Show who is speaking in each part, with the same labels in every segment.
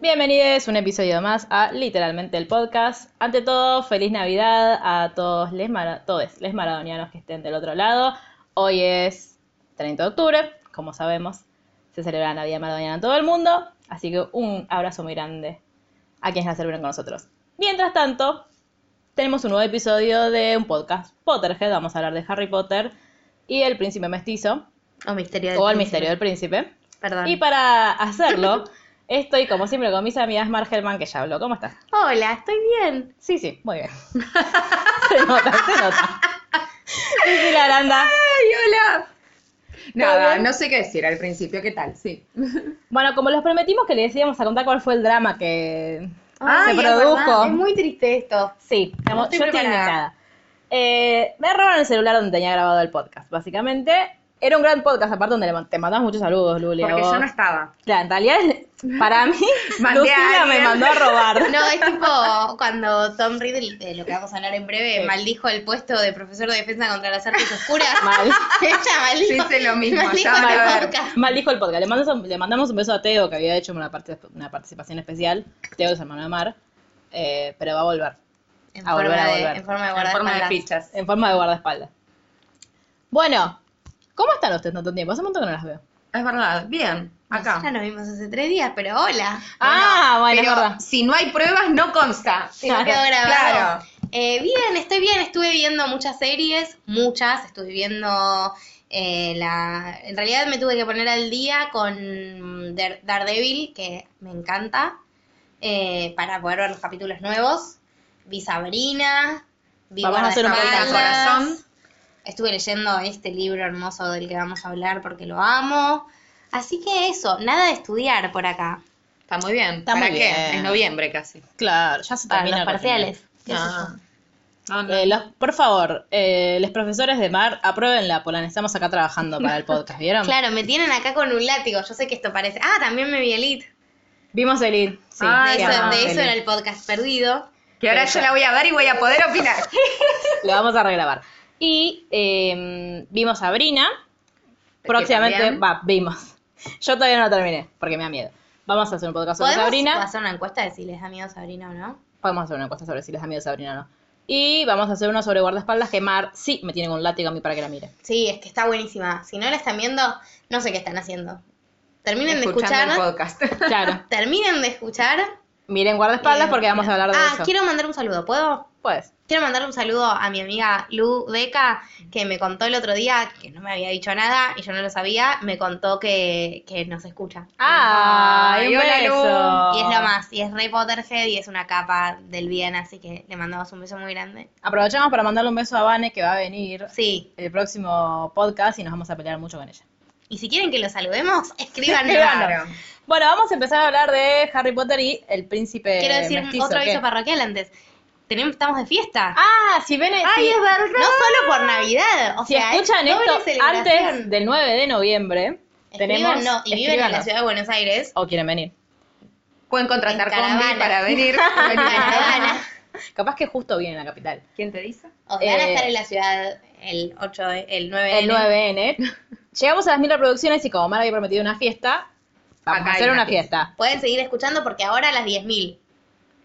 Speaker 1: Bienvenidos un episodio más a literalmente el podcast. Ante todo, feliz Navidad a todos les, mara- todes les maradonianos que estén del otro lado. Hoy es 30 de octubre, como sabemos, se celebra la Navidad maradoniana en todo el mundo, así que un abrazo muy grande a quienes la celebran con nosotros. Mientras tanto, tenemos un nuevo episodio de un podcast Potterhead, vamos a hablar de Harry Potter y el príncipe mestizo,
Speaker 2: O misterio
Speaker 1: o el misterio del príncipe.
Speaker 2: Perdón.
Speaker 1: Y para hacerlo, estoy como siempre con mis amigas Margelman, que ya habló. ¿Cómo estás?
Speaker 2: Hola, estoy bien.
Speaker 1: Sí, sí, muy bien. se nota, se nota. Cecilia Aranda.
Speaker 3: hola!
Speaker 1: ¿Todo
Speaker 3: Nada,
Speaker 1: bien?
Speaker 3: no sé qué decir al principio, ¿qué tal? Sí.
Speaker 1: Bueno, como les prometimos que les íbamos a contar cuál fue el drama que
Speaker 2: Ay,
Speaker 1: se
Speaker 2: es verdad,
Speaker 1: produjo.
Speaker 2: es muy triste esto.
Speaker 1: Sí,
Speaker 2: No
Speaker 1: estamos,
Speaker 2: estoy
Speaker 1: yo estoy
Speaker 2: preparada.
Speaker 1: indicada. Eh, me robaron el celular donde tenía grabado el podcast, básicamente. Era un gran podcast, aparte donde le man- te mandamos muchos saludos, Luli. a
Speaker 3: Porque
Speaker 1: vos.
Speaker 3: yo no estaba.
Speaker 1: Claro, en realidad, para mí,
Speaker 3: Mandé a
Speaker 1: Lucila me
Speaker 3: alguien.
Speaker 1: mandó a robar.
Speaker 2: No, es tipo cuando Tom Riddle, de lo que vamos a hablar en breve, maldijo el puesto de profesor de defensa contra las artes oscuras.
Speaker 1: Mal.
Speaker 2: Ella maldijo.
Speaker 3: Yo hice lo mismo,
Speaker 2: maldijo
Speaker 3: ya van a
Speaker 2: la
Speaker 3: ver.
Speaker 2: boca.
Speaker 1: Mal dijo el podcast. Le mandamos, le mandamos un beso a Teo, que había hecho una, parte- una participación especial. Teo es hermano de Mar, eh, pero va a volver
Speaker 2: En
Speaker 1: A volver,
Speaker 2: forma
Speaker 1: a
Speaker 2: de
Speaker 1: volver.
Speaker 2: En forma
Speaker 3: En forma
Speaker 2: de
Speaker 3: de
Speaker 2: guardaespaldas.
Speaker 3: fichas.
Speaker 1: en forma de guardaespaldas. Bueno, ¿cómo están ustedes tanto tiempo? Hace un montón que no las veo.
Speaker 3: Es verdad, bien, acá.
Speaker 2: Ya nos vimos hace tres días, pero hola.
Speaker 1: ah, bueno, es verdad.
Speaker 3: Pero si no hay pruebas, no consta.
Speaker 2: Sí, me quedó grabado.
Speaker 3: Claro.
Speaker 2: Eh, bien, estoy bien, estuve viendo muchas series, muchas, estuve viendo eh, la... En realidad me tuve que poner al día con Dar- Daredevil, que me encanta, eh, para poder ver los capítulos nuevos. Vi Sabrina, vi
Speaker 1: Vamos a hacer un
Speaker 3: poquito de
Speaker 2: Guardaespaldas,
Speaker 3: corazón.
Speaker 2: Estuve leyendo este libro hermoso del que vamos a hablar porque lo amo. Así que eso, nada de estudiar por acá.
Speaker 3: Está muy bien.
Speaker 1: Está
Speaker 3: ¿Para
Speaker 1: muy
Speaker 3: qué?
Speaker 1: bien.
Speaker 3: Es noviembre casi.
Speaker 1: Claro, ya se
Speaker 2: Para
Speaker 1: termina.
Speaker 2: los
Speaker 1: el confinamiento.
Speaker 2: parciales. ¿Qué sé yo?
Speaker 3: Ah. No, no.
Speaker 1: Eh, los- por favor, eh, los profesores de Mar, apruébenla, porque la necesitamos acá trabajando para el podcast, ¿vieron?
Speaker 2: Claro, me tienen acá con un látigo. Yo sé que esto parece. Ah, también me vi Elite.
Speaker 1: Vimos el in- Sí,
Speaker 3: Ah,
Speaker 2: de
Speaker 1: sí,
Speaker 2: eso,
Speaker 1: amamos
Speaker 2: de
Speaker 1: el
Speaker 2: eso
Speaker 1: in.
Speaker 2: era el podcast perdido.
Speaker 3: que ahora yo la voy a ver y voy a poder opinar.
Speaker 1: Lo vamos a regrabar. Y eh, vimos a Brina.
Speaker 3: Que
Speaker 1: Próximamente,
Speaker 3: también-
Speaker 1: va, vimos. Yo todavía no la terminé, porque me da miedo. Vamos a hacer un podcast sobre
Speaker 2: ¿Podemos
Speaker 1: Sabrina.
Speaker 2: hacer una encuesta de si les da miedo Sabrina o no?
Speaker 1: Podemos hacer una encuesta sobre si les da miedo Sabrina o no. Y vamos a hacer uno sobre guardaespaldas que Mar sí me tiene con un látigo a mí para que la mire.
Speaker 2: Sí, es que está buenísima. Si no la están viendo, no sé qué están haciendo. Terminen de
Speaker 3: Escuchando el
Speaker 2: escuchar.
Speaker 3: podcast.
Speaker 1: Claro.
Speaker 2: Terminen de escuchar.
Speaker 1: Miren guardaespaldas
Speaker 2: Eh,
Speaker 1: porque vamos a hablar de
Speaker 2: ah,
Speaker 1: eso.
Speaker 2: quiero mandar un saludo, ¿puedo?
Speaker 1: Pues,
Speaker 2: Quiero mandarle un saludo a mi amiga Lu Deca, que me contó el otro día, que no me había dicho nada y yo no lo sabía, me contó que, que nos escucha.
Speaker 1: Ah, ¡Ay, un
Speaker 3: hola, Lu.
Speaker 1: beso!
Speaker 2: Y es lo más, y es re Potterhead y es una capa del bien, así que le mandamos un beso muy grande.
Speaker 1: Aprovechamos para mandarle un beso a Vane que va a venir
Speaker 2: Sí,
Speaker 1: el próximo podcast y nos vamos a pelear mucho con ella.
Speaker 2: y si quieren que lo saludemos, escríbanos.
Speaker 1: Escríbanos. Eh, Bueno, vamos a empezar a hablar de Harry Potter y el príncipe
Speaker 2: Quiero decir
Speaker 1: mestizo,
Speaker 2: otro
Speaker 1: Eh, ¿qué?
Speaker 2: aviso parroquial antes. Tenemos, estamos de fiesta.
Speaker 1: Ah, si ven, si,
Speaker 2: verdad! No solo por Navidad, o
Speaker 1: si
Speaker 2: sea, es
Speaker 1: escuchan
Speaker 2: doble
Speaker 1: esto
Speaker 2: celebración.
Speaker 1: antes del 9 de noviembre, tenemos
Speaker 2: Escríbanos, y viven en la
Speaker 1: escríbanos.
Speaker 2: ciudad de Buenos Aires.
Speaker 1: o quieren venir.
Speaker 3: Pueden contratar
Speaker 2: En
Speaker 3: combi
Speaker 2: caravana.
Speaker 3: para venir.
Speaker 2: en Caravana.
Speaker 1: Capaz que justo viene a la capital.
Speaker 3: ¿Quién te dice?
Speaker 2: O sea, van a
Speaker 1: Eh,
Speaker 2: estar en la ciudad el 8, de- el 9 de
Speaker 1: El
Speaker 2: enero.
Speaker 1: 9N. Llegamos a las mil reproducciones y como Mar había prometido una fiesta, vamos
Speaker 3: Acá
Speaker 1: a
Speaker 3: hay
Speaker 1: hacer
Speaker 3: una
Speaker 1: una fiesta.
Speaker 2: Pueden seguir escuchando porque ahora a las 10.000.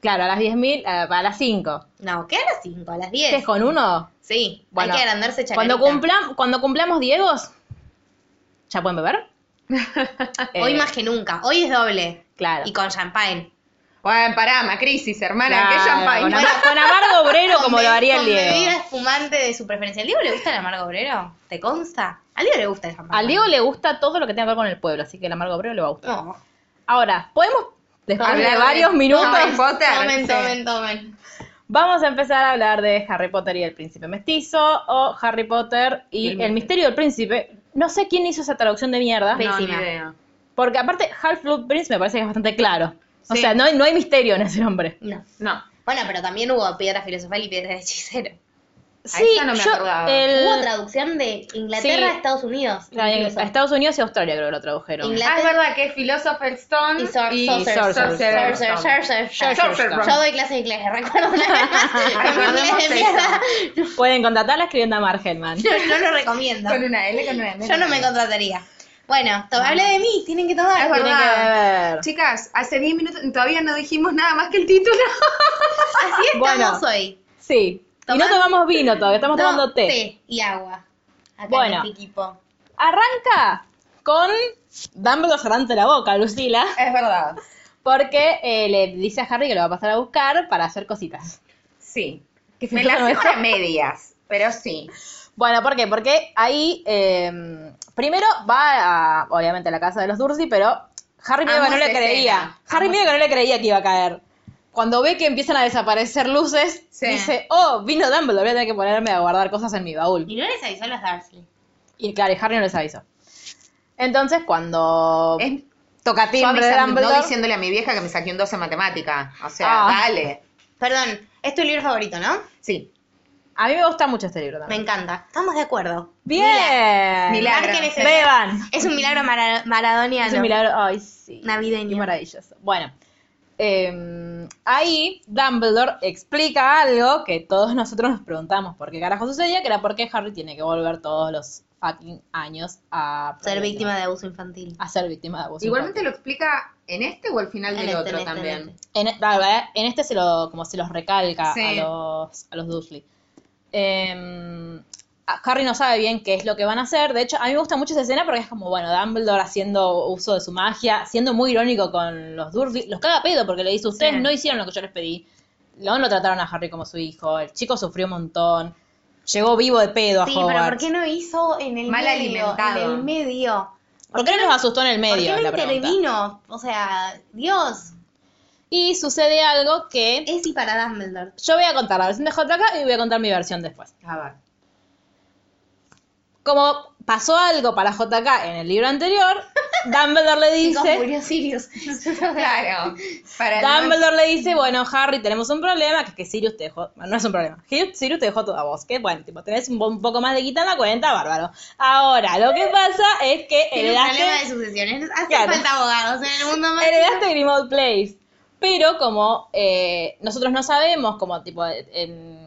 Speaker 1: Claro, a las 10.000, a, a las 5.
Speaker 2: No, ¿qué a las 5? A las
Speaker 1: ¿Qué
Speaker 2: 10.
Speaker 1: es con uno?
Speaker 2: Sí,
Speaker 1: Bueno,
Speaker 2: hay que agrandarse chacarita.
Speaker 1: Cuando, cumplam, cuando cumplamos Diegos, ¿ya pueden beber? Eh,
Speaker 2: Hoy más que nunca. Hoy es doble.
Speaker 1: Claro.
Speaker 2: Y con champagne.
Speaker 3: Bueno, pará, Macrisis, hermana,
Speaker 1: Claro,
Speaker 3: que champagne.
Speaker 1: Con, amar- con amargo obrero
Speaker 2: Con
Speaker 1: como
Speaker 2: be-
Speaker 1: lo haría el
Speaker 2: con
Speaker 1: Diego.
Speaker 2: bebida espumante de su preferencia. ¿Al Diego le gusta el amargo obrero? ¿Te consta? Al Diego le gusta el champagne.
Speaker 1: Al Diego le gusta todo lo que tenga que ver con el pueblo, así que el amargo obrero le va a gustar.
Speaker 2: No.
Speaker 1: Ahora, podemos, después
Speaker 3: Hablar
Speaker 1: de
Speaker 3: de-
Speaker 1: varios
Speaker 3: no,
Speaker 1: minutos,
Speaker 3: Harry Potter,
Speaker 2: Tomen,
Speaker 3: sí.
Speaker 2: tomen, tomen.
Speaker 1: Vamos a empezar a hablar de Harry Potter y el príncipe mestizo o Harry Potter y el,
Speaker 3: El
Speaker 1: misterio del príncipe. No sé quién hizo esa traducción de mierda,
Speaker 2: Sí.
Speaker 3: No, ni
Speaker 2: Pésima.
Speaker 3: idea.
Speaker 1: porque aparte Half-Blood Prince me parece que es bastante claro. O
Speaker 3: Sí.
Speaker 1: sea, no hay, no hay misterio en ese nombre.
Speaker 2: No.
Speaker 3: No.
Speaker 2: Bueno, pero también hubo piedra filosofal y piedra de hechicero.
Speaker 1: Sí,
Speaker 3: esa no me
Speaker 1: yo-
Speaker 3: acordaba.
Speaker 1: el-
Speaker 2: Hubo traducción de Inglaterra
Speaker 1: Eh, Sí.
Speaker 2: a Estados Unidos.
Speaker 1: la de-
Speaker 2: incluso.
Speaker 1: a Estados Unidos y Australia creo que lo tradujeron.
Speaker 2: Inglaterra
Speaker 3: Ah, es verdad que es Philosopher Stone
Speaker 2: y Sor-
Speaker 3: y Sorcerer
Speaker 2: Sorcerer. Sorcerer.
Speaker 3: Stone.
Speaker 2: Sorcerer. Sorcerer.
Speaker 3: Sorcerer.
Speaker 2: Yo doy clases de inglés, recuerdo. Recordemos
Speaker 3: Recordemos
Speaker 2: de
Speaker 3: eso.
Speaker 2: mierda.
Speaker 1: Pueden contratarla escribiendo a Mark Hellman.
Speaker 2: Yo no lo recomiendo.
Speaker 3: Con una L, con una M.
Speaker 2: Yo no me contrataría. Bueno, to- hable de mí, tienen que tomar.
Speaker 3: Es verdad.
Speaker 1: Tienen que ver.
Speaker 3: Chicas, hace 10 minutos todavía no dijimos nada más que el título.
Speaker 2: Así
Speaker 1: Bueno,
Speaker 2: estamos hoy.
Speaker 1: Sí. Y
Speaker 2: Tomás-
Speaker 1: no tomamos vino todavía, estamos
Speaker 2: No,
Speaker 1: tomando té.
Speaker 2: y agua. Acá
Speaker 1: Bueno.
Speaker 2: en este equipo.
Speaker 1: Arranca con Dumbledore cerrante la boca, Lucila,
Speaker 3: Es verdad.
Speaker 1: porque eh, le dice a Harry que lo va a pasar a buscar para hacer cositas.
Speaker 3: Sí.
Speaker 1: Que se
Speaker 3: Me las
Speaker 1: lo dejó.
Speaker 3: dejo a medias, pero sí.
Speaker 1: Bueno, ¿por qué? Porque ahí eh, primero va a, obviamente a la casa de los Dursley, pero Harry medio que
Speaker 3: Amo
Speaker 1: no le
Speaker 3: esa
Speaker 1: creía.
Speaker 3: escena.
Speaker 1: Harry
Speaker 3: Amo
Speaker 1: medio que no le creía que iba a caer. Cuando ve que empiezan a desaparecer luces,
Speaker 3: Sí.
Speaker 1: dice, oh, vino Dumbledore, voy a tener que ponerme a guardar cosas en mi baúl.
Speaker 2: Y no les avisó a los Darcy.
Speaker 1: Y claro, y Harry no les avisó. Entonces, cuando
Speaker 3: Es
Speaker 1: toca timbre de
Speaker 3: suavizando,
Speaker 1: Dumbledore...
Speaker 3: no diciéndole a mi vieja que me saqué un 12 en matemática. O sea,
Speaker 1: Ah.
Speaker 3: dale.
Speaker 2: Perdón, es tu libro favorito, ¿no?
Speaker 3: Sí.
Speaker 1: A mí me gusta mucho este libro
Speaker 2: Me
Speaker 1: también.
Speaker 2: encanta. Estamos de acuerdo. Milagro.
Speaker 1: Bien.
Speaker 3: Milagro.
Speaker 2: Marquen ese-
Speaker 1: Beban.
Speaker 2: Es un milagro mara- maradoniano.
Speaker 1: Es un milagro. Ay, sí.
Speaker 2: Navideño.
Speaker 1: Y maravilloso. Bueno. eh, ahí Dumbledore explica algo que todos nosotros nos preguntamos por qué carajo sucedía, que era por qué Harry tiene que volver todos los fucking años a
Speaker 2: Ser víctima de abuso infantil.
Speaker 1: a ser víctima de abuso.
Speaker 3: Igualmente
Speaker 1: infantil.
Speaker 3: lo explica en este o al final del
Speaker 2: En este,
Speaker 3: otro
Speaker 2: en este,
Speaker 3: también.
Speaker 2: en este.
Speaker 1: en, la verdad, en este se lo como se los recalca
Speaker 3: Sí.
Speaker 1: a los a los Dursley. Eh, a- Harry no sabe bien qué es lo que van a hacer. De hecho, a mí me gusta mucho esa escena porque es como, bueno, Dumbledore haciendo uso de su magia, siendo muy irónico con los Dursley. Los caga pedo porque le dice, ustedes
Speaker 2: Sí.
Speaker 1: no hicieron lo que yo les pedí. No lo trataron a Harry como su hijo. El chico sufrió un montón. Llegó vivo de pedo a
Speaker 2: Sí, pero ¿por
Speaker 1: Hogwarts.
Speaker 2: qué no hizo en el
Speaker 3: Mal
Speaker 2: medio?
Speaker 3: alimentado.
Speaker 2: En el medio.
Speaker 1: ¿Por qué no los asustó en el
Speaker 2: ¿Por
Speaker 1: medio?
Speaker 2: qué no
Speaker 1: Es la pregunta.
Speaker 2: intervino? O sea, Dios,
Speaker 1: Y sucede algo que...
Speaker 2: es y para Dumbledore.
Speaker 1: Yo voy a contar la versión de JK y voy a contar mi versión después.
Speaker 3: A ver.
Speaker 1: como pasó algo para JK en el libro anterior, Dumbledore le
Speaker 2: Chicos,
Speaker 1: dice,
Speaker 2: murió Sirius.
Speaker 3: Claro. Para el
Speaker 1: Dumbledore le dice, bueno, Harry, tenemos un problema, que es que Sirius te dejó, bueno, no es un problema, Sirius- Sirius te dejó toda vos, que bueno, tipo, tenés un, po- un poco más de guita en la cuenta, bárbaro. Ahora, lo que pasa es que
Speaker 2: Tiene un problema de
Speaker 1: heredaste,
Speaker 2: sucesiones. Hace
Speaker 1: Claro.
Speaker 2: falta abogados en el mundo más.
Speaker 1: heredaste Grimald Place, pero como eh, nosotros no sabemos, como tipo, eh, en...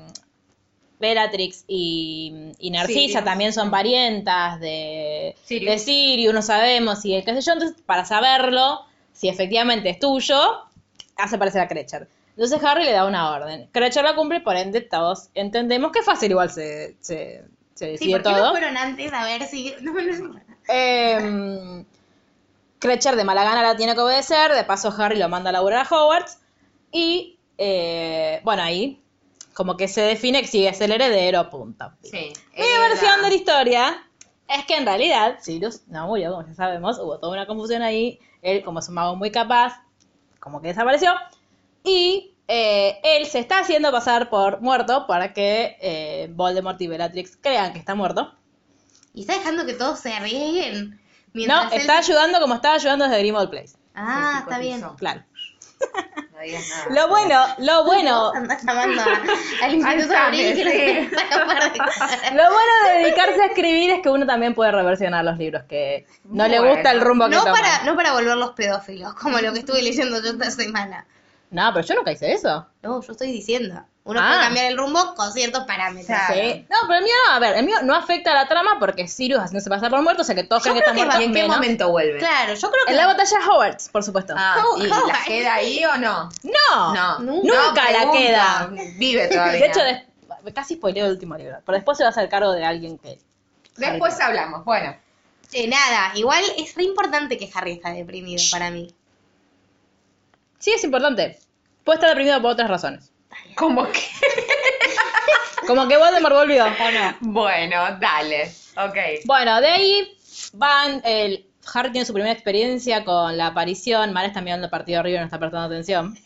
Speaker 1: Bellatrix y, y Narcisa
Speaker 3: Sirius.
Speaker 1: también son parientas de
Speaker 3: Sirius.
Speaker 1: de Sirius, no sabemos si el qué sé yo, entonces para saberlo, si efectivamente es tuyo, hace aparecer a Cretcher. Entonces Harry le da una orden. Cretcher la cumple, por ende todos entendemos que fácil igual se, se, se
Speaker 2: Sí,
Speaker 1: decide
Speaker 2: ¿por qué no
Speaker 1: todo.
Speaker 2: fueron antes a ver si.? No, no, no.
Speaker 1: Eh, Cretcher de mala gana la tiene que obedecer, de paso Harry lo manda a laburar a Hogwarts y eh, bueno, ahí como que se define que si es el heredero, punto.
Speaker 3: Sí.
Speaker 1: Mi
Speaker 3: Era-
Speaker 1: versión de la historia es que en realidad Sirius no murió, como ya sabemos, hubo toda una confusión ahí, él como es un mago muy capaz, como que desapareció, y eh, él se está haciendo pasar por muerto para que eh, Voldemort y Bellatrix crean que está muerto.
Speaker 2: Y está dejando que todos se arriesguen.
Speaker 1: No,
Speaker 2: Mientras él-
Speaker 1: está ayudando como estaba ayudando desde Grimald Place,
Speaker 2: Ah,
Speaker 3: Sí,
Speaker 2: está bien.
Speaker 3: cotizó.
Speaker 1: claro.
Speaker 3: No digas nada.
Speaker 1: Lo bueno, lo bueno,
Speaker 2: Andás llamando a- al Instituto
Speaker 3: Alzame,
Speaker 2: Abril que lo
Speaker 3: sí.
Speaker 2: tenés que escapar de-
Speaker 1: lo bueno de dedicarse a escribir es que uno también puede reversionar los libros que no le gusta el
Speaker 3: Bueno.
Speaker 1: rumbo que
Speaker 2: No
Speaker 1: toman.
Speaker 2: para, no para volver los pedófilos, como lo que estuve leyendo yo esta semana.
Speaker 1: No, pero yo nunca hice eso.
Speaker 2: No, yo estoy diciendo. Uno
Speaker 1: Ah.
Speaker 2: puede cambiar el rumbo con ciertos parámetros.
Speaker 3: Claro.
Speaker 1: Sí. No, pero el mío no, a ver, el mío no afecta a la trama porque Sirius haciéndose pasar por muerto, o sea que todos
Speaker 2: Yo
Speaker 1: creen que está
Speaker 2: creo que
Speaker 1: muerto
Speaker 3: ¿Y en qué
Speaker 1: menos.
Speaker 3: momento vuelve?
Speaker 2: Claro, yo creo que.
Speaker 1: En la batalla de Hogwarts, por supuesto.
Speaker 3: Ah,
Speaker 2: How-
Speaker 3: ¿y
Speaker 2: how
Speaker 3: la
Speaker 2: I-
Speaker 3: queda ahí o no?
Speaker 1: No,
Speaker 3: No.
Speaker 1: nunca
Speaker 3: No,
Speaker 1: la
Speaker 3: pregunto.
Speaker 1: queda.
Speaker 3: Vive todavía.
Speaker 1: De hecho, des- casi spoileo el último libro, pero después se va a hacer cargo de alguien que...
Speaker 3: Después hablamos. Bueno.
Speaker 2: Eh, nada, igual es re importante que Harry está deprimido para mí.
Speaker 1: Sí, es importante. Puede estar deprimido por otras razones.
Speaker 3: Como que.
Speaker 1: Como que Voldemort volvió, ¿o no?
Speaker 3: Bueno, dale. Ok.
Speaker 1: Bueno, de ahí van el Harry tiene su primera experiencia con la aparición. Mara está mirando el partido arriba y no está prestando atención.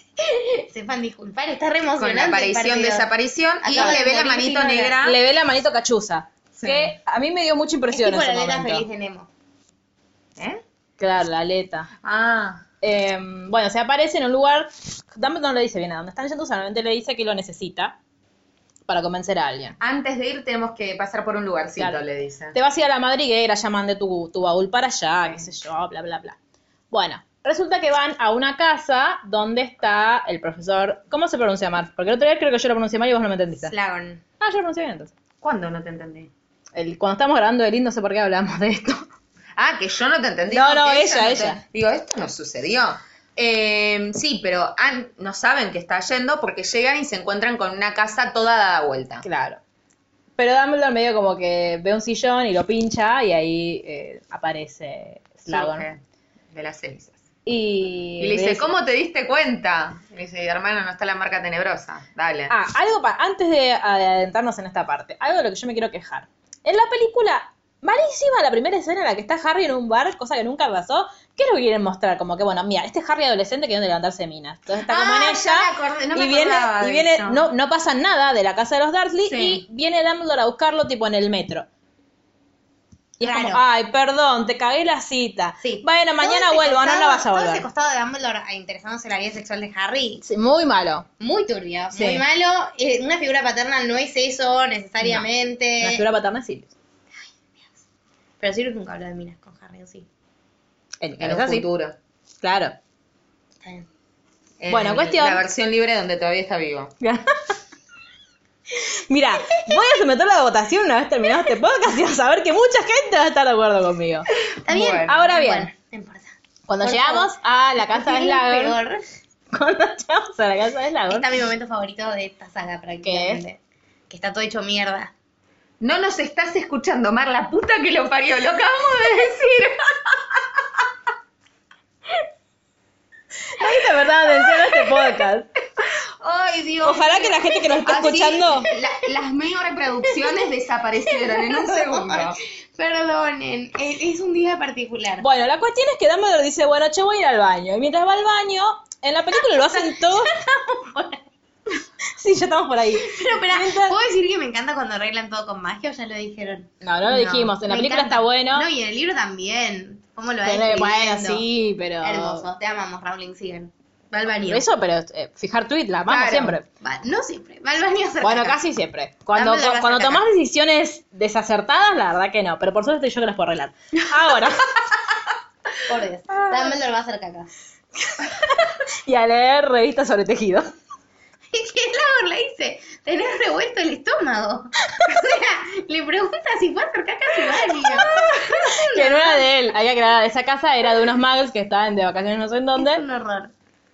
Speaker 2: Sepan disculpar, está re
Speaker 3: Con
Speaker 2: emocionante.
Speaker 3: la
Speaker 2: el
Speaker 3: aparición,
Speaker 2: partido.
Speaker 3: desaparición. Y
Speaker 2: Acaba
Speaker 3: le
Speaker 2: de
Speaker 3: ve la
Speaker 2: morir
Speaker 3: manito
Speaker 2: Fiona.
Speaker 3: negra.
Speaker 1: Le ve la manito cachuza.
Speaker 3: Sí.
Speaker 1: Que a mí me dio mucha
Speaker 2: Es
Speaker 1: impresión
Speaker 2: tipo
Speaker 1: en
Speaker 2: la
Speaker 1: ese
Speaker 2: letra
Speaker 1: momento.
Speaker 2: feliz de Nemo.
Speaker 3: ¿Eh?
Speaker 1: Claro, la aleta.
Speaker 3: Ah.
Speaker 1: Eh, bueno, se aparece en un lugar. Dumbledore no le dice bien a dónde están yendo, solamente le dice que lo necesita para convencer a alguien.
Speaker 3: Antes de ir tenemos que pasar por un lugarcito,
Speaker 1: Claro.
Speaker 3: le dice.
Speaker 1: Te vas a ir a la madriguera, ya mandé tu, tu baúl para allá, qué sé yo, bla, bla, bla. Bueno, resulta que van a una casa donde está el profesor. ¿Cómo se pronuncia Mar? Porque el otro día creo que yo lo pronuncié mal y vos no me entendiste.
Speaker 2: Slagon.
Speaker 1: Ah, yo lo pronuncié bien entonces.
Speaker 3: ¿Cuándo no te entendí?
Speaker 1: El- cuando estamos grabando el no sé por qué hablamos de esto.
Speaker 3: Ah, que yo no te entendí.
Speaker 1: No, no,
Speaker 3: que
Speaker 1: ella,
Speaker 3: no te-
Speaker 1: ella.
Speaker 3: Digo, esto no sucedió. Eh, sí, pero an- no saben que está yendo porque llegan y se encuentran con una casa toda dada vuelta.
Speaker 1: Claro. Pero Dumbledore medio como que ve un sillón y lo pincha y ahí eh, aparece Slagon.
Speaker 3: Surge De las cenizas.
Speaker 1: Y,
Speaker 3: Y le dice, ¿cómo te diste cuenta? Y le dice, hermano, no está la marca tenebrosa. Dale.
Speaker 1: Ah, algo pa- antes de eh, adentrarnos en esta parte, algo de lo que yo me quiero quejar. En la película, malísima la primera escena en la que está Harry en un bar, cosa que nunca pasó. ¿Qué es lo que quieren mostrar? Como que, bueno, mira, este Harry adolescente queriendo levantarse de minas. Entonces está como
Speaker 3: Ah,
Speaker 1: en
Speaker 3: ya
Speaker 1: ella.
Speaker 3: me acordé, no me
Speaker 1: y viene,
Speaker 3: acordaba
Speaker 1: y
Speaker 3: de
Speaker 1: viene
Speaker 3: eso.
Speaker 1: no, no pasa nada de la casa de los Dursley
Speaker 3: Sí.
Speaker 1: y viene Dumbledore a buscarlo tipo en el metro. Y es como,
Speaker 2: Raro.
Speaker 1: ay, perdón, te cagué la cita.
Speaker 2: Sí.
Speaker 1: Bueno,
Speaker 2: Todo
Speaker 1: mañana
Speaker 2: ese
Speaker 1: vuelvo, no,
Speaker 2: costado-
Speaker 1: no vas a
Speaker 2: Todo
Speaker 1: volver.
Speaker 2: ese costado de Dumbledore a interesándose en la vida sexual de Harry,
Speaker 1: Sí, muy malo.
Speaker 2: muy turbia,
Speaker 1: Sí.
Speaker 2: muy malo. Eh, una figura paterna no es eso necesariamente.
Speaker 3: Eh,
Speaker 1: La figura paterna es Sirius.
Speaker 2: Pero Sirius nunca habló de minas con Harry, ¿o sí.
Speaker 1: En- en
Speaker 3: en
Speaker 1: esa
Speaker 3: el
Speaker 1: sí.
Speaker 3: futuro.
Speaker 1: Claro.
Speaker 2: Está bien.
Speaker 3: En
Speaker 1: Bueno, cuestión.
Speaker 3: La versión libre donde todavía está vivo.
Speaker 1: Mira, voy a someterlo a votación una vez terminado este podcast y vas a ver que mucha gente va a estar de acuerdo conmigo.
Speaker 2: Está bien.
Speaker 3: Bueno.
Speaker 1: Ahora bien,
Speaker 2: Bueno, no importa.
Speaker 1: cuando
Speaker 2: Por
Speaker 1: llegamos a la casa de
Speaker 2: Es lo
Speaker 1: Slagor,
Speaker 2: peor.
Speaker 1: cuando llegamos a la casa de Slagor,
Speaker 2: Está mi momento favorito de esta saga prácticamente. Que está todo hecho mierda.
Speaker 3: No nos estás escuchando, Mar, la puta que lo parió. Lo acabamos de decir.
Speaker 1: ahí te verdad atención a este podcast.
Speaker 3: Ay, Dios.
Speaker 1: Ojalá que la gente que nos está
Speaker 3: Así,
Speaker 1: escuchando,
Speaker 3: la- las medio reproducciones desaparecieron en un segundo.
Speaker 2: Perdonen, es, es un día particular.
Speaker 1: bueno, la cuestión es que Dumbledore dice, bueno, che, voy a ir al baño. Y mientras va al baño, en la película lo hacen todo. Sí, ya estamos por ahí.
Speaker 2: Pero, espera,
Speaker 1: Mientras-
Speaker 2: ¿puedo decir que me encanta cuando arreglan todo con magia o ya lo dijeron?
Speaker 1: No, no lo dijimos. En la
Speaker 2: me
Speaker 1: película
Speaker 2: encanta.
Speaker 1: está bueno.
Speaker 2: No, y en el libro también. ¿Cómo lo va
Speaker 1: Bueno, bueno,
Speaker 2: describiendo.
Speaker 1: sí, pero...
Speaker 2: Hermoso, te amamos, Rowling, sigan. Va al baño.
Speaker 1: Eso, pero eh, fijar tweet, la amamos
Speaker 2: Claro.
Speaker 1: siempre.
Speaker 2: Va- no siempre, va al baño a hacer
Speaker 1: Bueno,
Speaker 2: caca.
Speaker 1: casi siempre. Cuando,
Speaker 2: Dame la
Speaker 1: cuando
Speaker 2: caca.
Speaker 1: tomás decisiones desacertadas, la verdad que no. Pero por suerte yo que las puedo arreglar. Ahora,
Speaker 2: Por Dios,
Speaker 1: Ah.
Speaker 2: Dumbledore va a hacer caca.
Speaker 1: y a leer revistas sobre tejido.
Speaker 2: Y que Slagur le dice, tenés revuelto el estómago. O sea, le pregunta si fue a hacer caca a su baño.
Speaker 1: Que no era de él. Había que aclarar, esa casa era de unos muggles que estaban de vacaciones no sé en
Speaker 2: Es
Speaker 1: dónde.
Speaker 2: un horror.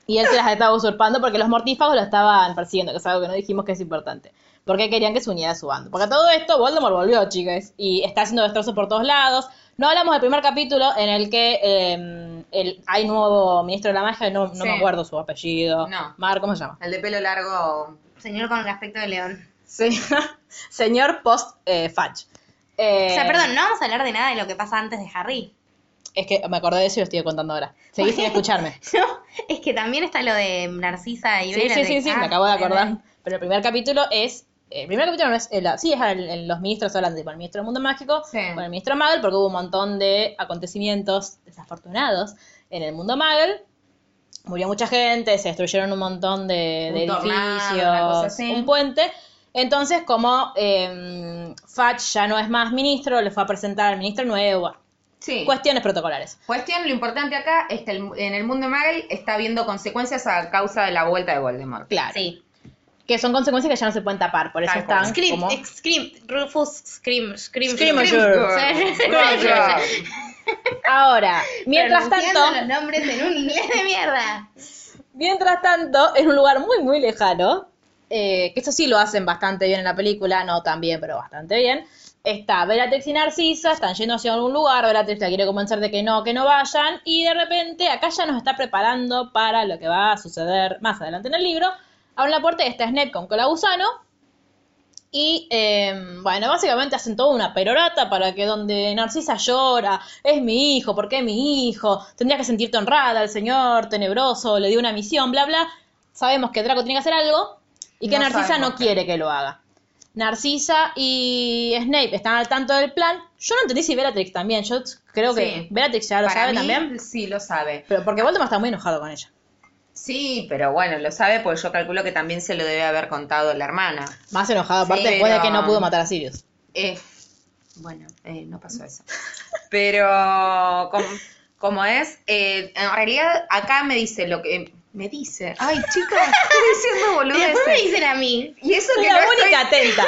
Speaker 1: Y él se las estaba usurpando porque los mortífagos lo estaban persiguiendo, que es algo que no dijimos que es importante. Porque querían que se uniera a su bando. Porque a todo esto, Voldemort volvió, chicas. Y está haciendo destrozos por todos lados. No hablamos del primer capítulo en el que eh, el- hay nuevo ministro de la magia, no, no
Speaker 3: Sí.
Speaker 1: me acuerdo su apellido.
Speaker 3: No.
Speaker 1: Mar, ¿cómo se llama?
Speaker 3: El de pelo largo.
Speaker 2: Señor con el aspecto de león.
Speaker 1: Sí. Señor post eh, Fudge. Eh,
Speaker 2: O sea, perdón, no vamos a hablar de nada de lo que pasa antes de Harry.
Speaker 1: Es que me acordé de eso y lo estoy contando ahora. Seguí sin escucharme.
Speaker 2: No, es que también está lo de Narcisa y
Speaker 1: Sí,
Speaker 2: Vera
Speaker 1: sí,
Speaker 2: de-
Speaker 1: sí, sí,
Speaker 2: Ah,
Speaker 1: me acabo de acordar.
Speaker 2: Vera.
Speaker 1: Pero el primer capítulo es. El primer capítulo no es. el- sí, es al- el- los ministros hablando, tipo el ministro del mundo mágico,
Speaker 3: Sí.
Speaker 1: con el ministro Muggle, porque hubo un montón de acontecimientos desafortunados en el mundo Muggle. Murió mucha gente, se destruyeron un montón de,
Speaker 3: Un
Speaker 1: de
Speaker 3: tornado, una cosa
Speaker 1: edificios,
Speaker 3: así.
Speaker 1: un puente. Entonces, como eh, Fatch ya no es más ministro, le fue a presentar al ministro nuevo.
Speaker 3: Sí.
Speaker 1: Cuestiones protocolares.
Speaker 3: Cuestión, lo importante acá es que el- en el mundo de Magel está viendo consecuencias a causa de la vuelta de Voldemort.
Speaker 1: Claro.
Speaker 2: Sí.
Speaker 1: Que son consecuencias que ya no se pueden tapar, por eso
Speaker 3: Tal cual.
Speaker 1: están
Speaker 2: Scream,
Speaker 1: como...
Speaker 2: eh, Scream, Rufus, Scream, Scream,
Speaker 1: Scream,
Speaker 2: Scream.
Speaker 1: Girl.
Speaker 2: Sí.
Speaker 3: Girl, girl.
Speaker 1: Ahora, mientras
Speaker 2: Pronunciando
Speaker 1: tanto,
Speaker 2: los nombres en un inglés de mierda.
Speaker 1: mientras tanto, en un lugar muy, muy lejano, eh, que eso sí lo hacen bastante bien en la película, no tan bien, pero bastante bien, está Bellatrix y Narcisa, están yendo hacia algún lugar, Bellatrix la quiere convencer de que no, que no vayan, y de repente acá ya nos está preparando para lo que va a suceder más adelante en el libro. Abre la puerta y está Snape con cola gusano, Y eh, bueno, básicamente hacen toda una perorata para que donde Narcisa llora, es mi hijo, ¿por qué mi hijo? Tendrías que sentirte honrada, el señor tenebroso, le dio una misión, bla, bla. Sabemos que Draco tiene que hacer algo y que
Speaker 3: No
Speaker 1: Narcisa
Speaker 3: sabemos
Speaker 1: no
Speaker 3: qué.
Speaker 1: quiere que lo haga. Narcisa y Snape están al tanto del plan. Yo no entendí si Bellatrix también. Yo creo que
Speaker 3: Sí.
Speaker 1: Bellatrix ya lo
Speaker 3: Para
Speaker 1: sabe
Speaker 3: mí,
Speaker 1: también.
Speaker 3: Sí, lo sabe.
Speaker 1: Pero porque Voldemort está muy enojado con ella.
Speaker 3: Sí, pero bueno, lo sabe porque yo calculo que también se lo debe haber contado la hermana.
Speaker 1: Más enojado, aparte,
Speaker 3: Sí,
Speaker 1: después de que
Speaker 3: pero-
Speaker 1: no pudo matar a Sirius.
Speaker 3: Eh, bueno, eh, no pasó eso. Pero como, como es, eh, en realidad acá me dice lo que me dice. Ay, chicas, estoy diciendo
Speaker 2: Y después me
Speaker 3: boludeces.
Speaker 2: dicen a mí.
Speaker 3: Y eso
Speaker 1: Soy
Speaker 3: que
Speaker 1: la
Speaker 3: no estoy-
Speaker 1: única atenta.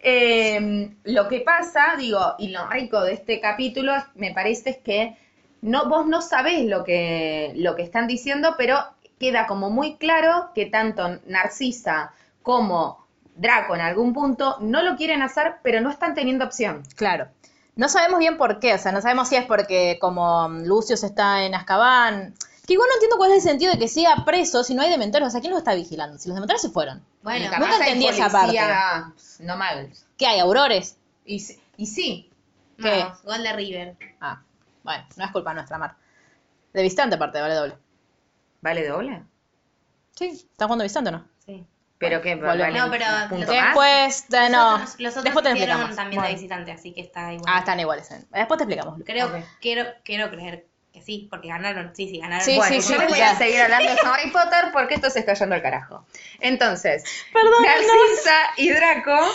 Speaker 3: Eh, lo que pasa, digo, y lo rico de este capítulo, es- me parece, es que no, vos no sabés lo que, lo que están diciendo, pero queda como muy claro que tanto Narcisa como Draco en algún punto no lo quieren hacer, pero no están teniendo opción.
Speaker 1: Claro. No sabemos bien por qué, o sea, no sabemos si es porque como Lucius está en Azkaban, que igual no entiendo cuál es el sentido de que siga preso si no hay dementores, o sea, ¿quién lo está vigilando? Si los dementores se fueron.
Speaker 2: Bueno,
Speaker 3: Y
Speaker 1: capaz- nunca
Speaker 3: hay
Speaker 1: entendí esa
Speaker 3: policía, No mal.
Speaker 1: ¿Qué hay, aurores?
Speaker 3: Y, sí- y sí.
Speaker 2: vamos, gol de River.
Speaker 1: Ah, bueno, no es culpa nuestra, Mar. De Vistante aparte, vale doble.
Speaker 3: ¿Vale doble?
Speaker 1: Sí, ¿está jugando Vistante o no?
Speaker 3: Sí. ¿Pero qué?
Speaker 1: volvemos.
Speaker 3: ¿Vale
Speaker 2: No, pero
Speaker 3: un punto
Speaker 2: lo-
Speaker 3: más?
Speaker 1: Después, eh, no,
Speaker 2: Los otros, los otros
Speaker 1: después te lo
Speaker 2: hicieron
Speaker 1: explicamos.
Speaker 2: también de
Speaker 3: Bueno.
Speaker 2: visitante, así que está igual.
Speaker 1: Ah, están iguales. eh. Después te explicamos. Lu.
Speaker 2: Creo,
Speaker 3: Ok.
Speaker 2: quiero, quiero creer que sí, porque ganaron. Sí, sí, ganaron.
Speaker 1: Sí,
Speaker 3: Bueno,
Speaker 1: sí,
Speaker 3: yo les voy
Speaker 1: ya.
Speaker 3: a seguir hablando de Harry Potter porque esto se está yendo al carajo. Entonces,
Speaker 1: Perdón,
Speaker 3: Narcisa y Draco,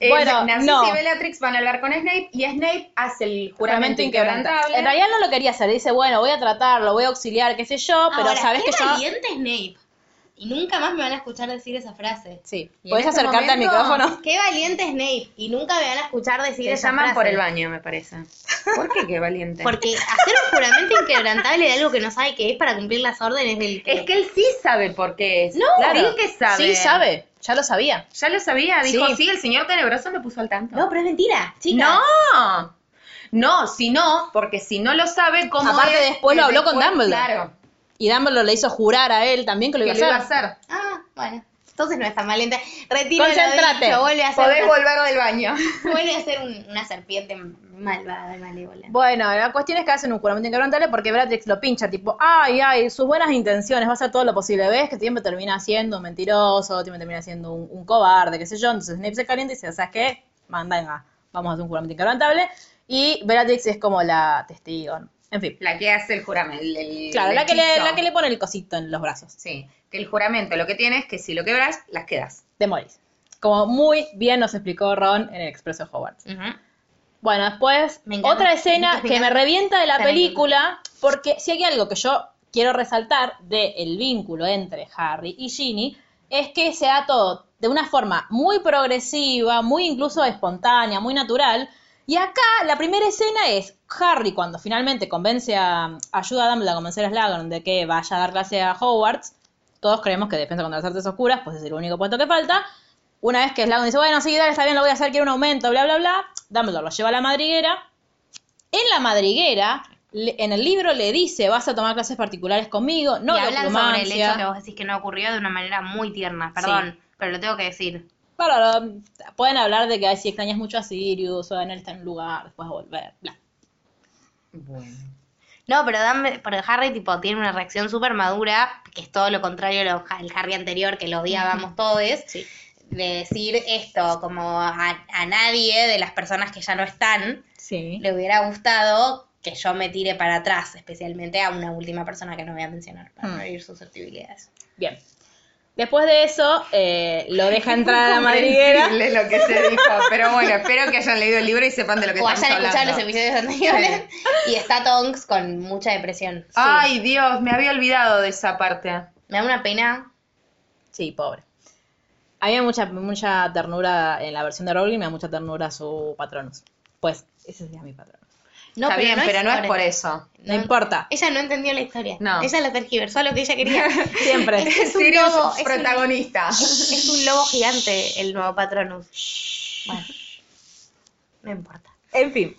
Speaker 3: eh,
Speaker 1: Bueno,
Speaker 3: Narcisa
Speaker 1: no.
Speaker 3: y Bellatrix van a hablar con Snape y Snape hace el juramento
Speaker 1: Juramento
Speaker 3: inquebrantable.
Speaker 1: En realidad no lo quería hacer, dice, bueno, voy a tratarlo, voy a auxiliar, qué sé yo, pero
Speaker 2: Ahora,
Speaker 1: sabes
Speaker 2: qué
Speaker 1: que yo...
Speaker 2: valiente Snape. Y nunca más me van a escuchar decir esa frase.
Speaker 1: Sí,
Speaker 3: Y en
Speaker 1: podés
Speaker 3: este
Speaker 1: acercarte al
Speaker 3: momento-
Speaker 1: micrófono.
Speaker 2: Qué valiente Snape. Y nunca me van a escuchar decir
Speaker 3: Te
Speaker 2: esa
Speaker 3: llaman
Speaker 2: frase.
Speaker 3: por el baño, me parece. ¿Por qué qué valiente?
Speaker 2: Porque hacer un juramento inquebrantable de algo que no sabe que es para cumplir las órdenes del
Speaker 3: es que él sí sabe por qué es.
Speaker 2: No.
Speaker 3: claro. sí que sabe.
Speaker 1: Sí, sabe, ya lo sabía.
Speaker 3: Ya lo sabía, dijo,
Speaker 1: Sí.
Speaker 3: sí, el señor tenebroso me puso al tanto.
Speaker 2: No, pero es mentira, chicas.
Speaker 3: No, no, si no, porque si no lo sabe, ¿cómo
Speaker 1: Aparte,
Speaker 3: es?
Speaker 1: después lo habló con Dumbledore.
Speaker 3: Claro,
Speaker 1: Y Dumbledore le hizo jurar a él también que lo
Speaker 3: que
Speaker 1: iba
Speaker 3: lo iba
Speaker 1: a
Speaker 3: a
Speaker 1: hacer.
Speaker 3: hacer.
Speaker 2: Ah, bueno. Entonces no es tan valiente. Retiro
Speaker 1: Concéntrate.
Speaker 2: lo dicho, vuelve a ser,
Speaker 3: Podés
Speaker 2: una,
Speaker 3: volver del baño.
Speaker 2: vuelve a ser un- una serpiente malvada y malévola.
Speaker 1: Bueno, la cuestión es que hacen un juramento inquebrantable porque Bellatrix lo pincha, tipo, ay, ay, sus buenas intenciones, va a hacer todo lo posible. ¿Ves que siempre termina siendo un mentiroso, siempre termina siendo un, un cobarde, qué sé yo? Entonces Snape se calienta y dice, ¿sabes qué? Manda, venga, vamos a hacer un juramento inquebrantable. Y Bellatrix es como la testigo. ¿no? En fin.
Speaker 3: La que hace el juramento. el- el-
Speaker 1: Claro,
Speaker 3: el
Speaker 1: la que, le,
Speaker 3: hechizo.
Speaker 1: la que le pone el cosito en los brazos.
Speaker 3: Sí, que el juramento lo que tiene es que si lo quebras, las quedas.
Speaker 1: De Morris. Como muy bien nos explicó Ron en el Expreso de Hogwarts.
Speaker 2: Ujú.
Speaker 1: Bueno, después,
Speaker 2: Me encanta.
Speaker 1: otra escena
Speaker 2: Me
Speaker 1: que me
Speaker 2: encanta.
Speaker 1: revienta de la
Speaker 2: Me encanta.
Speaker 1: película, porque si hay algo que yo quiero resaltar del vínculo entre Harry y Ginny, es que se da todo de una forma muy progresiva, muy incluso espontánea, muy natural. Y acá la primera escena es Harry cuando finalmente convence a, ayuda a Dumbledore a convencer a Slughorn de que vaya a dar clase a Hogwarts. Todos creemos que Defensa contra las Artes Oscuras, pues es el único puesto que falta. Una vez que Slughorn dice, bueno, sí, dale, está bien, lo voy a hacer, quiero un aumento, bla, bla, bla. Dumbledore lo lleva a la madriguera. En la madriguera, le- en el libro le dice, vas a tomar clases particulares conmigo, no
Speaker 2: y
Speaker 1: de
Speaker 2: hablan sobre el hecho que
Speaker 1: oclumancia.
Speaker 2: vos decís que no ocurrió de una manera muy tierna, perdón, pero lo tengo que decir.
Speaker 1: Bla, bla, bla. Pueden hablar de que ay, si extrañas mucho a Sirius, o en él está en un lugar, después volver, bla.
Speaker 3: Bueno.
Speaker 2: No, pero dame, pero Harry tipo tiene una reacción súper madura, que es todo lo contrario al al Harry anterior que lo odiábamos todos, de decir esto como a, a nadie de las personas que ya no están
Speaker 1: Sí.
Speaker 2: le hubiera gustado que yo me tire para atrás, especialmente a una última persona que no voy a mencionar para
Speaker 3: Hmm.
Speaker 1: Mm.
Speaker 2: no herir susceptibilidades.
Speaker 1: Bien. Después de eso, eh, lo deja entrar a la madriguera.
Speaker 3: Comprensible lo que se dijo, pero bueno, espero que hayan leído el libro y sepan de lo que
Speaker 2: O
Speaker 3: estamos
Speaker 2: hayan escuchado los
Speaker 3: hablando.
Speaker 2: episodios anteriores y está Tonks con mucha depresión. Sí.
Speaker 3: Ay, Dios, me había olvidado de esa parte.
Speaker 2: Me da una pena.
Speaker 1: Sí, pobre. Había mucha, mucha ternura en la versión de Rowling, me da mucha ternura su patronus. Pues, ese sería mi patronus.
Speaker 2: No, este.
Speaker 3: Está bien, pero no es
Speaker 2: ahora.
Speaker 3: por eso.
Speaker 1: No, importa.
Speaker 2: Ella no entendió la historia.
Speaker 3: No.
Speaker 2: Ella la tergiversó a lo que ella quería.
Speaker 1: Siempre.
Speaker 2: es un
Speaker 3: Sirius
Speaker 2: lobo. Es un,
Speaker 3: protagonista.
Speaker 2: es un lobo gigante el nuevo Patronus. Bueno. No importa.
Speaker 1: En fin.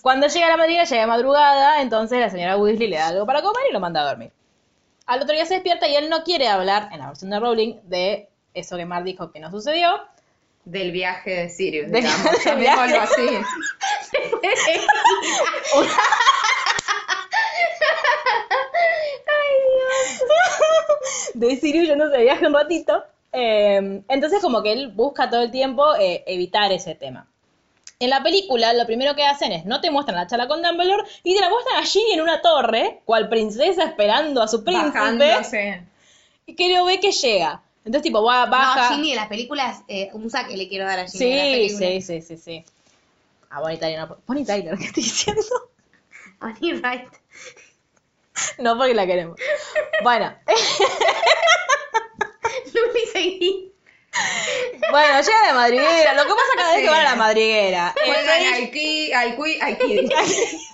Speaker 1: Cuando llega la madriguera, llega de madrugada, entonces la señora Weasley le da algo para comer y lo manda a dormir. Al otro día se despierta y él no quiere hablar, en la versión de Rowling, de eso que Mar dijo que no sucedió.
Speaker 3: del viaje de Sirius,
Speaker 1: Del-
Speaker 3: digamos,
Speaker 1: del
Speaker 3: llamémoslo así.
Speaker 1: de Sirius yo no se viaje un ratito. Eh, entonces como que él busca todo el tiempo eh, evitar ese tema. En la película lo primero que hacen es no te muestran la charla con Dumbledore y te la muestran allí en una torre, cual princesa esperando a su príncipe,
Speaker 3: Bajándose.
Speaker 1: y que lo ve que llega. Entonces tipo va, baja.
Speaker 2: No, Ginny de las películas, eh, un saque le quiero dar a Ginny de las
Speaker 1: sí,
Speaker 2: películas.
Speaker 1: sí, sí, sí, sí. Ah, Bonnie Tyler, no. Bonnie Tyler, ¿qué estoy diciendo?
Speaker 2: Bonnie Wright.
Speaker 1: No porque la queremos. Bueno,
Speaker 2: Luli, seguí.
Speaker 1: bueno, llega la madriguera. Lo que pasa cada vez que
Speaker 3: Sí.
Speaker 1: van a la madriguera. Eh,
Speaker 3: Juegan
Speaker 1: Freddy-
Speaker 3: al qui- al qui- al Quidditch.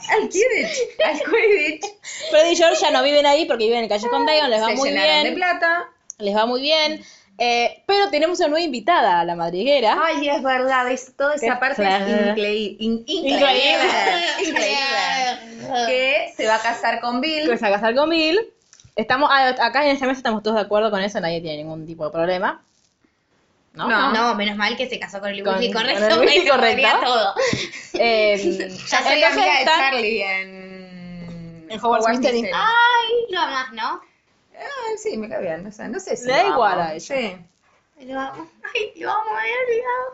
Speaker 3: Al Quidditch. Al Quidditch.
Speaker 1: Freddy y George ya no viven ahí porque viven en el Callejón Diagon, les va
Speaker 3: Ah, Se
Speaker 1: muy
Speaker 3: llenaron de
Speaker 1: bien,
Speaker 3: plata.
Speaker 1: les va muy bien. Eh, pero tenemos una nueva invitada, la madriguera.
Speaker 3: Ay, es verdad, es, toda esa
Speaker 1: Qué
Speaker 3: parte
Speaker 1: claro.
Speaker 3: es increíble, in-
Speaker 1: Increíble.
Speaker 3: increíble, increíble. Que se va a casar con
Speaker 1: Que
Speaker 3: Bill.
Speaker 1: se va a casar con Bill. Estamos, ah, acá en esta mesa estamos todos de acuerdo con eso, nadie tiene ningún tipo de problema. ¿No?
Speaker 3: No.
Speaker 2: No, menos mal que se casó con el
Speaker 1: Con-
Speaker 2: Weasley
Speaker 1: con el
Speaker 2: correcto. porque
Speaker 1: Weasley
Speaker 2: se podría
Speaker 1: correcto.
Speaker 2: todo.
Speaker 1: Eh,
Speaker 2: Ya soy
Speaker 3: Soy
Speaker 1: entonces
Speaker 3: amiga de
Speaker 1: están-
Speaker 3: Charlie en,
Speaker 1: En Hogwarts Mystery.
Speaker 3: Ah,
Speaker 2: Ay, lo amas, ¿no?
Speaker 3: sí, me cae bien, o sea, no sé si
Speaker 1: Le da
Speaker 3: lo amo.
Speaker 1: igual a ella.
Speaker 3: Sí.
Speaker 2: Lo amo. Ay, lo amo, me había olvidado.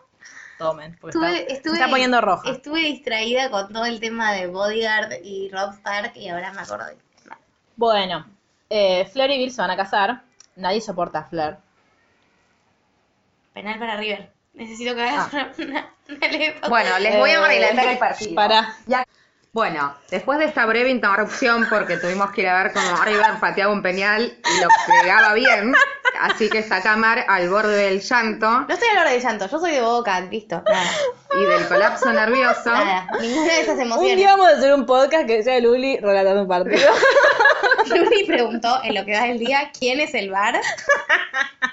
Speaker 1: Tomen, porque
Speaker 2: Estuve-
Speaker 1: está, se
Speaker 2: estuve-
Speaker 1: está poniendo roja.
Speaker 2: Estuve distraída con todo el tema de Bodyguard y Rob Stark y ahora me acordé.
Speaker 1: Bueno, eh, Fleur y Bill se van a casar. Nadie soporta a Fleur.
Speaker 2: Penal para River. Necesito que hagas una, una, una leve-
Speaker 3: Bueno, les voy
Speaker 1: Eh,
Speaker 3: a relatar el partido.
Speaker 1: pará.
Speaker 3: Ya- Bueno, después de esta breve interrupción, porque tuvimos que ir a ver cómo River pateaba un peñal y lo pegaba bien, así que está Camar al borde del llanto
Speaker 2: No estoy a la hora de llanto, yo soy de boca, listo. Nada,
Speaker 3: y del colapso nervioso.
Speaker 2: nada. Ninguna de
Speaker 1: Un
Speaker 2: esas
Speaker 1: día
Speaker 2: emociones.
Speaker 1: vamos a hacer un podcast que sea Luli relatando un partido.
Speaker 2: Luli preguntó en lo que da el día quién es el bar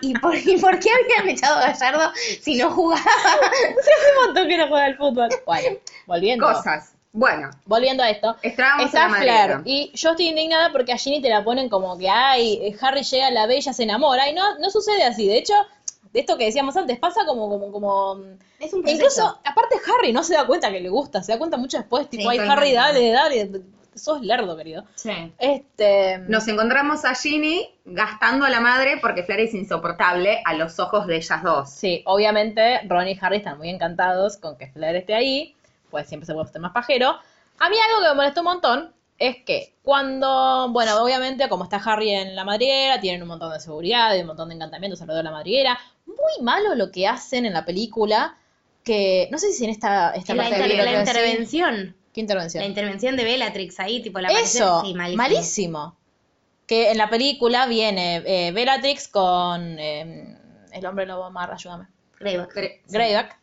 Speaker 2: y por, y por qué habían echado a Gallardo si no jugaba.
Speaker 1: Hace un montón que no juega al fútbol. Bueno, volviendo.
Speaker 3: Cosas. Bueno,
Speaker 1: Volviendo a esto,
Speaker 3: Estábamos
Speaker 1: está
Speaker 3: en la
Speaker 1: Flair.
Speaker 3: madriguera.
Speaker 1: Y yo estoy indignada porque a Ginny te la ponen como que, ay, eh, Harry llega a la bella, se enamora. Y no, no sucede así. De hecho, de esto que decíamos antes, pasa como, como, como. mm,
Speaker 2: Es un proceso.
Speaker 1: Incluso, aparte, Harry no se da cuenta que le gusta, se da cuenta mucho después. Tipo,
Speaker 2: Sí,
Speaker 1: ay,
Speaker 2: totalmente.
Speaker 1: Harry, dale, dale. Sos lerdo, querido. Este.
Speaker 3: nos encontramos a Ginny gastando a la madre porque Flair es insoportable a los ojos de ellas dos.
Speaker 1: Sí, obviamente Ron y Harry están muy encantados con que Flair esté ahí, pues siempre se puede estar más pajero. A mí algo que me molestó un montón es que cuando, bueno, obviamente como está Harry en la madriguera, tienen un montón de seguridad y un montón de encantamientos alrededor de la madriguera. Muy malo lo que hacen en la película, que no sé si en esta, esta
Speaker 2: La,
Speaker 1: parte
Speaker 2: inter-
Speaker 1: de la
Speaker 2: la
Speaker 1: película, ¿sí?
Speaker 2: intervención.
Speaker 1: ¿Qué intervención?
Speaker 2: La intervención de Bellatrix ahí, tipo la
Speaker 1: Eso,
Speaker 2: aparición- sí,
Speaker 1: malísimo. Que en la película viene eh, Bellatrix con eh, el hombre lobo mar, ayúdame.
Speaker 2: Greyback.
Speaker 3: Cre-
Speaker 1: Greyback. Eh,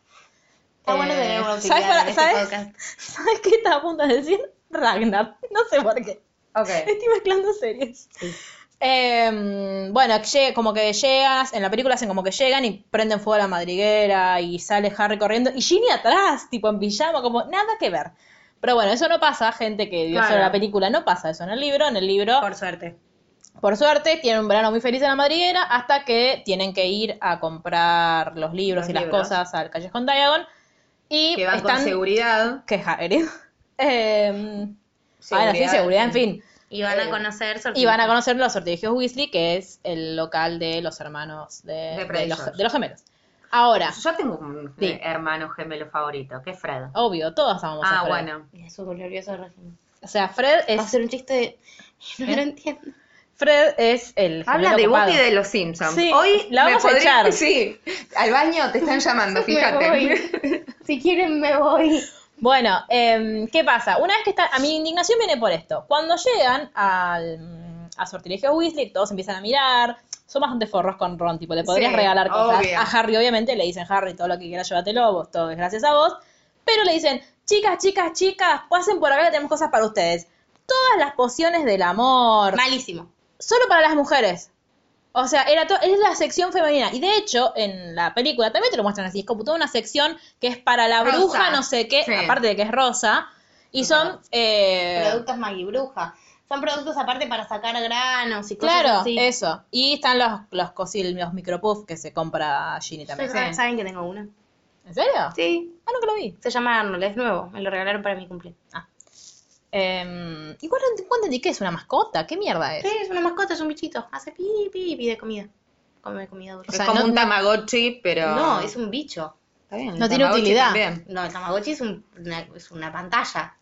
Speaker 2: Está bueno tener una
Speaker 1: ¿sabes
Speaker 2: utilidad
Speaker 1: para-
Speaker 2: en este
Speaker 1: ¿sabes?
Speaker 2: podcast.
Speaker 1: ¿Sabes qué estaba a punto de decir? Ragnar. No sé por qué.
Speaker 3: Ok.
Speaker 1: Estoy mezclando series. Em, bueno, llega- como que llegas, en la película hacen como que llegan y prenden fuego a la madriguera y sale Harry corriendo y Ginny atrás, tipo en pijama, como nada que ver. Pero bueno, eso no pasa, gente que vio
Speaker 3: Claro.
Speaker 1: solo la película, no pasa eso en el libro. En el libro,
Speaker 2: Por suerte.
Speaker 1: por suerte, tienen un verano muy feliz en la madriguera hasta que tienen que ir a comprar los libros
Speaker 3: Los
Speaker 1: y las
Speaker 3: libros.
Speaker 1: cosas al Callejón Diagon. Y
Speaker 3: Que van con
Speaker 1: están
Speaker 3: seguridad.
Speaker 1: que Hagrid. Eh, ahora sí, seguridad, en fin.
Speaker 2: Y van
Speaker 1: Eh,
Speaker 2: a conocer
Speaker 1: Y van a conocer los sortilegios Weasley, que es el local de los hermanos de, de
Speaker 3: Predators.
Speaker 1: los, de los gemelos. Ahora,
Speaker 3: Yo tengo un eh,
Speaker 1: Sí.
Speaker 3: hermano gemelo favorito, que es Fred.
Speaker 1: obvio, todos vamos a
Speaker 3: ah,
Speaker 1: Fred.
Speaker 3: bueno.
Speaker 2: Es su glorioso régimen.
Speaker 1: O sea, Fred
Speaker 2: Va a
Speaker 1: es, ¿Eh?
Speaker 2: ser un chiste de... No lo entiendo.
Speaker 1: Fred es el
Speaker 3: Habla
Speaker 1: gemelo
Speaker 3: de
Speaker 1: copado.
Speaker 3: Buffy de los Simpsons.
Speaker 1: Sí,
Speaker 3: Hoy
Speaker 1: la
Speaker 3: me
Speaker 1: vamos a
Speaker 3: podría-
Speaker 1: echar.
Speaker 3: Sí, al baño te están llamando,
Speaker 2: Me
Speaker 3: fíjate.
Speaker 2: voy. Si quieren me voy.
Speaker 1: Bueno, em, ¿qué pasa? Una vez que está, a mi indignación viene por esto. Cuando llegan al, mm, a Sortilegio Weasley, todos empiezan a mirar. Son bastante forros con Ron, tipo, le podrías
Speaker 3: Sí,
Speaker 1: regalar cosas
Speaker 3: obvio.
Speaker 1: a Harry, obviamente. Le dicen, Harry, todo lo que quieras, llévatelo, vos, todo es gracias a vos. Pero le dicen, chicas, chicas, chicas, pasen por acá que tenemos cosas para ustedes. Todas las pociones del amor,
Speaker 2: Malísimo.
Speaker 1: solo para las mujeres. O sea, era to- es la sección femenina. Y de hecho, en la película también te lo muestran así. Es como toda una sección que es para la
Speaker 3: Rosa.
Speaker 1: bruja, no sé qué,
Speaker 3: Sí.
Speaker 1: aparte de que es rosa. Y son... eh,
Speaker 2: Productos magibruja. Son productos aparte para sacar granos y cosas
Speaker 1: claro,
Speaker 2: así.
Speaker 1: eso. Y están los, los cosil, los micropuff que se compra Ginny también.
Speaker 2: Ustedes saben que tengo uno.
Speaker 1: ¿En serio?
Speaker 2: Sí.
Speaker 1: Ah, nunca lo vi.
Speaker 2: Se llama Arnold, es nuevo. Me lo regalaron para mi cumpleaños.
Speaker 1: Ah, Eh, igual no ent- no entendí que es una mascota. ¿Qué mierda es?
Speaker 2: Sí, es una mascota, es un bichito. Hace pi, pi, y pide comida. Come comida
Speaker 1: O
Speaker 2: dulce.
Speaker 1: sea,
Speaker 3: es como
Speaker 1: no-
Speaker 3: un Tamagotchi, pero.
Speaker 2: No, es un bicho.
Speaker 3: Está bien, el
Speaker 1: no tiene
Speaker 3: Tamagotchi
Speaker 1: utilidad.
Speaker 3: también.
Speaker 2: No, el Tamagotchi es, un- una, es una pantalla.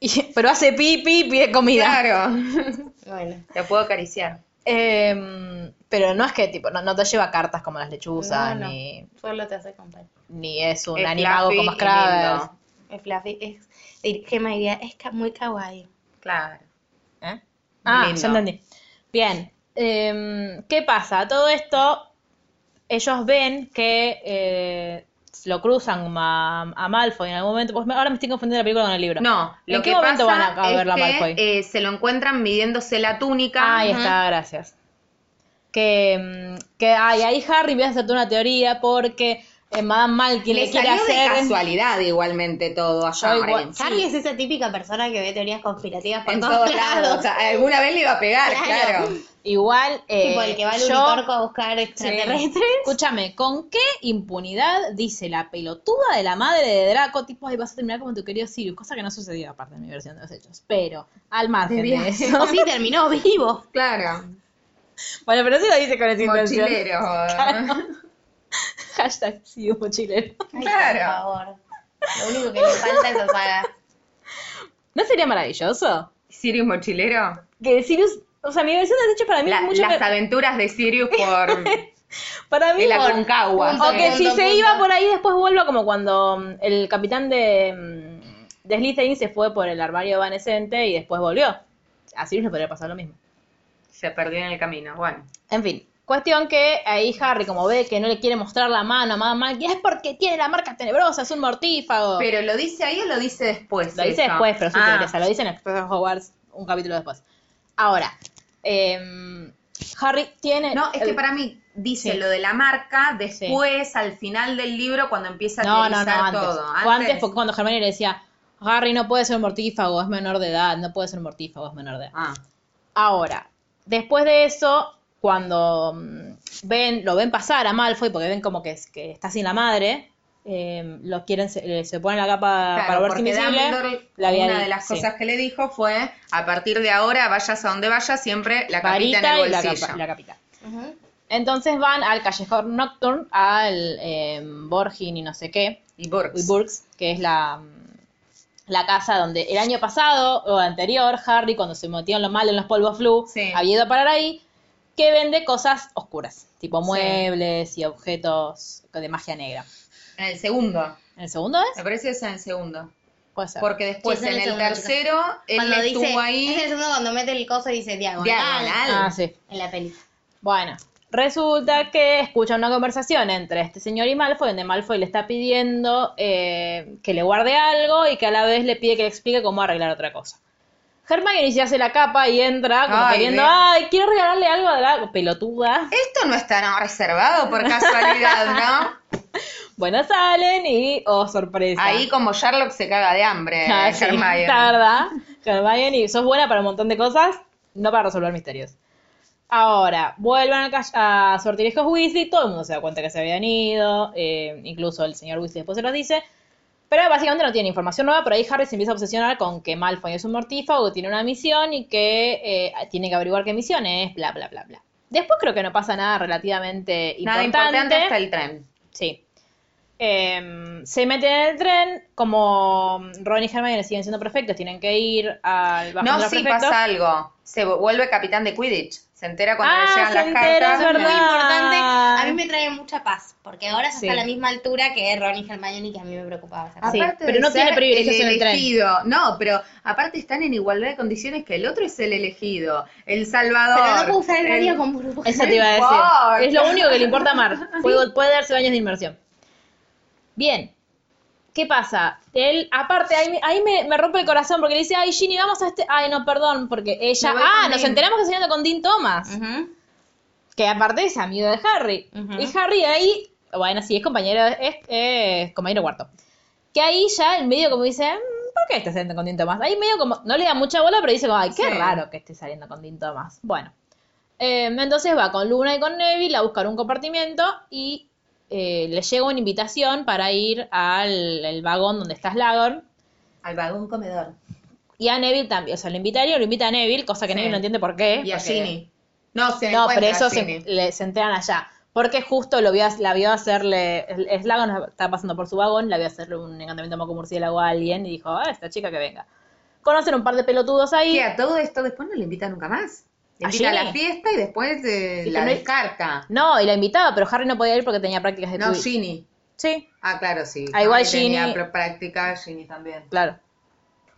Speaker 1: Y- pero hace pipi, pide comida.
Speaker 3: Claro.
Speaker 2: Bueno.
Speaker 3: Te puedo acariciar.
Speaker 1: Eh, pero no es que tipo, no, no te lleva cartas como las lechuzas,
Speaker 2: No, no.
Speaker 1: Ni,
Speaker 2: Solo te hace compañía.
Speaker 1: ni es un
Speaker 3: Es
Speaker 1: animago
Speaker 3: fluffy
Speaker 1: como
Speaker 3: y
Speaker 1: Scrabbers.
Speaker 3: lindo.
Speaker 2: El Fluffy es, dir- Gemma diría, es ca- muy kawaii.
Speaker 3: Claro.
Speaker 1: ¿Eh? Ah,
Speaker 3: Lindo.
Speaker 1: ya entendí. Bien. Em, ¿qué pasa? A Todo esto, ellos ven que eh, lo cruzan a, a Malfoy en algún momento. Pues me- ahora me estoy confundiendo la película con el libro.
Speaker 3: No,
Speaker 1: ¿En
Speaker 3: lo
Speaker 1: qué
Speaker 3: que
Speaker 1: momento
Speaker 3: pasa
Speaker 1: van a- a
Speaker 3: es
Speaker 1: verla a
Speaker 3: que,
Speaker 1: Malfoy?
Speaker 3: eh, se lo encuentran midiéndose la túnica.
Speaker 1: Ahí
Speaker 3: Ujú.
Speaker 1: está, gracias. Que, mm, que ay, ahí Harry empieza a hacerte una teoría porque eh, Madame Malkin le,
Speaker 3: Le
Speaker 1: quiere
Speaker 3: salió de
Speaker 1: hacer...
Speaker 3: casualidad igualmente todo a
Speaker 1: Yo igual-
Speaker 3: Harry.
Speaker 2: Charlie es esa típica persona que ve teorías conspirativas por
Speaker 3: En
Speaker 2: todos
Speaker 3: todos
Speaker 2: lados.
Speaker 3: lados. O sea, alguna vez le iba a pegar,
Speaker 2: Claro.
Speaker 3: claro.
Speaker 1: Igual, eh,
Speaker 2: tipo el que va al
Speaker 1: yo-
Speaker 2: unicorco a buscar
Speaker 1: Sí.
Speaker 2: extraterrestres.
Speaker 1: Escúchame, ¿con qué impunidad dice la pelotuda de la madre de Draco? Tipo, ahí vas a terminar como tu querido Sirius, cosa que no sucedió aparte de mi versión de los hechos. Pero, al margen de eso.
Speaker 2: O sí, terminó vivo.
Speaker 3: Claro.
Speaker 1: Bueno, pero sí lo dice con esa intención.
Speaker 3: Mochilero.
Speaker 1: Hashtag Sirius mochilero.
Speaker 2: Ay,
Speaker 3: Claro.
Speaker 2: Por favor. Lo único que le falta es esa saga.
Speaker 1: ¿No sería maravilloso?
Speaker 3: Sirius mochilero.
Speaker 1: Que Sirius, o sea, mi versión de los hechos para mí
Speaker 3: La-
Speaker 1: es mucho
Speaker 3: las
Speaker 1: me-
Speaker 3: aventuras de Sirius por
Speaker 1: Para mí
Speaker 3: el
Speaker 1: por-
Speaker 3: Aconcagua.
Speaker 2: Punto.
Speaker 1: O que si
Speaker 2: Punto,
Speaker 1: se
Speaker 2: punto.
Speaker 1: iba por ahí, después vuelva como cuando mm, el capitán de, mm, de Slytherin se fue por el armario evanescente y después volvió. A Sirius le podría pasar lo mismo.
Speaker 3: Se perdió en el camino. Bueno.
Speaker 1: En fin, cuestión que ahí Harry, como ve que no le quiere mostrar la mano a mamá, y es porque tiene la marca tenebrosa, es un mortífago.
Speaker 3: Pero lo dice ahí o lo dice después.
Speaker 1: lo dice
Speaker 3: eso?
Speaker 1: después, pero sí te
Speaker 3: Ah.
Speaker 1: interesa, lo dice en Expreso Hogwarts un capítulo después. Ahora, em, Harry tiene.
Speaker 3: No, es que
Speaker 1: el-
Speaker 3: para mí dice
Speaker 1: Sí.
Speaker 3: lo de la marca después, al final del libro, cuando empieza a
Speaker 1: No, no, no,
Speaker 3: teorizar
Speaker 1: antes.
Speaker 3: todo.
Speaker 1: Fue antes porque cuando Germán le decía, Harry no puede ser un mortífago, es menor de edad, no puede ser un mortífago, es menor de edad.
Speaker 3: Ah,
Speaker 1: Ahora, después de eso, cuando mm, ven, lo ven pasar a Malfoy, porque ven como que, es- que está sin la madre, eh, lo quieren, se, eh, se ponen la capa para
Speaker 3: claro,
Speaker 1: volverse
Speaker 3: porque
Speaker 1: invisible.
Speaker 3: Dumbledore,
Speaker 1: la había
Speaker 3: una
Speaker 1: di-
Speaker 3: de las
Speaker 1: sí.
Speaker 3: cosas que le dijo fue, a partir de ahora, vayas a donde vayas, siempre la capita en
Speaker 1: Varita
Speaker 3: el
Speaker 1: y la,
Speaker 3: bolsillo.
Speaker 1: capa- la capita. Entonces van al callejón Nocturne, al eh, Borgin y no sé qué,
Speaker 3: Y Burks.
Speaker 1: y Burks, que es la, la casa donde el año pasado o anterior Harry, cuando se metió en lo malo en los polvos flu,
Speaker 3: Sí.
Speaker 1: había ido a parar ahí, que vende cosas oscuras, tipo
Speaker 3: Sí.
Speaker 1: muebles y objetos de magia negra.
Speaker 3: En el segundo.
Speaker 1: ¿En el segundo es?
Speaker 3: Me parece que es en el segundo.
Speaker 1: Puede ser.
Speaker 3: Porque después
Speaker 2: Sí, es
Speaker 3: en
Speaker 2: en
Speaker 3: el,
Speaker 2: el segundo,
Speaker 3: tercero, él
Speaker 2: Cuando
Speaker 3: estuvo
Speaker 2: dice,
Speaker 3: ahí.
Speaker 2: es el segundo cuando mete el coso y dice diagonal.
Speaker 3: Diagonal.
Speaker 1: Ah, sí.
Speaker 2: En la peli.
Speaker 1: Bueno, resulta que escucha una conversación entre este señor y Malfoy, donde Malfoy le está pidiendo eh, que le guarde algo y que a la vez le pide que le explique cómo arreglar otra cosa. Hermione se hace la capa y entra como
Speaker 3: Ay,
Speaker 1: queriendo,
Speaker 3: ve. Eh.
Speaker 1: ay, quiero regalarle algo a Draco, pelotuda.
Speaker 3: Esto no está no, reservado por casualidad, ¿no?
Speaker 1: Bueno, salen y, oh, sorpresa.
Speaker 3: Ahí como Sherlock se caga de hambre,
Speaker 1: Ah, sí,
Speaker 3: Hermione.
Speaker 1: tarda. Hermione, y sos buena para un montón de cosas, no para resolver misterios. Ahora, vuelven a, call- a Sortilijos Weasley, todo el mundo se da cuenta que se habían ido, eh, incluso el señor Weasley después se los dice, pero básicamente no tiene información nueva, pero ahí Harry se empieza a obsesionar con que Malfoy es un mortífago, que tiene una misión y que eh, tiene que averiguar qué misión es, bla, bla, bla, bla. Después creo que no pasa nada relativamente
Speaker 3: Nada importante hasta el tren.
Speaker 1: Sí. Em, se meten en el tren, como Ron y Hermione siguen siendo perfectos, tienen que ir al bajón
Speaker 3: No,
Speaker 1: de los
Speaker 3: sí
Speaker 1: prefectos.
Speaker 3: pasa algo. Se vu- vuelve capitán de Quidditch. Se entera cuando
Speaker 1: Ah,
Speaker 3: le llegan
Speaker 1: se
Speaker 3: las
Speaker 1: entera,
Speaker 3: cartas.
Speaker 1: es
Speaker 2: Muy
Speaker 1: verdad.
Speaker 2: importante. A mí me trae mucha paz. Porque ahora ya
Speaker 1: Sí.
Speaker 2: está a la misma altura que Ron y Hermione, que a mí me preocupaba. esa cosa.
Speaker 1: Sí,
Speaker 3: Aparte
Speaker 1: pero
Speaker 3: de
Speaker 1: no tiene
Speaker 3: ser
Speaker 1: privilegios en el tren.
Speaker 3: elegido. No, pero aparte están en igualdad de condiciones que el otro es el elegido, el salvador.
Speaker 2: Pero no puedo usar el
Speaker 3: el-
Speaker 2: radio con burbujas.
Speaker 1: Eso te iba a
Speaker 3: No
Speaker 1: decir.
Speaker 3: importa.
Speaker 1: Es lo único que le importa a Mar. Puede, puede darse baños de inmersión. Bien. ¿Qué pasa? Él, aparte, ahí, me- ahí me, me rompe el corazón porque le dice, ay, Ginny, vamos a este... Ay, no, perdón, porque ella...
Speaker 3: Me voy
Speaker 1: Ah,
Speaker 3: con
Speaker 1: nos
Speaker 3: Dean.
Speaker 1: enteramos que se anda con Dean Thomas.
Speaker 2: Ujú.
Speaker 1: que aparte es amigo de Harry.
Speaker 2: Ujú.
Speaker 1: Y Harry ahí, bueno, sí, es compañero, es eh, compañero cuarto. Que ahí ya el medio como dice, "Mm, ¿por qué está saliendo con Dean Thomas? Ahí medio como, no le da mucha bola, pero dice como, ay, qué
Speaker 3: Sí.
Speaker 1: raro que esté saliendo con Dean Thomas. em, Bueno. Eh, entonces va con Luna y con Neville a buscar un compartimiento y eh, le llega una invitación para ir al el vagón donde está Slagor.
Speaker 3: Al vagón comedor.
Speaker 1: Y a Neville también, o sea, lo invitaría, lo invita a Neville, cosa que
Speaker 3: Sí.
Speaker 1: Neville no entiende por qué.
Speaker 3: Y a
Speaker 1: porque-
Speaker 3: Ginny. No, se
Speaker 1: No,
Speaker 3: encuentra
Speaker 1: pero
Speaker 3: a
Speaker 1: eso se,
Speaker 3: Ginny.
Speaker 1: le- se enteran allá. Porque justo lo vio, la vio hacerle, Slagon estaba pasando por su vagón, la vio hacerle un encantamiento moco murciélago a alguien y dijo, ah, esta chica que venga. Conocen un par de pelotudos ahí.
Speaker 3: Y a todo esto después no le invita nunca más. Le
Speaker 1: ¿A
Speaker 3: invita a
Speaker 1: ¿Ah, Ginny?
Speaker 3: la fiesta y después eh,
Speaker 1: Y
Speaker 3: la
Speaker 1: pero no-
Speaker 3: descarta.
Speaker 1: No, y la invitaba, pero Harry no podía ir porque tenía prácticas de
Speaker 3: No,
Speaker 1: tubi-
Speaker 3: Ginny.
Speaker 1: Sí,
Speaker 3: Ah, claro, sí.
Speaker 1: Ah, igual
Speaker 3: Ahí tenía
Speaker 1: Ginny-
Speaker 3: pr- práctica Ginny también.
Speaker 1: claro.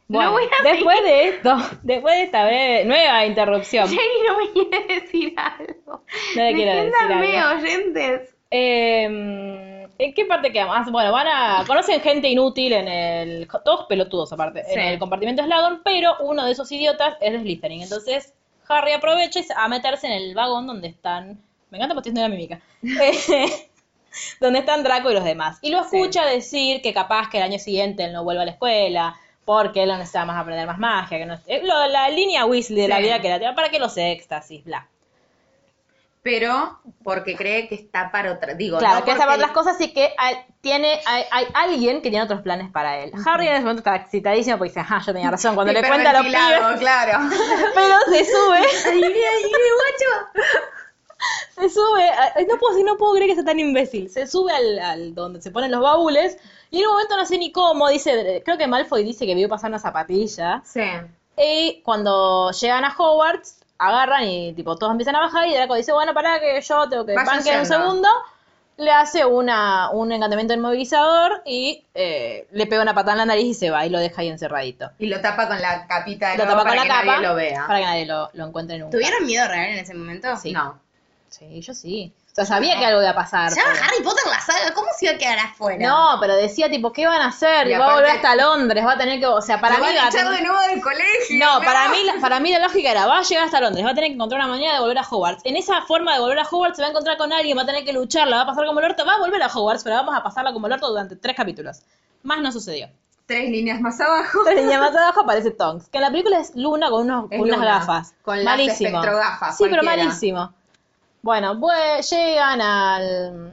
Speaker 1: Bueno, después de esto, después de esta breve- nueva interrupción,
Speaker 2: Jenny no me quiere decir algo.
Speaker 1: no le quiero decir
Speaker 2: Defiéndanme,
Speaker 1: algo.
Speaker 2: oyentes.
Speaker 1: Eh, ¿En qué parte quedamos? Ah, Bueno, van a. Conocen gente inútil en el. Todos pelotudos, aparte.
Speaker 3: Sí.
Speaker 1: En el compartimento Slagorn, pero uno de esos idiotas es Slytherin. Entonces, Harry aprovecha y se- a meterse en el vagón donde están. Me encanta porque estoy haciendo la mímica. Eh, donde están Draco y los demás. Y lo escucha decir que capaz que el año siguiente él no vuelva a la escuela. Porque él no necesita más aprender más magia. Que no, eh, lo- la línea Weasley de la
Speaker 3: Sí.
Speaker 1: vida que la tiene. ¿Para que los éxtasis? Bla.
Speaker 3: Pero porque cree que está para otra. Digo,
Speaker 1: Claro,
Speaker 3: no
Speaker 1: que hace
Speaker 3: porque-
Speaker 1: otras cosas y que hay, tiene, hay, hay alguien que tiene otros planes para él. Harry en ese momento está excitadísimo porque dice, ajá, yo tenía razón. Cuando
Speaker 3: Sí,
Speaker 1: le
Speaker 3: pero
Speaker 1: cuenta a los
Speaker 3: ventilado,
Speaker 1: pibes,
Speaker 3: claro.
Speaker 1: pero se sube,
Speaker 3: Ahí, ahí, guacho.
Speaker 1: se sube. ay, No puedo, no puedo creer que sea tan imbécil. Se sube al, al donde se ponen los baúles y en un momento no sé ni cómo, dice, creo que Malfoy dice que vio pasar una zapatilla.
Speaker 3: Sí.
Speaker 1: Y cuando llegan a Hogwarts, agarran y tipo todos empiezan a bajar y Draco dice, bueno, pará que yo tengo que
Speaker 3: Vayan
Speaker 1: banquear un
Speaker 3: yendo.
Speaker 1: segundo. Le hace una, un encantamiento inmovilizador y eh, le pega una patada en la nariz y se va y lo deja ahí encerradito.
Speaker 3: Y lo tapa con la capita de
Speaker 1: Lo
Speaker 3: nuevo
Speaker 1: tapa con
Speaker 3: para
Speaker 1: la
Speaker 3: que
Speaker 1: capa
Speaker 3: nadie lo vea.
Speaker 1: para que nadie lo, lo encuentre nunca.
Speaker 2: ¿Tuvieron miedo real en ese momento?
Speaker 1: Sí.
Speaker 3: No.
Speaker 1: Sí, yo sí. O sea, sabía que algo iba a pasar.
Speaker 2: Ya
Speaker 1: pero-
Speaker 2: Harry Potter la saga, ¿cómo se iba a quedar afuera?
Speaker 1: No, pero decía tipo, ¿qué van a hacer?
Speaker 3: Y
Speaker 1: va a volver
Speaker 3: aparte-
Speaker 1: hasta Londres, va a tener que... O sea, para
Speaker 3: Lo
Speaker 1: mí...
Speaker 3: van
Speaker 1: va
Speaker 3: a
Speaker 1: a
Speaker 3: echar
Speaker 1: tener-
Speaker 3: de nuevo del colegio.
Speaker 1: No, para mí, la- para mí la lógica era, va a llegar hasta Londres, va a tener que encontrar una manera de volver a Hogwarts. En esa forma de volver a Hogwarts se va a encontrar con alguien, va a tener que luchar, la va a pasar como el orto, va a volver a Hogwarts, pero vamos a pasarla como el orto durante tres capítulos. Más no sucedió.
Speaker 3: Tres líneas más abajo.
Speaker 1: Tres líneas más abajo aparece Tonks, que en la película es Luna con, unos-
Speaker 3: Es
Speaker 1: con unas
Speaker 3: Luna,
Speaker 1: gafas.
Speaker 3: con las
Speaker 1: malísimo.
Speaker 3: espectrogafas,
Speaker 1: Sí, pero
Speaker 3: cualquiera.
Speaker 1: malísimo. Bueno, pues llegan al...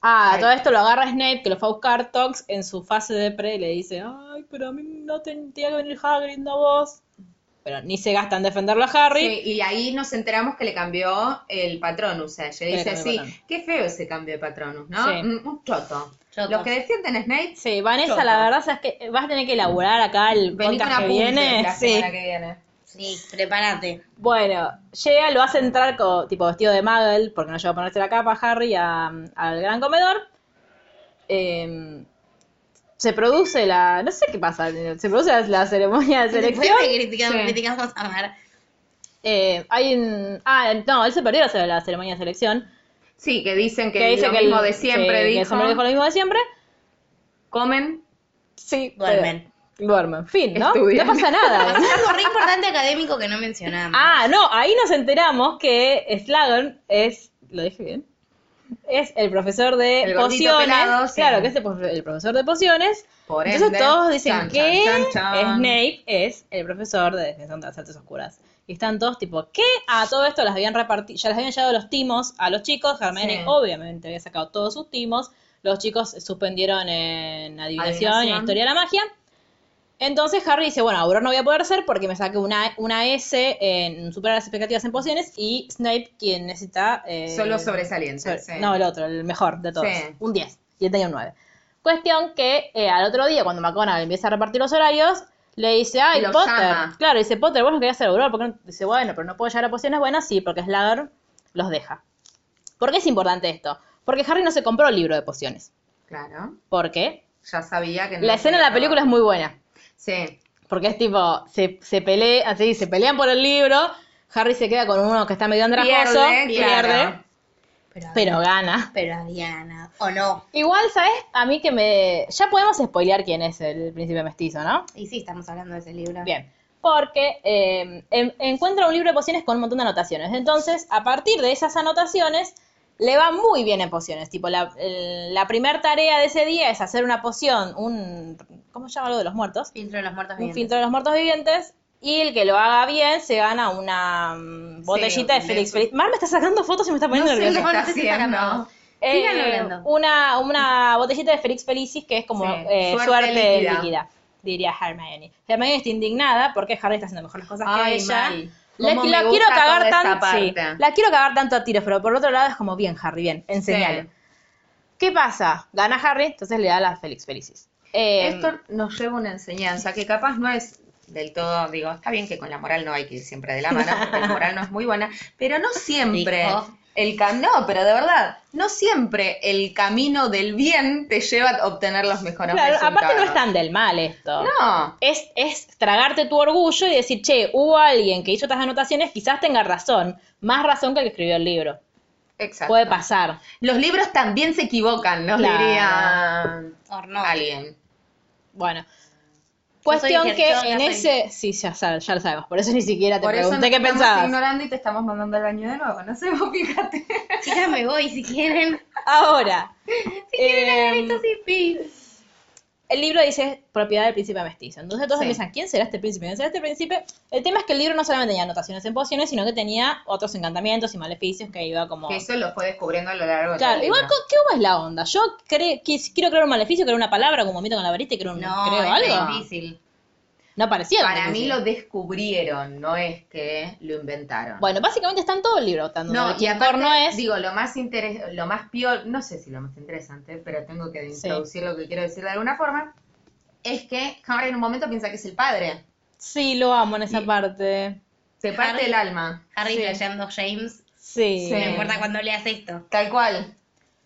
Speaker 1: Ah,
Speaker 3: Ay.
Speaker 1: todo esto lo agarra Snape, que lo fue a buscar Tonks en su fase de pre y le dice, ay, pero a mí no te- tenía que venir Hagrid, no vos. Pero ni se gasta en defenderlo a Harry.
Speaker 3: Sí, y ahí nos enteramos que le cambió el patronus. O sea,
Speaker 1: le
Speaker 3: ella
Speaker 1: cambió
Speaker 3: dice
Speaker 1: el
Speaker 3: así,
Speaker 1: patronus.
Speaker 3: qué feo ese cambio de patronus, ¿no?
Speaker 1: Sí.
Speaker 3: Mm, Un choto.
Speaker 2: Choto.
Speaker 3: Los que defienden a Snape,
Speaker 1: Sí, Vanessa,
Speaker 3: Chota.
Speaker 1: la verdad es que vas a tener que elaborar acá el
Speaker 3: vení con
Speaker 1: podcast que
Speaker 3: apuntes
Speaker 1: viene.
Speaker 3: la
Speaker 1: Sí.
Speaker 3: semana que viene.
Speaker 2: Sí, prepárate.
Speaker 1: Bueno, llega, lo hace entrar con, tipo vestido de Muggle, porque no lleva a ponerse la capa Harry a- al gran comedor. Eh, se produce la, no sé qué pasa, se produce la, la ceremonia de
Speaker 2: Después
Speaker 1: selección.
Speaker 2: me criticamos,
Speaker 3: Sí.
Speaker 2: criticamos a Mar.
Speaker 1: Eh, hay un, ah, no, él se perdió la, la ceremonia de selección.
Speaker 3: Sí, que dicen que,
Speaker 1: Que dice
Speaker 3: lo
Speaker 1: que el-
Speaker 3: mismo de siempre
Speaker 1: que- que
Speaker 3: dijo.
Speaker 1: siempre dijo lo mismo de siempre.
Speaker 3: Comen.
Speaker 1: Sí,
Speaker 2: Duermen.
Speaker 1: pero- duermen, fin, ¿no?
Speaker 3: Estudian.
Speaker 1: No pasa nada.
Speaker 2: Pasó algo re importante académico que no mencionamos.
Speaker 1: Ah, no, ahí nos enteramos que Slagon es, lo dije bien, es el profesor de
Speaker 3: El gordito
Speaker 1: pociones.
Speaker 3: pelado, sí.
Speaker 1: Claro, que es el, prof- el profesor de pociones.
Speaker 3: Por
Speaker 1: Entonces
Speaker 3: ende,
Speaker 1: todos dicen
Speaker 3: chan,
Speaker 1: que
Speaker 3: chan, chan, chan.
Speaker 1: Snape es el profesor de Defensión de las Artes Oscuras. Y están todos tipo, ¿qué? A todo esto las habían repartido, ya les habían llevado los timos a los chicos. Hermione
Speaker 3: Sí.
Speaker 1: obviamente había sacado todos sus timos. Los chicos suspendieron en adivinación, y en
Speaker 3: Adivinación.
Speaker 1: historia de la magia. Entonces Harry dice, bueno, Aurora no voy a poder ser porque me saqué una, una S en superar las expectativas en pociones y Snape, quien necesita... eh,
Speaker 3: Solo sobresalientes.
Speaker 1: sobre-
Speaker 3: sí.
Speaker 1: No, el otro, el mejor de todos.
Speaker 3: Sí.
Speaker 1: Un 10. Y él tenía un 9. Cuestión que eh, al otro día, cuando McGonagall empieza a repartir los horarios, le dice, ay,
Speaker 3: Lo
Speaker 1: Potter.
Speaker 3: llama.
Speaker 1: Claro, dice, Potter, vos no querías ser Aurora. Porque Dice, bueno, pero no puedo llegar a pociones. Bueno, sí, porque Slytherin los deja. ¿Por qué es importante esto? Porque Harry no se compró el libro de pociones.
Speaker 3: Claro.
Speaker 1: ¿Por qué?
Speaker 3: Ya sabía que no
Speaker 1: La escena de la película es muy buena.
Speaker 3: Sí.
Speaker 1: Porque es tipo, se, se pelea, así, se pelean por el libro, Harry se queda con uno que está medio andrajoso,
Speaker 3: Pierde,
Speaker 1: pierde,
Speaker 3: claro.
Speaker 2: Pero,
Speaker 1: pero gana.
Speaker 2: pero había ganado. O no.
Speaker 1: Igual, ¿sabes? A mí que me... Ya podemos spoilear quién es el príncipe mestizo, ¿no?
Speaker 2: Y sí, estamos hablando de ese libro.
Speaker 1: Bien. Porque eh, en- encuentra un libro de pociones con un montón de anotaciones. Entonces, a partir de esas anotaciones, le va muy bien en pociones. Tipo, la, el- la primera tarea de ese día es hacer una poción, un... ¿Cómo se llama lo de los muertos?
Speaker 2: Filtro de los muertos
Speaker 1: un
Speaker 2: vivientes.
Speaker 1: filtro de los muertos vivientes y el que lo haga bien se gana una mm, botellita de
Speaker 3: de
Speaker 1: Félix
Speaker 3: su-
Speaker 1: Feliz. Mar me está sacando fotos y me está
Speaker 3: No
Speaker 1: poniendo
Speaker 3: sé lo
Speaker 1: nerviosa.
Speaker 3: que está
Speaker 2: no te estoy
Speaker 3: haciendo.
Speaker 2: sacando.
Speaker 1: Eh,
Speaker 2: Sigan hablando.
Speaker 1: una, una botellita de Felix Felicis que es como
Speaker 3: Sí,
Speaker 1: eh,
Speaker 3: suerte
Speaker 1: suerte,
Speaker 3: líquida.
Speaker 1: líquida. diría Hermione. Hermione está indignada porque Harry está haciendo mejor las cosas
Speaker 3: Ay,
Speaker 1: que ella.
Speaker 3: mal.
Speaker 1: Le-
Speaker 3: Cómo me
Speaker 1: la
Speaker 3: gusta
Speaker 1: quiero
Speaker 3: toda
Speaker 1: cagar
Speaker 3: esa
Speaker 1: tan, sí,
Speaker 3: parte.
Speaker 1: la quiero cagar tanto a tiros, pero por otro lado es como bien Harry, bien, enseñale.
Speaker 3: Sí.
Speaker 1: ¿Qué pasa? Gana Harry, entonces le da la Felix Felicis. Eh,
Speaker 3: Esto nos lleva una enseñanza que capaz no es del todo, digo, está bien que con la moral no hay que ir siempre de la mano, porque la moral no es muy buena, pero no siempre
Speaker 2: Dijo.
Speaker 3: el camino, no, pero de verdad, no siempre el camino del bien te lleva a obtener los mejores
Speaker 1: claro,
Speaker 3: resultados.
Speaker 1: aparte no es tan del mal esto.
Speaker 3: No,
Speaker 1: Es, es tragarte tu orgullo y decir, che, hubo alguien que hizo estas anotaciones, quizás tenga razón, más razón que el que escribió el libro.
Speaker 3: exacto.
Speaker 1: Puede pasar.
Speaker 3: Los libros también se equivocan, nos
Speaker 1: Claro.
Speaker 3: diría
Speaker 2: Horno.
Speaker 3: alguien.
Speaker 1: Bueno.
Speaker 2: Yo soy
Speaker 1: Cuestión
Speaker 2: ejer-
Speaker 1: que
Speaker 2: yo ya
Speaker 1: en
Speaker 2: soy-
Speaker 1: ese. Sí, ya, sab- ya lo sabemos. Por eso ni siquiera te
Speaker 3: Por eso
Speaker 1: pregunté
Speaker 3: nos
Speaker 1: qué
Speaker 3: estamos
Speaker 1: pensabas.
Speaker 3: ignorando y te estamos mandando al baño de nuevo, no sé, vos fíjate.
Speaker 2: Chicas, me voy si quieren.
Speaker 1: Ahora. em,
Speaker 2: Esto sí, pi.
Speaker 1: el libro dice propiedad del príncipe mestizo. Entonces todos
Speaker 3: Sí.
Speaker 1: empiezan, ¿quién será este príncipe? ¿Quién será este príncipe? El tema es que el libro no solamente tenía anotaciones en pociones, sino que tenía otros encantamientos y maleficios que iba como...
Speaker 3: Que eso lo fue descubriendo a lo largo de
Speaker 1: Claro, igual, co- ¿qué cómo es la onda? Yo cre- quis- quiero crear un maleficio, crear una palabra, como meto con la varita y creo, un,
Speaker 2: No,
Speaker 1: creo
Speaker 2: es
Speaker 1: algo.
Speaker 2: difícil.
Speaker 1: No parecía.
Speaker 3: Para mí
Speaker 1: difícil.
Speaker 3: lo descubrieron, no es que lo inventaron.
Speaker 1: Bueno, básicamente está en todo el libro. Está en
Speaker 3: no,
Speaker 1: donde
Speaker 3: y
Speaker 1: el
Speaker 3: aparte,
Speaker 1: corno es...
Speaker 3: digo, lo más interes lo más peor, no sé si lo más interesante, pero tengo que
Speaker 1: Sí.
Speaker 3: introducir lo que quiero decir de alguna forma, es que Harry en un momento piensa que es el padre,
Speaker 1: Sí, lo amo en esa parte.
Speaker 3: se parte
Speaker 2: Harry-
Speaker 3: el alma,
Speaker 2: Harry
Speaker 1: Sí.
Speaker 2: flasheando James.
Speaker 1: Sí.
Speaker 3: Sí.
Speaker 2: No importa cuando leas esto.
Speaker 3: tal cual,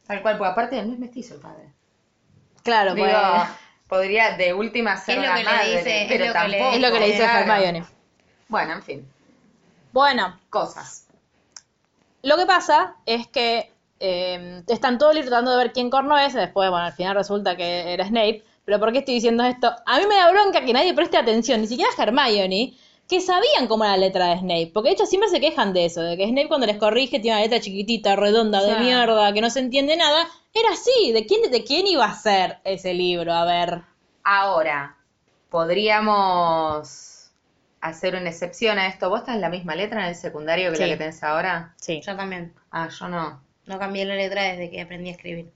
Speaker 3: tal cual, porque aparte no es mestizo el padre.
Speaker 1: Claro,
Speaker 3: Digo,
Speaker 1: pues,
Speaker 3: podría de última ser
Speaker 2: Es lo
Speaker 3: una
Speaker 2: que le
Speaker 3: madre,
Speaker 2: dice- es
Speaker 3: pero
Speaker 2: lo que le-
Speaker 3: tampoco.
Speaker 1: es lo que le dice
Speaker 3: claro.
Speaker 1: Hermione.
Speaker 3: Bueno, en fin,
Speaker 1: Bueno,
Speaker 3: cosas.
Speaker 1: lo que pasa es que eh, están todos tratando de ver quién corno es, y después, bueno, al final resulta que era Snape, pero ¿por qué estoy diciendo esto? A mí me da bronca que nadie preste atención, ni siquiera Hermione, que sabían cómo era la letra de Snape, porque de hecho siempre se quejan de eso, de que Snape cuando les corrige tiene una letra chiquitita, redonda, de
Speaker 3: Sí.
Speaker 1: mierda, que no se entiende nada. Era así, ¿de quién, de quién iba a ser ese libro? A ver.
Speaker 3: Ahora, podríamos hacer una excepción a esto. ¿Vos estás en la misma letra en el secundario que la
Speaker 1: Sí.
Speaker 3: que tenés ahora?
Speaker 1: Sí.
Speaker 2: Yo también.
Speaker 3: Ah, yo no.
Speaker 2: No cambié la letra desde que aprendí a escribir.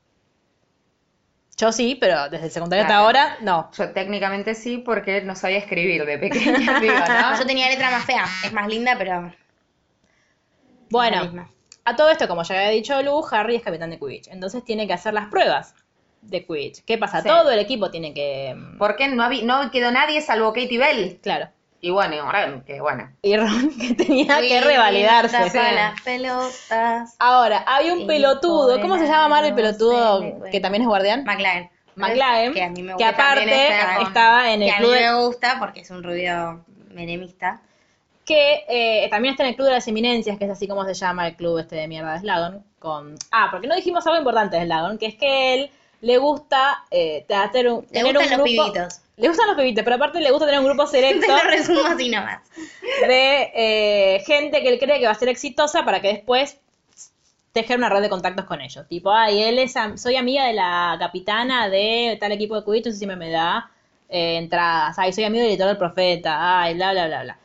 Speaker 1: Yo sí, pero desde el secundario
Speaker 3: Claro.
Speaker 1: hasta ahora, no.
Speaker 3: Yo técnicamente sí, porque no sabía escribir de pequeña, digo, ¿no?
Speaker 2: Ah, Yo tenía letra más fea. Es más linda, pero. la
Speaker 1: Bueno,
Speaker 2: misma.
Speaker 1: a todo esto, como ya había dicho Lu, Harry es capitán de Quidditch. Entonces tiene que hacer las pruebas de Quidditch. ¿Qué pasa?
Speaker 3: Sí.
Speaker 1: Todo el equipo tiene que... mm,
Speaker 3: Porque no, habí- no quedó nadie salvo Katie Bell.
Speaker 1: Claro.
Speaker 3: Y bueno, y Ron, que bueno.
Speaker 1: Y Ron que tenía que
Speaker 2: Will
Speaker 1: revalidarse.
Speaker 2: tapa las pelotas.
Speaker 1: Ahora, hay un
Speaker 2: Y
Speaker 1: pelotudo.
Speaker 2: pobre
Speaker 1: ¿Cómo se llama Mar el
Speaker 2: Nano,
Speaker 1: pelotudo
Speaker 2: se le cuenta.
Speaker 1: que también es guardián?
Speaker 2: McLaren.
Speaker 1: McLaren,
Speaker 2: Que a mí me
Speaker 1: que
Speaker 2: gusta
Speaker 1: aparte
Speaker 2: también está con-
Speaker 1: estaba en el
Speaker 2: que
Speaker 1: club
Speaker 2: a mí
Speaker 1: de-
Speaker 2: me gusta porque es un rubio menemista.
Speaker 1: que eh, también está en el Club de las Eminencias, que es así como se llama el club este de mierda de Slagon. Con... Ah, porque no dijimos algo importante de Slagon, que es que él le gusta eh, hacer un,
Speaker 2: Le
Speaker 1: tener
Speaker 2: gustan
Speaker 1: un
Speaker 2: los
Speaker 1: grupo...
Speaker 2: pibitos.
Speaker 1: Le gustan los pibitos, pero aparte le gusta tener un grupo selecto
Speaker 2: Te lo resumo así nomás.
Speaker 1: de eh, gente que él cree que va a ser exitosa para que después tejer una red de contactos con ellos. Tipo, ay, él es, am- soy amiga de la capitana de tal equipo de cubitos y siempre me da eh, entradas. Ay, soy amigo del editor del profeta. Ay, bla, bla, bla, bla.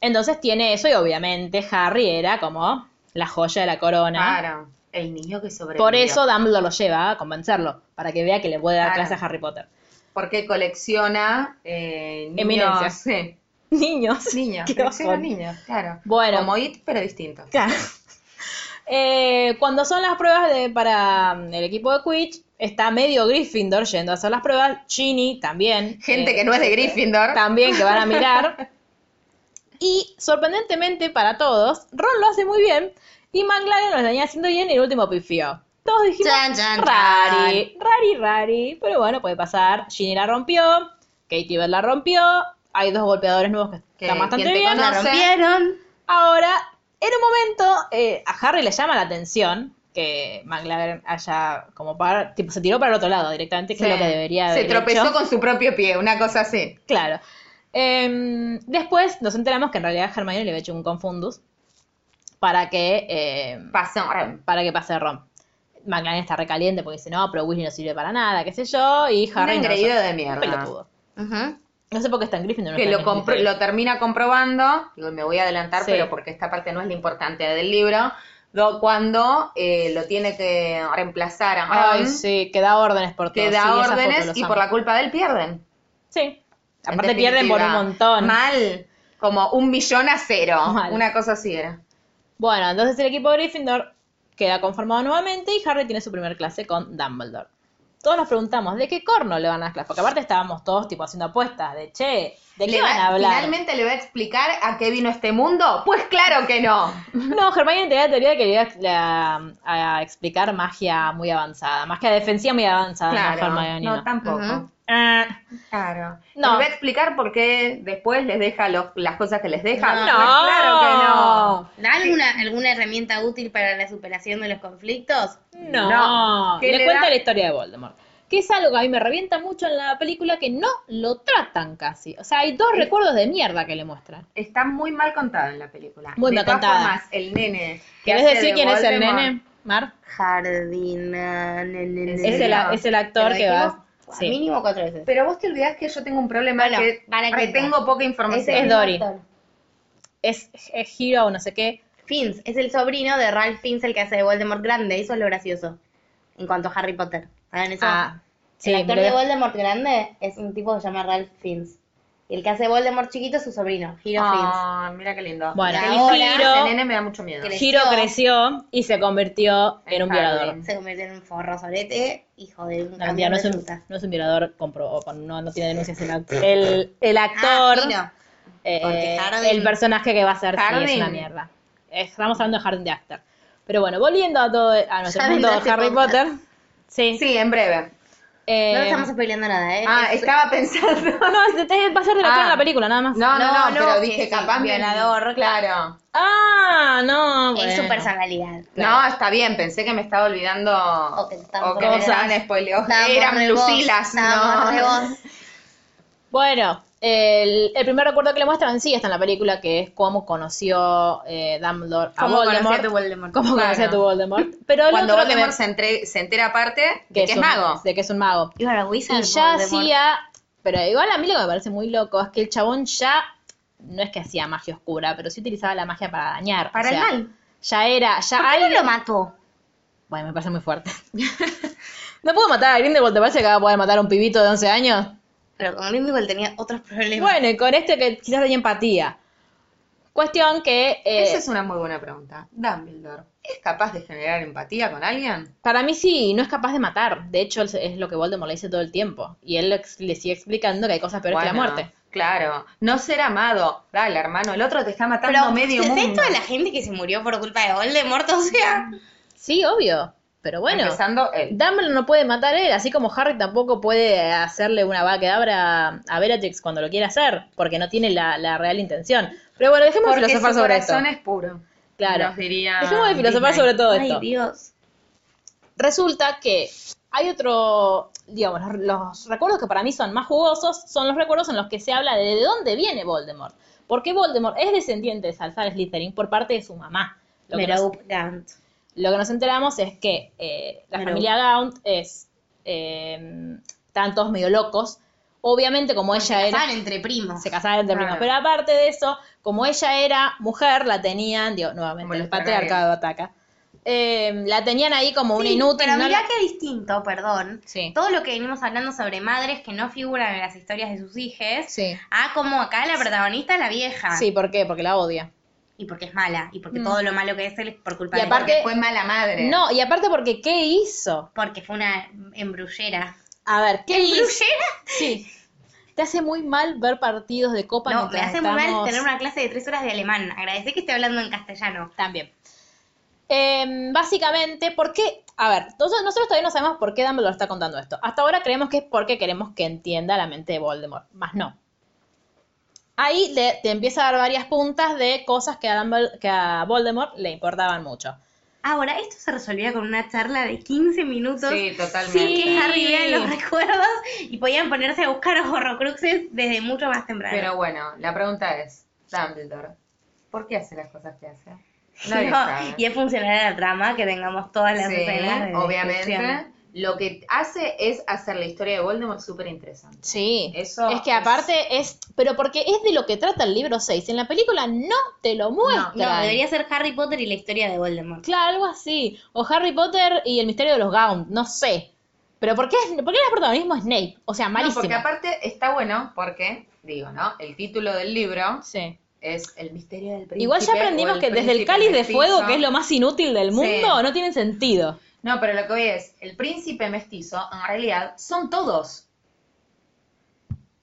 Speaker 1: Entonces tiene eso y obviamente Harry era como la joya de la corona.
Speaker 3: Claro, el niño que sobrevivió.
Speaker 1: Por eso Dumbledore lo lleva a convencerlo, para que vea que le puede dar
Speaker 3: Claro.
Speaker 1: clase a Harry Potter.
Speaker 3: Porque colecciona eh, niños.
Speaker 1: Eminencias.
Speaker 3: Sí,
Speaker 1: Niños.
Speaker 3: niños.
Speaker 1: Qué
Speaker 3: colecciona
Speaker 1: bajón.
Speaker 3: niños, claro.
Speaker 1: Bueno.
Speaker 3: Como IT, pero distinto.
Speaker 1: Claro. Eh, cuando son las pruebas de, para mm, el equipo de Quidditch, está medio Gryffindor yendo a hacer las pruebas. Chini también.
Speaker 3: Gente
Speaker 1: eh,
Speaker 3: que no es de Gryffindor.
Speaker 1: También que van a mirar. Y sorprendentemente para todos, Ron lo hace muy bien y McLaren lo venía haciendo bien y el último pifió. Todos dijimos,
Speaker 2: Chan, chan, chan.
Speaker 1: rari, rari, rari. Pero bueno, puede pasar. Ginny la rompió, Katie Bell la rompió. Hay dos golpeadores nuevos que,
Speaker 3: Que
Speaker 1: están bastante
Speaker 3: quien te
Speaker 1: bien.
Speaker 3: conoce-
Speaker 2: La
Speaker 3: No sé.
Speaker 2: rompieron.
Speaker 1: Ahora, en un momento, eh, a Harry le llama la atención que McLaren haya como para, tipo, se tiró para el otro lado directamente, que
Speaker 3: Sí.
Speaker 1: es lo que debería haber
Speaker 3: Se tropezó
Speaker 1: hecho.
Speaker 3: con su propio pie, una cosa así.
Speaker 1: Claro. Em, después nos enteramos que en realidad Hermione le había hecho un confundus para que em,
Speaker 3: Pasó.
Speaker 1: para que pase Ron. McLaren está recaliente porque dice, no, pero Weasley no sirve para nada, qué sé yo, y
Speaker 3: Un
Speaker 1: Harry no,
Speaker 3: engreído
Speaker 1: yo-
Speaker 3: de mierda.
Speaker 1: pelotudo.
Speaker 2: Ujú.
Speaker 1: No sé por qué está en Gryffindor. no
Speaker 3: que
Speaker 1: está
Speaker 3: lo,
Speaker 1: en
Speaker 3: compro-
Speaker 1: Slytherin.
Speaker 3: lo termina comprobando, digo, me voy a adelantar,
Speaker 1: Sí.
Speaker 3: pero porque esta parte no es la importante del libro, lo- cuando eh, lo tiene que reemplazar a Han,
Speaker 1: Ay, sí, que da órdenes por todo.
Speaker 3: que
Speaker 1: sí,
Speaker 3: da
Speaker 1: esa foto
Speaker 3: órdenes
Speaker 1: los
Speaker 3: y
Speaker 1: amo.
Speaker 3: por la culpa de él pierden.
Speaker 1: Sí.
Speaker 3: En
Speaker 1: Aparte pierden por un
Speaker 3: definitiva.
Speaker 1: montón.
Speaker 3: Mal. Como un millón a cero.
Speaker 1: Mal.
Speaker 3: Una cosa así era.
Speaker 1: Bueno, entonces el equipo de Gryffindor queda conformado nuevamente y Harry tiene su primer clase con Dumbledore. Todos nos preguntamos de qué corno le van a dar clase, porque aparte estábamos todos tipo haciendo apuestas de che, ¿de qué
Speaker 3: Le
Speaker 1: van
Speaker 3: va-
Speaker 1: a hablar?
Speaker 3: ¿Finalmente le va a explicar a qué vino este mundo? Pues claro que no.
Speaker 1: No, Hermione tenía la teoría de que le iba a, a- a explicar magia muy avanzada, magia defensiva muy avanzada.
Speaker 3: Claro.
Speaker 1: no, Hermione,
Speaker 3: No,
Speaker 1: no.
Speaker 3: tampoco.
Speaker 2: Ujú.
Speaker 1: Eh,
Speaker 3: Claro.
Speaker 1: No.
Speaker 3: Le va a explicar por qué después les deja los- las cosas que les deja.
Speaker 2: No.
Speaker 3: Pues claro que no.
Speaker 2: ¿Da alguna, alguna herramienta útil para la superación de los conflictos?
Speaker 1: No.
Speaker 3: No. ¿Qué
Speaker 1: Le,
Speaker 3: le
Speaker 1: cuenta
Speaker 3: da?
Speaker 1: la historia de Voldemort. Que es algo que a mí me revienta mucho en la película que no lo tratan casi. O sea, hay dos recuerdos de mierda que le muestran.
Speaker 3: Está muy mal contada en la película.
Speaker 1: Muy
Speaker 3: de
Speaker 1: mal
Speaker 3: todas
Speaker 1: contada.
Speaker 3: formas, el nene. que
Speaker 1: ¿Querés
Speaker 3: hace
Speaker 1: decir
Speaker 3: de
Speaker 1: quién es el
Speaker 3: Voldemort,
Speaker 1: nene, Mar?
Speaker 2: Jardín. na, na, na, na,
Speaker 1: Es el,
Speaker 2: na.
Speaker 1: es el actor
Speaker 2: Pero
Speaker 1: que
Speaker 2: dijimos,
Speaker 1: va.
Speaker 2: "Buah,
Speaker 1: Sí.
Speaker 2: Mínimo cuatro veces.
Speaker 3: Pero vos te olvidás que yo tengo un problema
Speaker 2: Bueno,
Speaker 3: que
Speaker 2: para que-
Speaker 3: retengo poca información.
Speaker 1: es
Speaker 2: el
Speaker 1: Dory.
Speaker 2: actor.
Speaker 1: Es, es Hero o no sé qué.
Speaker 2: Fins, es el sobrino de Ralph Fins, el que hace de Voldemort grande. Eso es lo gracioso. En cuanto a Harry Potter. ¿Saben eso?
Speaker 1: Ah, sí,
Speaker 2: el actor
Speaker 1: pero-
Speaker 2: de Voldemort grande es un tipo que se llama Ralph Fins. Y el que hace Voldemort chiquito es su sobrino, Hiro
Speaker 3: Ah, mira qué lindo.
Speaker 1: Bueno,
Speaker 3: Qué
Speaker 2: y
Speaker 3: lindo.
Speaker 1: Giro-
Speaker 3: Ese nene me da mucho miedo.
Speaker 2: que le-
Speaker 1: Hero
Speaker 2: creció.
Speaker 1: creció y se convirtió en un
Speaker 3: Harry.
Speaker 1: violador.
Speaker 2: Fins. Se convierte en un forro sorete, hijo de un
Speaker 1: No, mentira,
Speaker 2: camión
Speaker 1: no
Speaker 2: de
Speaker 1: es un,
Speaker 2: fruta.
Speaker 1: no es un violador, comprobó, con- no, no tiene denuncias. El, act- el, el actor,
Speaker 2: Ah,
Speaker 1: eh,
Speaker 2: Porque Harding-
Speaker 1: el personaje que va a ser, sí, es
Speaker 3: Harding.
Speaker 1: una mierda. Eh, Estamos hablando de Harding de Actor. Pero bueno, volviendo a todo a nuestro
Speaker 2: Ya
Speaker 1: punto
Speaker 2: vendrá
Speaker 1: de Harry
Speaker 2: este podcast.
Speaker 1: Potter. Sí.
Speaker 3: Sí, en breve.
Speaker 1: eh,
Speaker 2: Miro. No estamos spoileando nada, ¿eh?
Speaker 3: Ah,
Speaker 2: Es-
Speaker 3: estaba pensando.
Speaker 1: no, no, es- es- va a ser de la
Speaker 3: Ah.
Speaker 1: cara de la película, nada más.
Speaker 3: No, no, no,
Speaker 2: No, no,
Speaker 3: pero
Speaker 2: que
Speaker 3: dije
Speaker 2: sí,
Speaker 3: capaz me-
Speaker 2: violador,
Speaker 3: claro.
Speaker 1: Ah, no.
Speaker 2: es
Speaker 1: bueno.
Speaker 2: su personalidad.
Speaker 3: No, está bien, pensé que me estaba olvidando. O
Speaker 2: que te estaban
Speaker 3: que me
Speaker 2: spoileando.
Speaker 3: estaban spoileando.
Speaker 2: Estábamos
Speaker 3: Eran
Speaker 2: re vos,
Speaker 3: Lucilas,
Speaker 2: estábamos re
Speaker 3: no.
Speaker 2: vos.
Speaker 1: Bueno, el, el primer recuerdo que le muestran sí está en la película, que es cómo conoció eh, Dumbledore a
Speaker 3: Cómo
Speaker 1: Voldemort.
Speaker 3: conoció a tu Voldemort.
Speaker 1: Cómo
Speaker 3: Claro.
Speaker 1: conoció a tu Voldemort. Pero el
Speaker 3: Cuando
Speaker 1: otro que me-
Speaker 3: Voldemort se, entre- se entera aparte de que es
Speaker 1: un-
Speaker 3: mago.
Speaker 1: De que es un mago.
Speaker 2: You are a
Speaker 1: Y
Speaker 2: wizard,
Speaker 1: ya
Speaker 2: Voldemort.
Speaker 1: hacía, pero igual a mí lo que me parece muy loco es que el chabón ya, no es que hacía magia oscura, pero sí utilizaba la magia para dañar.
Speaker 3: Para
Speaker 1: o
Speaker 3: el
Speaker 1: sea,
Speaker 3: mal.
Speaker 1: Ya era, ya
Speaker 2: ¿Cómo
Speaker 1: alguien...
Speaker 2: lo mató?
Speaker 1: Bueno, me parece muy fuerte. ¿No pudo matar a Grindelwald? ¿Te parece que va a poder matar a un pibito de 11 años?
Speaker 2: Pero con Grindelwald tenía otros problemas.
Speaker 1: Bueno, y con este que quizás tenía empatía. Cuestión que... eh,
Speaker 3: Esa es una muy buena pregunta. Dumbledore, ¿es capaz de generar empatía con alguien?
Speaker 1: Para mí sí, no es capaz de matar. De hecho, es- es lo que Voldemort le dice todo el tiempo. Y él lo ex- le sigue explicando que hay cosas peores que la
Speaker 3: Bueno,
Speaker 1: muerte.
Speaker 3: Claro, no ser amado. Dale, hermano, el otro te está matando
Speaker 2: pero
Speaker 3: medio
Speaker 2: ¿se- ¿se
Speaker 3: mundo.
Speaker 2: toda la gente que se murió por culpa de Voldemort? O sea,
Speaker 1: Sí, obvio. Pero bueno,
Speaker 3: Empezando él.
Speaker 1: Dumbledore no puede matar a él, así como Harry tampoco puede hacerle una vaca de abra a Bellatrix cuando lo quiere hacer, porque no tiene la, la real intención. Pero bueno, dejemos de
Speaker 3: Porque su
Speaker 1: filosofar sobre esto.
Speaker 3: corazón es puro.
Speaker 1: Claro.
Speaker 3: Nos diría
Speaker 1: Dejemos de filosofar
Speaker 3: Disney.
Speaker 1: sobre todo
Speaker 2: ay
Speaker 1: esto.
Speaker 2: Dios.
Speaker 1: resulta que hay otro, digamos, los, los recuerdos que para mí son más jugosos son los recuerdos en los que se habla de de dónde viene Voldemort. Porque Voldemort es descendiente de Salazar Slytherin por parte de su mamá. Lo que, nos,
Speaker 2: Merope Gant.
Speaker 1: lo que nos enteramos es que eh, la
Speaker 2: Mereu.
Speaker 1: familia Gaunt es, eh, estaban todos medio locos. Obviamente como
Speaker 2: Se
Speaker 1: ella era
Speaker 2: casaban entre primos.
Speaker 1: se casaban entre
Speaker 3: Claro.
Speaker 1: primos. Pero aparte de eso, como ella era mujer, la tenían, digo, nuevamente,
Speaker 3: Como los
Speaker 1: el patriarcado ataca. Eh, la tenían ahí como una
Speaker 2: Sí,
Speaker 1: inútil.
Speaker 2: pero
Speaker 1: no
Speaker 2: mirá
Speaker 1: la-
Speaker 2: qué distinto, perdón.
Speaker 1: Sí.
Speaker 2: Todo lo que venimos hablando sobre madres que no figuran en las historias de sus hijes,
Speaker 1: Sí.
Speaker 2: a como acá la protagonista es la vieja.
Speaker 1: Sí, ¿por qué? Porque la odia.
Speaker 2: Y porque es mala, y porque todo lo malo que es él es por culpa
Speaker 1: Y
Speaker 2: de
Speaker 1: aparte-
Speaker 2: él.
Speaker 3: Fue mala madre.
Speaker 1: No, y aparte porque ¿qué hizo?
Speaker 2: Porque fue una embrullera.
Speaker 1: A ver, ¿qué hizo?
Speaker 2: ¿Embrullera?
Speaker 1: Sí. Te hace muy mal ver partidos de copa
Speaker 2: No, me
Speaker 1: mientras
Speaker 2: hace muy mal
Speaker 1: estamos-
Speaker 2: tener una clase de tres horas de alemán. Agradecé que esté hablando en castellano.
Speaker 1: También. Eh, básicamente, ¿por qué? A ver, nosotros, nosotros todavía no sabemos por qué Dumbledore está contando esto. Hasta ahora creemos que es porque queremos que entienda la mente de Voldemort, más no. Ahí le- te empieza a dar varias puntas de cosas que a, Dumbledore- que a Voldemort le importaban mucho.
Speaker 2: Ahora, esto se resolvía con una charla de 15 minutos.
Speaker 3: Sí, totalmente.
Speaker 2: Sin que Harry vea los recuerdos y podían ponerse a buscar horrocruxes desde mucho más temprano.
Speaker 3: Pero bueno, la pregunta es, Dumbledore, ¿por qué hace las cosas que hace?
Speaker 2: No,
Speaker 3: Nadie sabe.
Speaker 2: y es funcionar la trama que tengamos todas las
Speaker 3: Sí,
Speaker 2: escenas. de
Speaker 3: obviamente.
Speaker 2: destrucción.
Speaker 3: lo que hace es hacer la historia de Voldemort súper interesante.
Speaker 1: Sí,
Speaker 3: Eso
Speaker 1: es que
Speaker 3: es-
Speaker 1: aparte es, pero porque es de lo que trata el libro 6, en la película no te lo muestran.
Speaker 2: No, debería ser Harry Potter y la historia de Voldemort.
Speaker 1: Claro, algo así. O Harry Potter y el misterio de los Gaunt, no sé. Pero ¿por qué, es- por qué el protagonismo es Snape? O sea,
Speaker 3: No,
Speaker 1: malísimo.
Speaker 3: porque aparte está bueno porque, digo, ¿no? El título del libro
Speaker 1: Sí.
Speaker 3: es El misterio del príncipe.
Speaker 1: Igual ya
Speaker 3: o
Speaker 1: aprendimos
Speaker 3: el
Speaker 1: que desde el
Speaker 3: príncipe
Speaker 1: cáliz de
Speaker 3: mestizo.
Speaker 1: fuego, que es lo más inútil del
Speaker 3: Sí.
Speaker 1: mundo, no tiene sentido.
Speaker 3: No, pero lo que voy es, el príncipe mestizo, en realidad, son todos.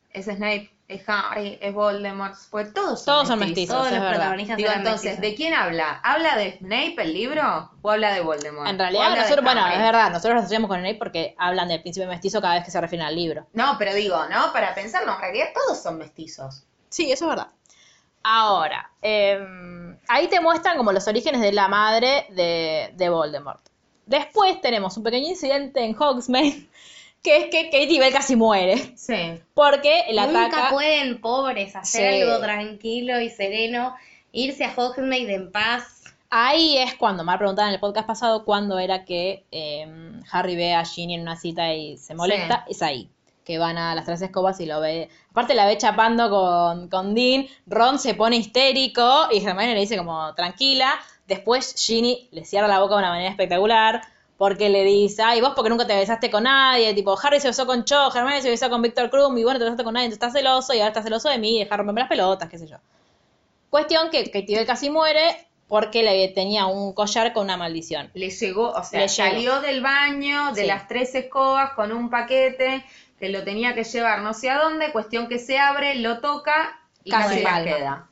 Speaker 3: Es Snape, es Harry, es Voldemort, pues todos son
Speaker 1: Todos son mestizos.
Speaker 2: Todos
Speaker 1: es
Speaker 2: los
Speaker 1: verdad.
Speaker 2: protagonistas
Speaker 3: Digo,
Speaker 2: eran
Speaker 3: entonces,
Speaker 2: mestizos.
Speaker 3: ¿de quién habla? ¿Habla de Snape el libro o habla de Voldemort?
Speaker 1: En
Speaker 3: ¿O
Speaker 1: realidad,
Speaker 3: habla de
Speaker 1: nosotros, bueno,
Speaker 3: Harry?
Speaker 1: es verdad, nosotros nos asociamos con Snape porque hablan del príncipe mestizo cada vez que se refieren al libro.
Speaker 3: No, pero digo, ¿no? Para pensarlo, en realidad todos son mestizos.
Speaker 1: Sí, eso es verdad. Ahora, em, ahí te muestran como los orígenes de la madre de, de Voldemort. Después tenemos un pequeño incidente en Hogsmeade, que es que Katie Bell casi muere,
Speaker 3: Sí.
Speaker 1: porque el
Speaker 2: Nunca
Speaker 1: ataca...
Speaker 2: pueden, pobres, hacer
Speaker 1: Sí.
Speaker 2: algo tranquilo y sereno, irse a Hogsmeade en paz.
Speaker 1: Ahí es cuando, me preguntaban en el podcast pasado, cuándo era que em, Harry ve a Ginny en una cita y se molesta, es ahí. Que van a las tres escobas y lo ve. Aparte la ve chapando con, con Dean. Ron se pone histérico y Hermione le dice como tranquila. Después Ginny le cierra la boca de una manera espectacular porque le dice, ay, vos porque nunca te besaste con nadie. Tipo, Harry se besó con Cho, Hermione se besó con Victor Krum y bueno, te besaste con nadie, entonces estás celoso y ahora estás celoso de mí, deja romperme las pelotas, qué sé yo. Cuestión que Katie Bell casi muere porque le tenía un collar con una maldición.
Speaker 3: Le llegó, o sea,
Speaker 1: Le llegó.
Speaker 3: salió del baño, de
Speaker 1: Sí.
Speaker 3: las tres escobas, con un paquete, que lo tenía que llevar no sé a dónde, cuestión que se abre, lo toca y
Speaker 1: Casi
Speaker 3: casi
Speaker 1: mal.
Speaker 3: queda.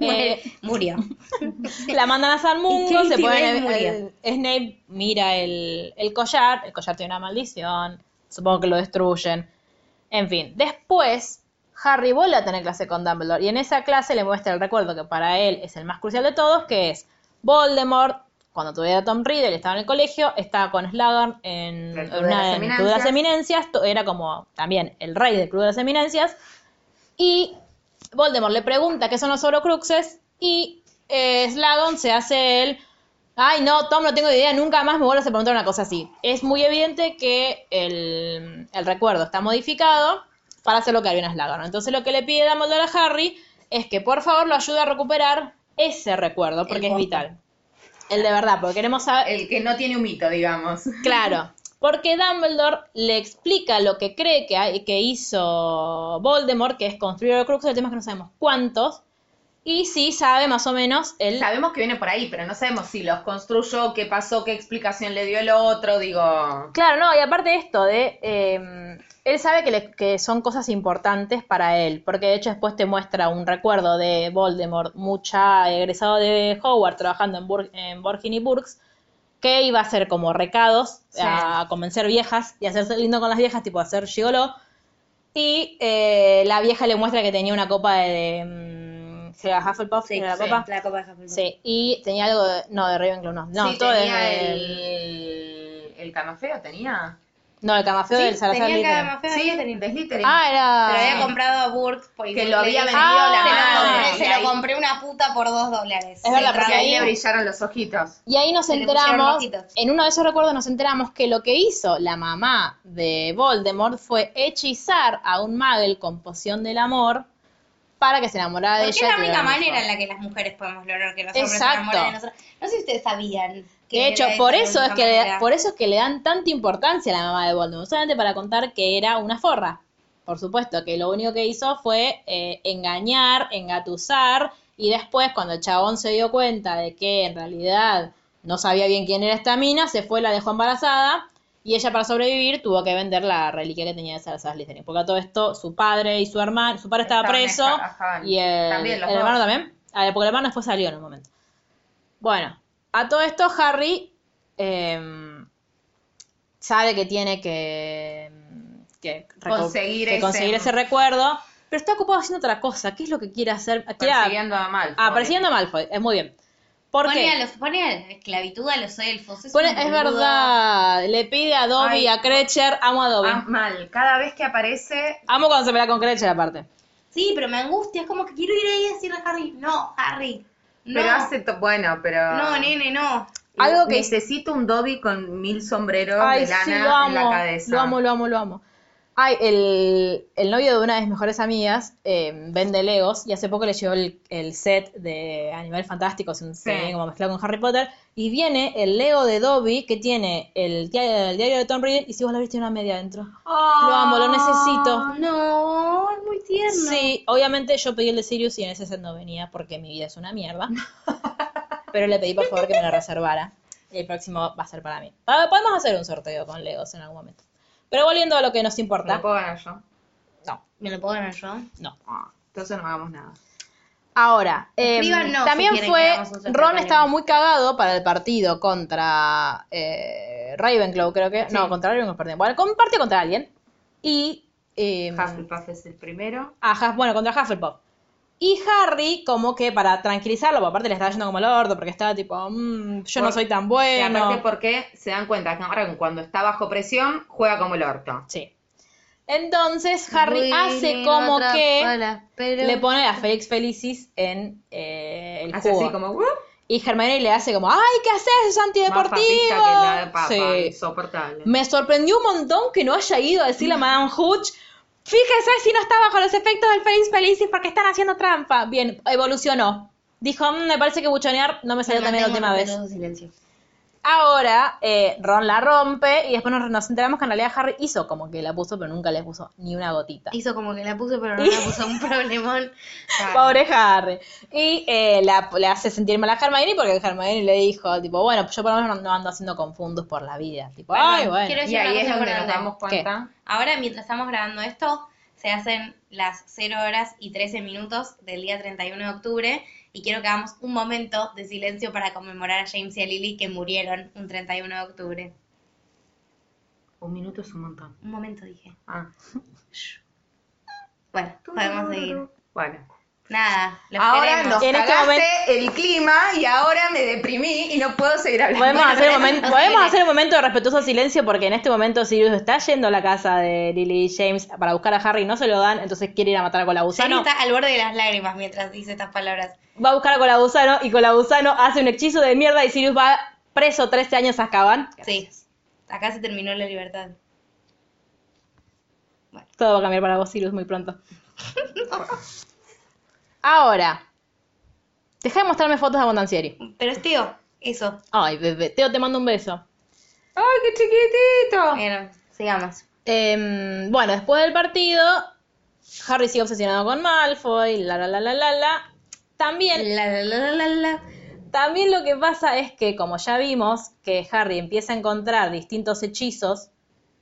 Speaker 1: Eh,
Speaker 2: Murió.
Speaker 1: la mandan a San Mungo,
Speaker 2: Y
Speaker 1: se
Speaker 2: Katie
Speaker 1: ponen
Speaker 2: Bell
Speaker 1: el- el- Snape mira el, el collar, el collar tiene una maldición, supongo que lo destruyen. En fin, después Harry vuelve a tener clase con Dumbledore y en esa clase le muestra el recuerdo que para él es el más crucial de todos, que es Voldemort, cuando todavía era Tom Riddle, estaba en el colegio, estaba con Slughorn en,
Speaker 3: Del Club
Speaker 1: en
Speaker 3: de
Speaker 1: una-
Speaker 3: las
Speaker 1: en el Club de las
Speaker 3: Eminencias.
Speaker 1: Eminencias, to- era como también el rey del Club de las Eminencias, y Voldemort le pregunta qué son los Horocruxes y eh, Slughorn se hace el Ay, no, Tom, no tengo idea, nunca más me vuelvas a preguntar una cosa así. Es muy evidente que el, el recuerdo está modificado para hacer lo que había en Slughorn. Entonces lo que le pide Dumbledore a Harry es que por favor lo ayude a recuperar ese recuerdo, porque es
Speaker 2: posta.
Speaker 1: vital. El de verdad, porque queremos saber...
Speaker 3: El que no tiene un mito, digamos.
Speaker 1: Claro, porque Dumbledore le explica lo que cree que, hay- que hizo Voldemort, que es construir el crux, el tema es que no sabemos cuántos, y sí sabe más o menos el...
Speaker 3: Sabemos que viene por ahí, pero no sabemos si los construyó, qué pasó, qué explicación le dio el otro, digo.
Speaker 1: Claro, no, y aparte de esto de... eh, él sabe que, le- que son cosas importantes para él, porque de hecho después te muestra un recuerdo de Voldemort, mucha egresado de Howard trabajando en, Bur- en Borgin y Burks, que iba a hacer como recados
Speaker 3: Sí.
Speaker 1: a convencer viejas y hacerse lindo con las viejas, tipo hacer gigolo. Y eh, la vieja le muestra que tenía una copa de. de, mm, ¿se llama Hufflepuff?
Speaker 2: Sí,
Speaker 1: ¿Era la
Speaker 2: sí,
Speaker 1: copa?
Speaker 2: la copa de Hufflepuff.
Speaker 1: Sí, y tenía algo de. No, de Ravenclaw no. No,
Speaker 3: Sí,
Speaker 1: todo
Speaker 3: tenía
Speaker 1: de-
Speaker 3: el, el camafeo, tenía.
Speaker 1: No, el camafeo
Speaker 2: Sí,
Speaker 1: del Salazar
Speaker 2: tenía
Speaker 1: Slytherin.
Speaker 2: cada mafia,
Speaker 3: Sí,
Speaker 2: ahí tenía.
Speaker 3: de Slytherin.
Speaker 1: Ah,
Speaker 2: Pero había
Speaker 1: era.
Speaker 2: comprado a Burke porque
Speaker 3: Que
Speaker 2: Burke
Speaker 3: lo
Speaker 2: le
Speaker 3: había
Speaker 2: dijo,
Speaker 3: vendido
Speaker 1: Ah,
Speaker 3: la
Speaker 2: se lo
Speaker 3: madre.
Speaker 2: compré,
Speaker 3: y
Speaker 2: se
Speaker 3: ahí-
Speaker 2: lo compré una puta por dos dólares.
Speaker 1: Es verdad, porque
Speaker 3: porque ahí le
Speaker 1: ahí-
Speaker 3: brillaron los ojitos.
Speaker 1: Y ahí nos
Speaker 2: Se le pusieron
Speaker 1: enteramos,
Speaker 2: rojitos.
Speaker 1: en uno de esos recuerdos nos enteramos que lo que hizo la mamá de Voldemort fue hechizar a un Magel con poción del amor para que se enamorara de
Speaker 2: Porque
Speaker 1: ella. y
Speaker 2: es la
Speaker 1: tuviera
Speaker 2: única
Speaker 1: un hijo.
Speaker 2: manera en la que las mujeres podemos lograr que los hombres
Speaker 1: Exacto.
Speaker 2: se enamoren de nosotros. No sé si ustedes sabían. que
Speaker 1: De
Speaker 2: era
Speaker 1: hecho,
Speaker 2: esa
Speaker 1: por
Speaker 2: la
Speaker 1: eso, es
Speaker 2: única
Speaker 1: que le,
Speaker 2: manera.
Speaker 1: por eso es que le dan tanta importancia a la mamá de Voldemort, solamente para contar que era una forra. Por supuesto, que lo único que hizo fue eh, engañar, engatusar, y después cuando el chabón se dio cuenta de que en realidad no sabía bien quién era esta mina, se fue, la dejó embarazada, y ella para sobrevivir tuvo que vender la reliquia que tenía de Salazar Slytherin. Porque a todo esto, su padre y su hermano, su padre estaba
Speaker 3: Estaban
Speaker 1: preso,
Speaker 3: escapaban.
Speaker 1: y el,
Speaker 3: También los
Speaker 1: el
Speaker 3: dos.
Speaker 1: hermano también. A ver, porque el hermano después salió en un momento. Bueno, a todo esto Harry em, sabe que tiene que, que reco-
Speaker 3: Conseguir
Speaker 1: que
Speaker 3: ese-
Speaker 1: conseguir ese recuerdo, pero está ocupado haciendo otra cosa. ¿Qué es lo que quiere hacer? Ah, Quiere-
Speaker 3: Persiguiendo a Malfoy.
Speaker 1: ah, persiguiendo a Malfoy. Es muy bien. Porque
Speaker 2: Pone a, los, pone a la esclavitud a los elfos. Es, un
Speaker 1: es
Speaker 2: boludo.
Speaker 1: verdad, le pide a Dobby,
Speaker 3: Ay.
Speaker 1: a Kretcher, amo a Dobby.
Speaker 3: Ah, mal. Cada vez que aparece,
Speaker 1: Amo cuando se pelea con Kretcher aparte.
Speaker 2: Sí, pero me angustia. Es como que quiero ir ahí a decirle a Harry, no, Harry, no,
Speaker 3: pero hace. to- Bueno, pero.
Speaker 2: no, nene, no.
Speaker 1: Algo que
Speaker 3: Necesito un Dobby con mil sombreros
Speaker 1: Ay,
Speaker 3: de lana
Speaker 1: sí, lo amo,
Speaker 3: en la cabeza.
Speaker 1: Lo amo, lo amo, lo amo. Ay, el, el novio de una de mis mejores amigas eh, vende Legos y hace poco le llegó el, el set de Animales Fantásticos, un
Speaker 3: Sí.
Speaker 1: set como mezclado con Harry Potter, y viene el Lego de Dobby que tiene el diario, el diario de Tom Riddle y si vos la viste una media adentro. Lo amo, lo necesito.
Speaker 2: No, es muy tierno.
Speaker 1: Sí, obviamente yo pedí el de Sirius y en ese set no venía porque mi vida es una mierda. Pero le pedí por favor que me lo reservara. Y el próximo va a ser para mí. Pa- Podemos hacer un sorteo con Legos en algún momento. Pero volviendo a lo que nos
Speaker 3: ¿Me lo
Speaker 1: importa.
Speaker 3: puedo ganar yo?
Speaker 1: No,
Speaker 2: ¿Me lo puedo ganar yo?
Speaker 1: no.
Speaker 3: Ah, entonces no hagamos nada.
Speaker 1: Ahora, eh,
Speaker 2: Escríbanos si
Speaker 1: también
Speaker 2: quieren que
Speaker 1: fue,
Speaker 2: hagamos un sorteo
Speaker 1: Ron
Speaker 2: con
Speaker 1: estaba
Speaker 2: Legos.
Speaker 1: muy cagado para el partido contra eh, Ravenclaw, creo que. No, contra Ravenclaw, perdón. Bueno, comparte contra alguien. Y... eh,
Speaker 3: Hufflepuff es el primero.
Speaker 1: a Huff- bueno, contra Hufflepuff. Y Harry, como que para tranquilizarlo, porque aparte le estaba yendo como el orto, porque estaba tipo, "Mm, yo no
Speaker 3: Por-
Speaker 1: soy tan
Speaker 3: Y aparte
Speaker 1: bueno.
Speaker 3: porque se dan cuenta que ahora cuando está bajo presión, juega como el orto.
Speaker 1: Sí. Entonces Harry
Speaker 2: Willy
Speaker 1: hace
Speaker 2: no
Speaker 1: como
Speaker 2: atrapa
Speaker 1: que
Speaker 2: las pelotas.
Speaker 1: le pone a Félix Felicis en eh, el
Speaker 3: Hace
Speaker 1: jugo.
Speaker 3: así como, "Uh",
Speaker 1: Y Hermione le hace como, ¡ay, qué haces,
Speaker 3: más papista que la de
Speaker 1: antideportivo!
Speaker 3: papa,
Speaker 1: Sí.
Speaker 3: insoportable.
Speaker 1: Me sorprendió un montón que no haya ido a decirle a Madame Hooch, fíjese si no está bajo los efectos del Félix Felicis porque están haciendo trampa. Bien, evolucionó. Dijo, "Mm, me parece que buchonear no me salió
Speaker 2: Me
Speaker 1: también la
Speaker 2: mantengo
Speaker 1: última vez.
Speaker 2: respetuoso silencio.
Speaker 1: Ahora, eh, Ron la rompe y después nos, nos enteramos que en realidad Harry hizo como que la puso, pero nunca le puso ni una gotita.
Speaker 2: Hizo como que la puso, pero no la puso un problemón.
Speaker 1: Pobre Harry. Y eh, la, le hace sentir mal a Hermione porque Hermione le dijo, tipo, bueno, yo por lo menos no, no ando haciendo confundos por la vida. Tipo,
Speaker 2: Perdón,
Speaker 1: ay, bueno.
Speaker 2: quiero-
Speaker 3: Y ahí es donde nos
Speaker 2: Una cosa importante.
Speaker 3: damos cuenta.
Speaker 2: Ahora, mientras estamos grabando esto, se hacen las 0 horas y 13 minutos del día 31 de octubre y quiero que hagamos un momento de silencio para conmemorar a James y a Lily que murieron un 31 de octubre.
Speaker 3: Un minuto es un montón.
Speaker 2: Un momento dije.
Speaker 3: Ah.
Speaker 2: Bueno, podemos seguir.
Speaker 3: Bueno.
Speaker 2: Nada, los
Speaker 3: Ahora
Speaker 2: queremos.
Speaker 3: nos
Speaker 1: En este
Speaker 3: cagaste
Speaker 1: momento-
Speaker 3: el clima y ahora me deprimí y no puedo seguir hablando.
Speaker 1: Podemos, hacer un momento,
Speaker 2: no sé
Speaker 1: podemos
Speaker 2: qué-
Speaker 1: hacer un momento de respetuoso silencio porque en este momento Sirius está yendo a la casa de Lily y James para buscar a Harry, no se lo dan, entonces quiere ir a matar a
Speaker 2: Jenny
Speaker 1: Colabusano.
Speaker 2: está al borde de las lágrimas mientras dice estas palabras.
Speaker 1: Va a buscar a Colabusano y Colabusano hace un hechizo de mierda y Sirius va preso 13 años a Azkaban.
Speaker 2: Sí, acá se terminó la libertad.
Speaker 1: Todo va a cambiar para vos, Sirius, muy pronto. Ahora, deja de mostrarme fotos de Abundancieri.
Speaker 2: Pero es tío, eso.
Speaker 1: Ay, bebé, Teo, te mando un beso.
Speaker 3: ¡Ay, qué chiquitito!
Speaker 2: Bueno, sigamos.
Speaker 1: Em, bueno, después del partido, Harry sigue obsesionado con Malfoy, la la la la la la. También,
Speaker 2: La, la, la, la, la.
Speaker 1: también lo que pasa es que, como ya vimos, que Harry empieza a encontrar distintos hechizos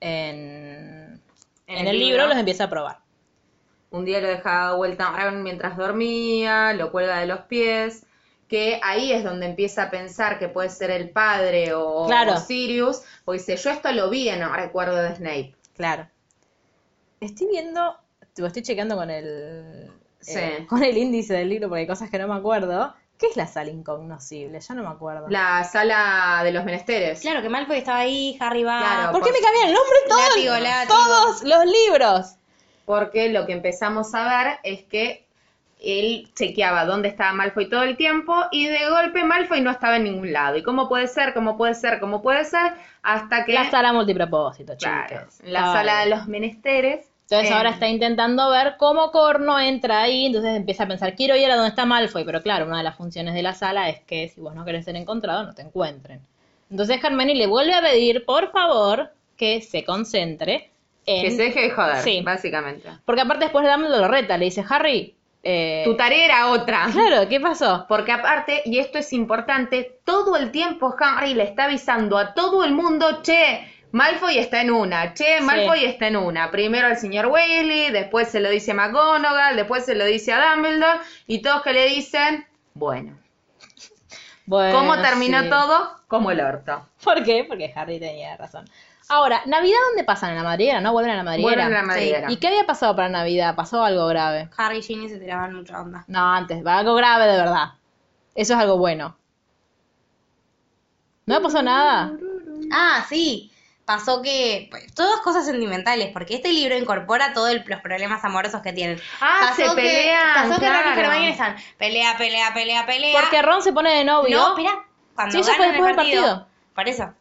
Speaker 1: en, en el libro, los empieza a probar.
Speaker 3: Un día lo dejaba vuelta a Ron mientras dormía, lo cuelga de los pies, que ahí es donde empieza a pensar que puede ser el padre o,
Speaker 1: Claro.
Speaker 3: o Sirius, o dice, yo esto lo vi en el recuerdo de Snape.
Speaker 1: Claro. Estoy viendo, tipo, estoy chequeando con el
Speaker 3: Sí.
Speaker 1: eh, con el índice del libro porque hay cosas que no me acuerdo. ¿Qué es la sala incognoscible? Ya no me acuerdo.
Speaker 3: La sala de los menesteres.
Speaker 2: Claro que Malfoy estaba ahí, Harry va.
Speaker 3: Claro.
Speaker 1: ¿Por qué me cambian el nombre en todos,
Speaker 2: Látigo, látigo.
Speaker 1: todos los libros?
Speaker 3: Porque lo que empezamos a ver es que él chequeaba dónde estaba Malfoy todo el tiempo y de golpe Malfoy no estaba en ningún lado. ¿Y cómo puede ser? ¿Cómo puede ser? ¿Cómo puede ser? Hasta que...
Speaker 1: La sala multipropósito,
Speaker 3: Claro,
Speaker 1: chicos.
Speaker 3: la
Speaker 1: Estaba
Speaker 3: sala
Speaker 1: ahí.
Speaker 3: de los menesteres.
Speaker 1: Entonces
Speaker 3: Eh,
Speaker 1: ahora está intentando ver cómo Corno entra ahí, entonces empieza a pensar, quiero ir a donde está Malfoy, pero claro, una de las funciones de la sala es que si vos no querés ser encontrado, no te encuentren. Entonces Hermione le vuelve a pedir, por favor, que se concentre en...
Speaker 3: Que se deje de joder,
Speaker 1: Sí.
Speaker 3: básicamente.
Speaker 1: Porque aparte después Dumbledore lo reta, le dice, Harry, eh,
Speaker 3: Tu tarea era otra.
Speaker 1: claro, ¿qué pasó?
Speaker 3: Porque aparte, y esto es importante, todo el tiempo Harry le está avisando a todo el mundo, che, Malfoy está en una, che, Malfoy está en una. Primero al señor Weasley, después se lo dice a McGonagall, después se lo dice a Dumbledore, y todos que le dicen, bueno,
Speaker 1: Bueno,
Speaker 3: ¿cómo terminó
Speaker 1: sí.
Speaker 3: todo? Como el orto.
Speaker 1: ¿Por qué? Porque Harry tenía razón. Ahora, ¿Navidad dónde pasan? ¿En la madriguera? ¿No? ¿Vuelven a la madriguera?
Speaker 3: Vuelven a la madriguera.
Speaker 1: ¿Y qué había pasado para Navidad? ¿Pasó algo grave?
Speaker 2: Harry y Ginny se tiraban mucha onda.
Speaker 1: No, antes, va algo grave de verdad. Eso es algo bueno. ¿No me pasó nada?
Speaker 2: Ah, sí. Pasó que. pues, todas cosas sentimentales, porque este libro incorpora todos el- los problemas amorosos que tienen.
Speaker 3: Ah, se pelean,
Speaker 2: Pasó que Ron y
Speaker 3: claro.
Speaker 2: Hermione están pelea, pelea, pelea, pelea.
Speaker 1: Porque Ron se pone de novio.
Speaker 2: No, espera. cuando
Speaker 1: Sí, eso fue
Speaker 2: ganan el
Speaker 1: después del
Speaker 2: partido,
Speaker 1: partido.
Speaker 2: Por eso.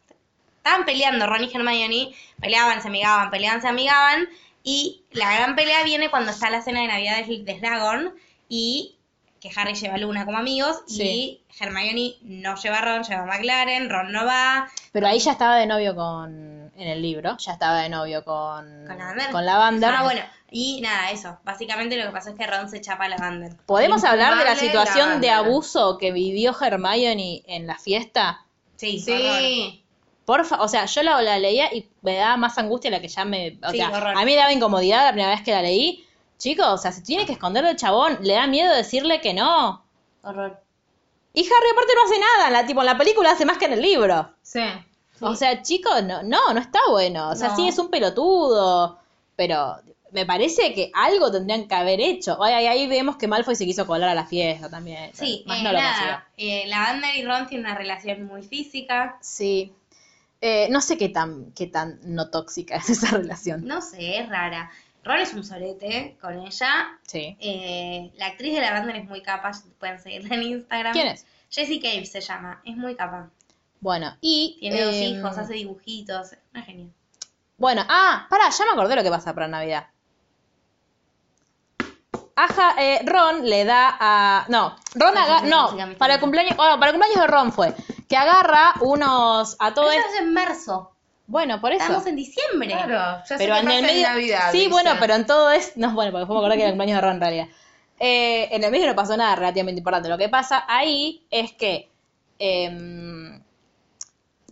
Speaker 2: Estaban peleando Ron y Hermione, peleaban, se amigaban, peleaban, se amigaban. Y la gran pelea viene cuando está la cena de Navidad de, de Slughorn y que Harry lleva a Luna como amigos
Speaker 1: Sí.
Speaker 2: y Hermione no lleva a Ron, lleva a McLaren, Ron no va.
Speaker 1: Pero ahí ya estaba de novio con. En el libro, ya estaba de novio con.
Speaker 2: Con Lavander.
Speaker 1: Con Lavander.
Speaker 2: Ah, bueno. Y nada, eso. Básicamente lo que pasó es que Ron se chapa a Lavander.
Speaker 1: ¿Podemos hablar de la
Speaker 3: Indomable
Speaker 1: situación de
Speaker 3: Lavander.
Speaker 1: abuso que vivió Hermione en la fiesta?
Speaker 2: Sí, horror.
Speaker 3: Sí.
Speaker 1: Porfa, o sea, yo la, la leía y me daba más angustia la que ya me. O
Speaker 2: Sí,
Speaker 1: sea,
Speaker 2: horror.
Speaker 1: a mí me daba incomodidad la primera vez que la leí. Chicos, o sea, se tiene que esconder del chabón, le da miedo decirle que no.
Speaker 2: Horror.
Speaker 1: Y Harry aparte no hace nada, en la, tipo, en la película hace más que en el libro.
Speaker 3: Sí.
Speaker 1: O sea, chicos, no, no, no está bueno. O sea,
Speaker 2: No.
Speaker 1: sí es un pelotudo, pero me parece que algo tendrían que haber hecho. Ay, ay, ahí vemos que Malfoy se quiso colar a la fiesta también.
Speaker 2: Sí,
Speaker 1: más
Speaker 2: eh,
Speaker 1: no lo consiguió.
Speaker 2: nada. eh, Lavander y Ron tienen una relación muy física.
Speaker 1: Sí. Eh, no sé qué tan, qué tan no tóxica es esa relación.
Speaker 2: No sé, es rara. Ron es un solete con ella.
Speaker 1: Sí.
Speaker 2: Eh, la actriz de Lavander es muy capa, pueden seguirla en Instagram.
Speaker 1: ¿Quién es?
Speaker 2: Jessie Caves se llama, es muy capa.
Speaker 1: Bueno, y.
Speaker 2: Tiene dos
Speaker 1: eh,
Speaker 2: hijos, hace dibujitos, una genial.
Speaker 1: Bueno, ah, pará, ya me acordé lo que pasa para Navidad. Aja, eh, Ron le da a. No, Ron
Speaker 2: Ah,
Speaker 1: agarra.
Speaker 2: sí,
Speaker 1: No,
Speaker 2: sí, sí,
Speaker 1: para el cumpleaños. oh, para el cumpleaños de Ron fue. Que agarra unos. A todo
Speaker 2: Eso
Speaker 1: esto.
Speaker 2: es en marzo,
Speaker 1: Bueno, por eso.
Speaker 2: estamos en diciembre. Ah,
Speaker 3: Claro, ya
Speaker 1: Pero
Speaker 3: se
Speaker 1: en el medio.
Speaker 3: Navidad.
Speaker 1: sí,
Speaker 3: dice.
Speaker 1: bueno, pero en todo es. No, bueno, porque después me acordé que era el cumpleaños de Ron en realidad. Eh, en el medio no pasó nada relativamente importante. Lo que pasa ahí es que. em,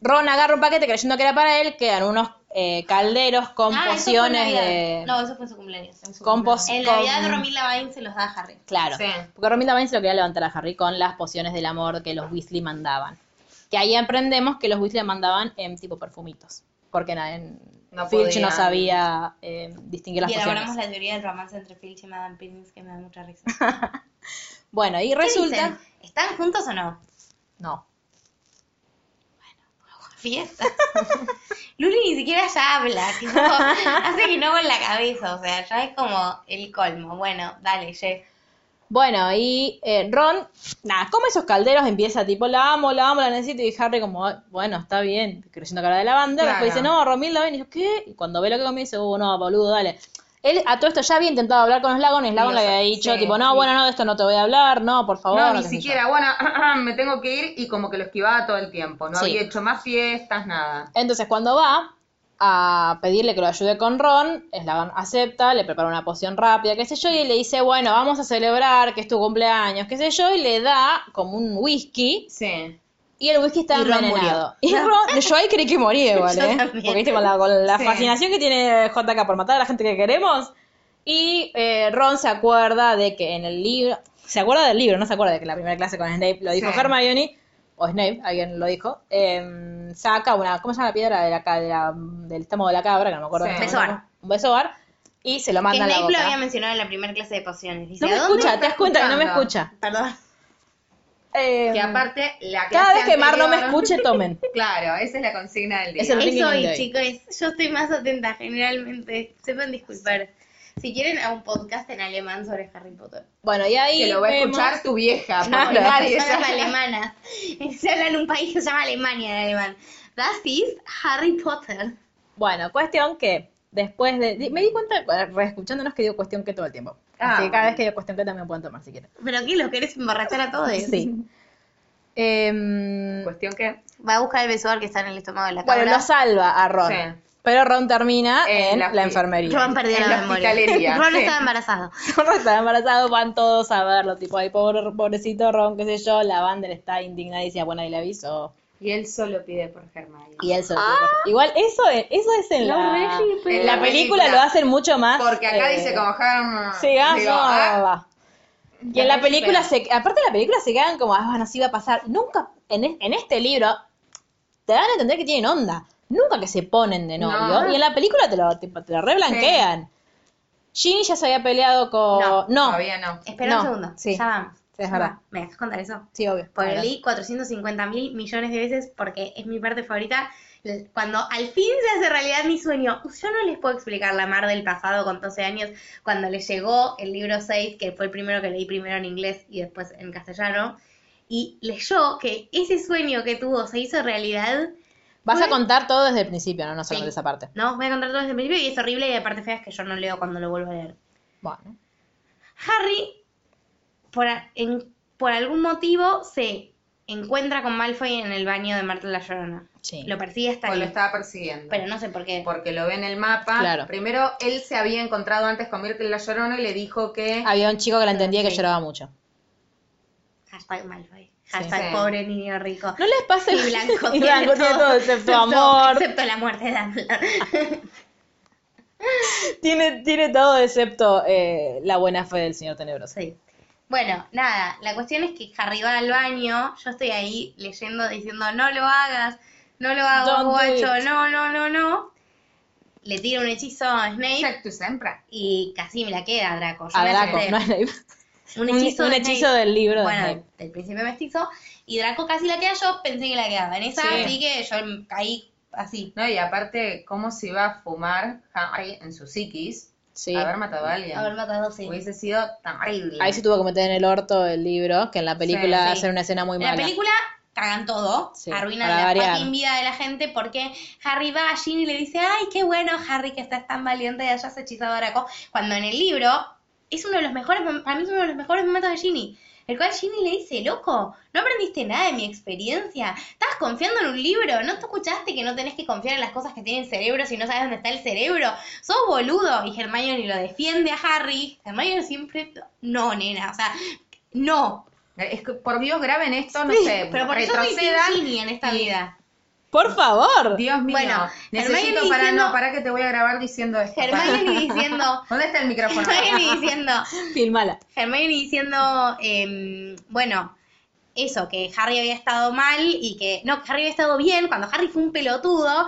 Speaker 1: Ron agarra un paquete creyendo que era para él, quedan unos eh, calderos con
Speaker 2: Ah, eso fue en
Speaker 1: pociones
Speaker 2: Navidad.
Speaker 1: de.
Speaker 2: No, eso fue en su cumpleaños. En, su
Speaker 1: con
Speaker 2: cumpleaños.
Speaker 1: pos-
Speaker 2: En
Speaker 1: con-
Speaker 2: Navidad Romila Bain se los da a Harry.
Speaker 1: Claro.
Speaker 3: Sí.
Speaker 1: Porque Romilda Vine se lo quería levantar a Harry con las pociones del amor que los Weasley mandaban. Que ahí aprendemos que los Weasley mandaban en tipo perfumitos. Porque na- en
Speaker 3: No
Speaker 1: Filch no
Speaker 3: podían.
Speaker 1: sabía eh, distinguir las
Speaker 2: y elaboramos
Speaker 1: pociones.
Speaker 2: la teoría del romance entre Filch y Madame Pimmins que me da mucha risa.
Speaker 1: Bueno, y
Speaker 2: ¿Qué
Speaker 1: resulta.
Speaker 2: dicen? ¿Están juntos o no?
Speaker 1: No.
Speaker 2: Fiesta. Luli ni siquiera ya habla, tipo, hace que no con la cabeza, o sea, ya es como el colmo. Bueno, dale, Jess.
Speaker 1: Bueno, y eh, Ron, nada, come esos calderos, empieza tipo, la amo, la amo, la necesito. Y Harry, como, "Ay, bueno, está bien, creyendo que era de la banda.
Speaker 3: Claro.
Speaker 1: Después dice, no, Romilda Vine. Y yo, ¿qué? Y cuando ve lo que comí, dice, uh, no, boludo, dale. Él a todo esto ya había intentado hablar con Slagón, y Slagón
Speaker 3: Y
Speaker 1: le
Speaker 3: los-
Speaker 1: había dicho,
Speaker 3: sí,
Speaker 1: tipo, no,
Speaker 3: sí.
Speaker 1: bueno, no, de esto no te voy a hablar, no, por favor.
Speaker 3: No, ni
Speaker 1: qué sé yo.
Speaker 3: siquiera. Bueno, ah, me tengo que ir y como que lo esquivaba todo el tiempo. No
Speaker 1: Sí.
Speaker 3: había hecho más fiestas, nada.
Speaker 1: Entonces, cuando va a pedirle que lo ayude con Ron, Slagón acepta, le prepara una poción rápida, qué sé yo, y le dice, bueno, vamos a celebrar que es tu cumpleaños, qué sé yo, y le da como un whisky,
Speaker 3: Sí.
Speaker 1: y el whisky está
Speaker 2: Y Ron
Speaker 1: envenenado. Y Ron, yo ahí creí que moría igual,
Speaker 2: Yo
Speaker 1: ¿eh?
Speaker 2: también.
Speaker 1: Porque viste, con la, con la
Speaker 3: Sí.
Speaker 1: fascinación que tiene JK por matar a la gente que queremos. Y eh, Ron se acuerda de que en el libro, se acuerda del libro, no se acuerda de que la primera clase con Snape lo dijo
Speaker 3: Sí.
Speaker 1: Hermione, o Snape, alguien lo dijo, eh, saca una, ¿cómo se llama la piedra de la, ca- de la- del estómago de la cabra? Que no me acuerdo.
Speaker 3: Sí.
Speaker 1: el nombre.
Speaker 2: Besoar.
Speaker 1: Un besoar. Y se lo
Speaker 2: Que
Speaker 1: manda a la
Speaker 2: Snape lo
Speaker 1: boca.
Speaker 2: había mencionado en la primera clase de pociones. Dice,
Speaker 1: No me
Speaker 2: ¿a dónde?
Speaker 1: escucha, te das cuenta que no me
Speaker 3: escuchando?
Speaker 1: escucha. Mm.
Speaker 2: Perdón.
Speaker 1: Eh,
Speaker 3: Que aparte, la clase
Speaker 1: cada vez que Mar no me
Speaker 3: anterior-
Speaker 1: escuche, tomen.
Speaker 3: Claro, esa es la consigna del día.
Speaker 1: Es el
Speaker 2: Es
Speaker 1: ringing
Speaker 2: hoy,
Speaker 1: day.
Speaker 2: chicos. Yo estoy más atenta generalmente. Sepan disculpar. Si quieren, a un podcast en alemán sobre Harry Potter.
Speaker 1: Bueno, y ahí
Speaker 3: Que lo va a
Speaker 1: vemos-
Speaker 3: escuchar tu vieja. porque
Speaker 1: Claro.
Speaker 3: nadie
Speaker 2: Son las
Speaker 3: sabe.
Speaker 2: alemanas. Se habla en un país que se llama Alemania en alemán. Das ist Harry Potter.
Speaker 1: Bueno, cuestión que después de. di- Me di cuenta, eh, reescuchándonos, que digo cuestión que todo el tiempo.
Speaker 3: Ah,
Speaker 1: Así que cada
Speaker 3: bueno.
Speaker 1: vez que digo cuestión que también pueden tomar si quieren.
Speaker 2: ¿Pero qué? ¿Los querés emborrachar a todos?
Speaker 1: Sí. Em,
Speaker 3: Cuestión que
Speaker 2: Va a buscar el besoar que está en el estómago de la cabra.
Speaker 1: bueno, lo salva a Ron.
Speaker 3: Sí.
Speaker 1: Pero Ron termina
Speaker 3: En
Speaker 1: en
Speaker 3: la
Speaker 1: la,
Speaker 3: fi-
Speaker 1: enfermería.
Speaker 2: Ron perdió
Speaker 3: En
Speaker 2: la,
Speaker 3: la
Speaker 2: memoria.
Speaker 3: hospitalería,
Speaker 2: Ron
Speaker 3: sí.
Speaker 2: estaba embarazado.
Speaker 1: Ron está embarazado, van todos a verlo. Tipo, ay, pobre, pobrecito Ron, qué sé yo. La Vander está indignada y dice, bueno, ahí le aviso.
Speaker 3: Y él solo pide por Hermione.
Speaker 1: Y él se lo
Speaker 3: Ah.
Speaker 1: Igual, eso es, eso es en la, en la
Speaker 3: pero- En la
Speaker 1: película
Speaker 3: película.
Speaker 1: lo hacen mucho más.
Speaker 3: Porque acá
Speaker 1: eh,
Speaker 3: dice como Hermione.
Speaker 1: Sí, ah,
Speaker 3: Digo,
Speaker 1: no,
Speaker 3: ah,
Speaker 1: va. Y
Speaker 3: la
Speaker 1: en la
Speaker 3: Reggie
Speaker 1: película,
Speaker 3: Bell.
Speaker 1: se, aparte de la película, se quedan como, ah, bueno, sí va a pasar. Nunca, en, es- en este libro, te dan a entender que tienen onda. Nunca que se ponen de novio.
Speaker 3: No.
Speaker 1: Y en la película te lo, tipo, te lo reblanquean. Ginny ya se había peleado con...
Speaker 2: No,
Speaker 1: No,
Speaker 3: Todavía no.
Speaker 2: Espera
Speaker 1: No,
Speaker 2: un segundo.
Speaker 1: sí.
Speaker 2: Ya vamos.
Speaker 1: Sí, es
Speaker 2: Ya
Speaker 1: verdad.
Speaker 2: vamos. ¿Me dejas contar eso?
Speaker 1: sí, obvio.
Speaker 2: Porque
Speaker 1: Ahora.
Speaker 2: lo leí 450 mil millones de veces porque es mi parte favorita. L- Cuando al fin se hace realidad mi sueño, yo no les puedo explicar la mar del pasado con 12 años, cuando le llegó el libro 6, que fue el primero que leí primero en inglés y después en castellano. y leyó que ese sueño que tuvo se hizo realidad.
Speaker 1: Vas a contar todo desde el principio, no, no solamente
Speaker 2: Sí.
Speaker 1: esa parte.
Speaker 2: No, voy a contar todo desde el principio y es horrible y aparte fea es que yo no leo cuando lo vuelvo a leer.
Speaker 1: Bueno.
Speaker 2: Harry, por, a- en- por algún motivo, se encuentra con Malfoy en el baño de Marta la Llorona.
Speaker 1: Sí.
Speaker 2: Lo persigue hasta
Speaker 3: O
Speaker 2: ahí.
Speaker 3: lo estaba persiguiendo.
Speaker 2: Pero no sé por qué.
Speaker 3: Porque lo ve en el mapa.
Speaker 1: Claro.
Speaker 3: Primero, él se había encontrado antes con Mirta la Llorona y le dijo que...
Speaker 1: Había un chico que la entendía que
Speaker 2: Sí.
Speaker 1: lloraba mucho.
Speaker 2: Hashtag Malfoy. Hashtag
Speaker 3: Sí.
Speaker 2: pobre niño rico.
Speaker 1: No les pasa
Speaker 2: Y blanco,
Speaker 1: y blanco tiene todo, excepto amor.
Speaker 2: Excepto la muerte de Dumbledore.
Speaker 1: Tiene, tiene todo excepto eh, la buena fe del señor tenebroso.
Speaker 2: Sí. Bueno, nada, la cuestión es que Harry va al baño, yo estoy ahí leyendo, diciendo, no lo hagas, no lo hagas,
Speaker 1: Don't do
Speaker 2: guacho,
Speaker 1: it".
Speaker 2: no, no, no, no. Le tira un hechizo a Snape
Speaker 3: Jack to Sempra.
Speaker 2: y casi me la queda a Draco. Yo
Speaker 1: A
Speaker 2: me
Speaker 1: Draco,
Speaker 2: asusté.
Speaker 1: no a Snape.
Speaker 2: Un
Speaker 1: Un-
Speaker 2: hechizo,
Speaker 1: un
Speaker 2: de
Speaker 1: hechizo
Speaker 2: Snape.
Speaker 1: del libro de
Speaker 2: Bueno,
Speaker 1: Snape.
Speaker 2: del príncipe mestizo. Y Draco casi la queda, yo pensé que la quedaba en esa,
Speaker 1: Sí.
Speaker 2: así que yo caí así.
Speaker 3: No, y aparte, ¿cómo se iba a fumar Harry en su psiquis?
Speaker 1: Sí.
Speaker 3: Haber matado a alguien.
Speaker 2: A ver, matado, sí.
Speaker 3: Hubiese sido terrible.
Speaker 1: Ahí se tuvo que meter en el orto el libro, que en la película
Speaker 2: Sí, sí.
Speaker 1: hacen una escena muy
Speaker 2: En
Speaker 1: mala.
Speaker 2: la película cagan todo,
Speaker 1: Sí,
Speaker 2: arruinan
Speaker 1: para
Speaker 2: la
Speaker 1: variar.
Speaker 2: fucking vida de la gente porque Harry va a Ginny y le dice, ay, qué bueno Harry que estás tan valiente y hayas hechizado a Draco, cuando en el libro es uno de los mejores, mom- para mí es uno de los mejores momentos de Ginny, el cual Ginny le dice, loco, no aprendiste nada de mi experiencia, estás confiando en un libro, no te escuchaste que no tenés que confiar en las cosas que tiene el cerebro si no sabes dónde está el cerebro, sos boludo, y Hermione lo defiende a Harry, Hermione siempre, no, nena, o sea, no,
Speaker 3: Es que, por Dios, graben esto, no sé,
Speaker 2: pero por eso soy Team
Speaker 3: retrocedan.
Speaker 2: Ginny en esta
Speaker 3: y-
Speaker 2: vida.
Speaker 1: ¡Por favor!
Speaker 3: Dios mío,
Speaker 2: Bueno,
Speaker 3: necesito
Speaker 2: Hermione
Speaker 3: para
Speaker 2: diciendo-
Speaker 3: no, para que te voy a grabar diciendo esto.
Speaker 2: Hermione diciendo,
Speaker 3: ¿Dónde está el micrófono?
Speaker 2: Hermione diciendo,
Speaker 1: Filmala.
Speaker 2: Hermione diciendo, em, bueno, eso, que Harry había estado mal y que, no, que Harry había estado bien cuando Harry fue un pelotudo.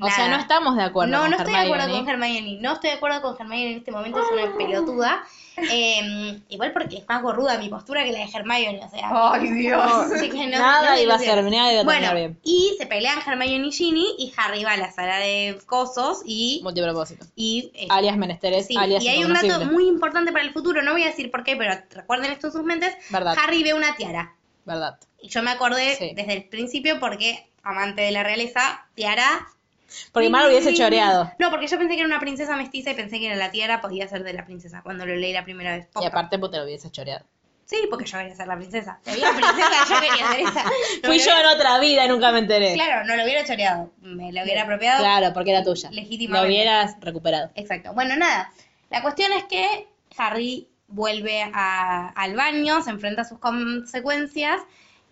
Speaker 1: O sea, no estamos de acuerdo
Speaker 2: No,
Speaker 1: con
Speaker 2: no estoy de acuerdo
Speaker 1: Hermione.
Speaker 2: con Hermione. No estoy de acuerdo con Hermione en este momento, es una pelotuda. Em, igual porque es más gorruda mi postura que la de Hermione, o sea.
Speaker 3: Ay, Dios.
Speaker 2: Así que no-
Speaker 1: Nada
Speaker 2: no se
Speaker 1: iba a ser,
Speaker 2: ilusionen.
Speaker 1: nada iba a terminar
Speaker 2: bueno,
Speaker 1: bien.
Speaker 2: Y se pelean Hermione y Ginny y Harry va a la sala de cosos y...
Speaker 1: Multipropósito.
Speaker 2: y eh,
Speaker 1: Alias menesteres,
Speaker 2: sí,
Speaker 1: alias
Speaker 2: y hay un dato
Speaker 1: incognoscible.
Speaker 2: muy importante para el futuro, no voy a decir por qué, pero recuerden esto en sus mentes.
Speaker 1: Verdad.
Speaker 2: Harry ve una tiara.
Speaker 1: ¿Verdad?
Speaker 2: Y yo me acordé
Speaker 1: Sí.
Speaker 2: desde el principio porque, amante de la realeza, tiara...
Speaker 1: Porque Mar hubiese choreado.
Speaker 2: No, porque yo pensé que era una princesa mestiza y pensé que era la tiara, podía ser de la princesa, cuando lo leí la primera vez.
Speaker 1: Y
Speaker 2: Posta.
Speaker 1: aparte, pues te lo hubiese choreado.
Speaker 2: Sí, porque yo quería ser la princesa. Si había princesa, yo quería ser esa. No
Speaker 1: Fui
Speaker 2: me
Speaker 1: yo en otra vida y nunca me enteré.
Speaker 2: Claro, no lo hubiera choreado, me lo hubiera apropiado.
Speaker 1: Claro, porque era tuya.
Speaker 2: Legítimamente.
Speaker 1: Lo hubieras recuperado.
Speaker 2: Exacto. Bueno, nada. La cuestión es que Harry vuelve a- al baño, se enfrenta a sus consecuencias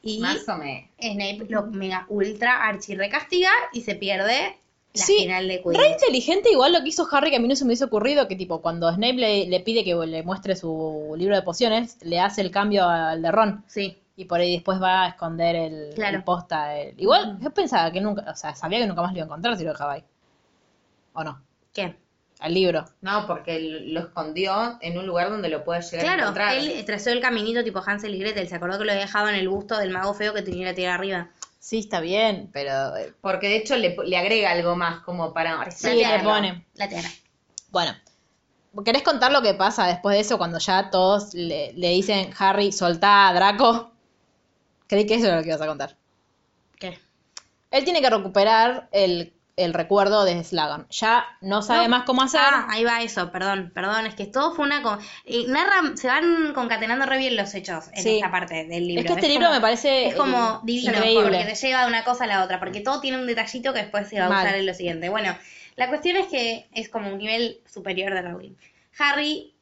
Speaker 2: y
Speaker 3: Más o menos.
Speaker 2: Snape lo mega ultra archirrecastiga y se pierde la
Speaker 1: Sí,
Speaker 2: final de
Speaker 1: Re
Speaker 2: Quidditch.
Speaker 1: inteligente, igual lo que hizo Harry, que a mí no se me hubiese ocurrido, que tipo, cuando Snape le, le pide que le muestre su libro de pociones, le hace el cambio al de Ron.
Speaker 2: Sí.
Speaker 1: Y por ahí después va a esconder el,
Speaker 2: Claro.
Speaker 1: el posta. el- Igual, yo pensaba que nunca, o sea, sabía que nunca más lo iba a encontrar si lo dejaba ahí. ¿O no?
Speaker 2: ¿Qué?
Speaker 1: Al libro.
Speaker 3: No, porque lo escondió en un lugar donde lo pueda llegar a
Speaker 2: Claro,
Speaker 3: encontrar.
Speaker 2: él eh, trazó el caminito tipo Hansel y Gretel. Se acordó que lo dejaba en el busto del mago feo que tenía la tierra arriba.
Speaker 1: Sí, está bien, pero... eh,
Speaker 3: Porque de hecho le, le agrega algo más como para
Speaker 1: Sí,
Speaker 2: La
Speaker 1: le
Speaker 2: tiara.
Speaker 1: pone.
Speaker 2: La tierra.
Speaker 1: Bueno, ¿querés contar lo que pasa después de eso cuando ya todos le, le dicen, Harry, soltá a Draco? Creí que eso era lo que ibas a contar.
Speaker 2: ¿Qué?
Speaker 1: Él tiene que recuperar el, el recuerdo de Slagan. Ya no sabe
Speaker 2: No.
Speaker 1: más cómo hacer.
Speaker 2: Ah, ahí va eso, perdón, perdón, es que todo fue una... Con... eh, narra, se van concatenando re bien los hechos en
Speaker 1: Sí.
Speaker 2: esta parte del libro.
Speaker 1: Es que este libro me parece,
Speaker 2: Es como
Speaker 1: eh,
Speaker 2: divino,
Speaker 1: increíble.
Speaker 2: porque te lleva de una cosa a la otra, porque todo tiene un detallito que después se va a
Speaker 1: Mal.
Speaker 2: usar en lo siguiente. Bueno, la cuestión es que es como un nivel superior de Rowling. Harry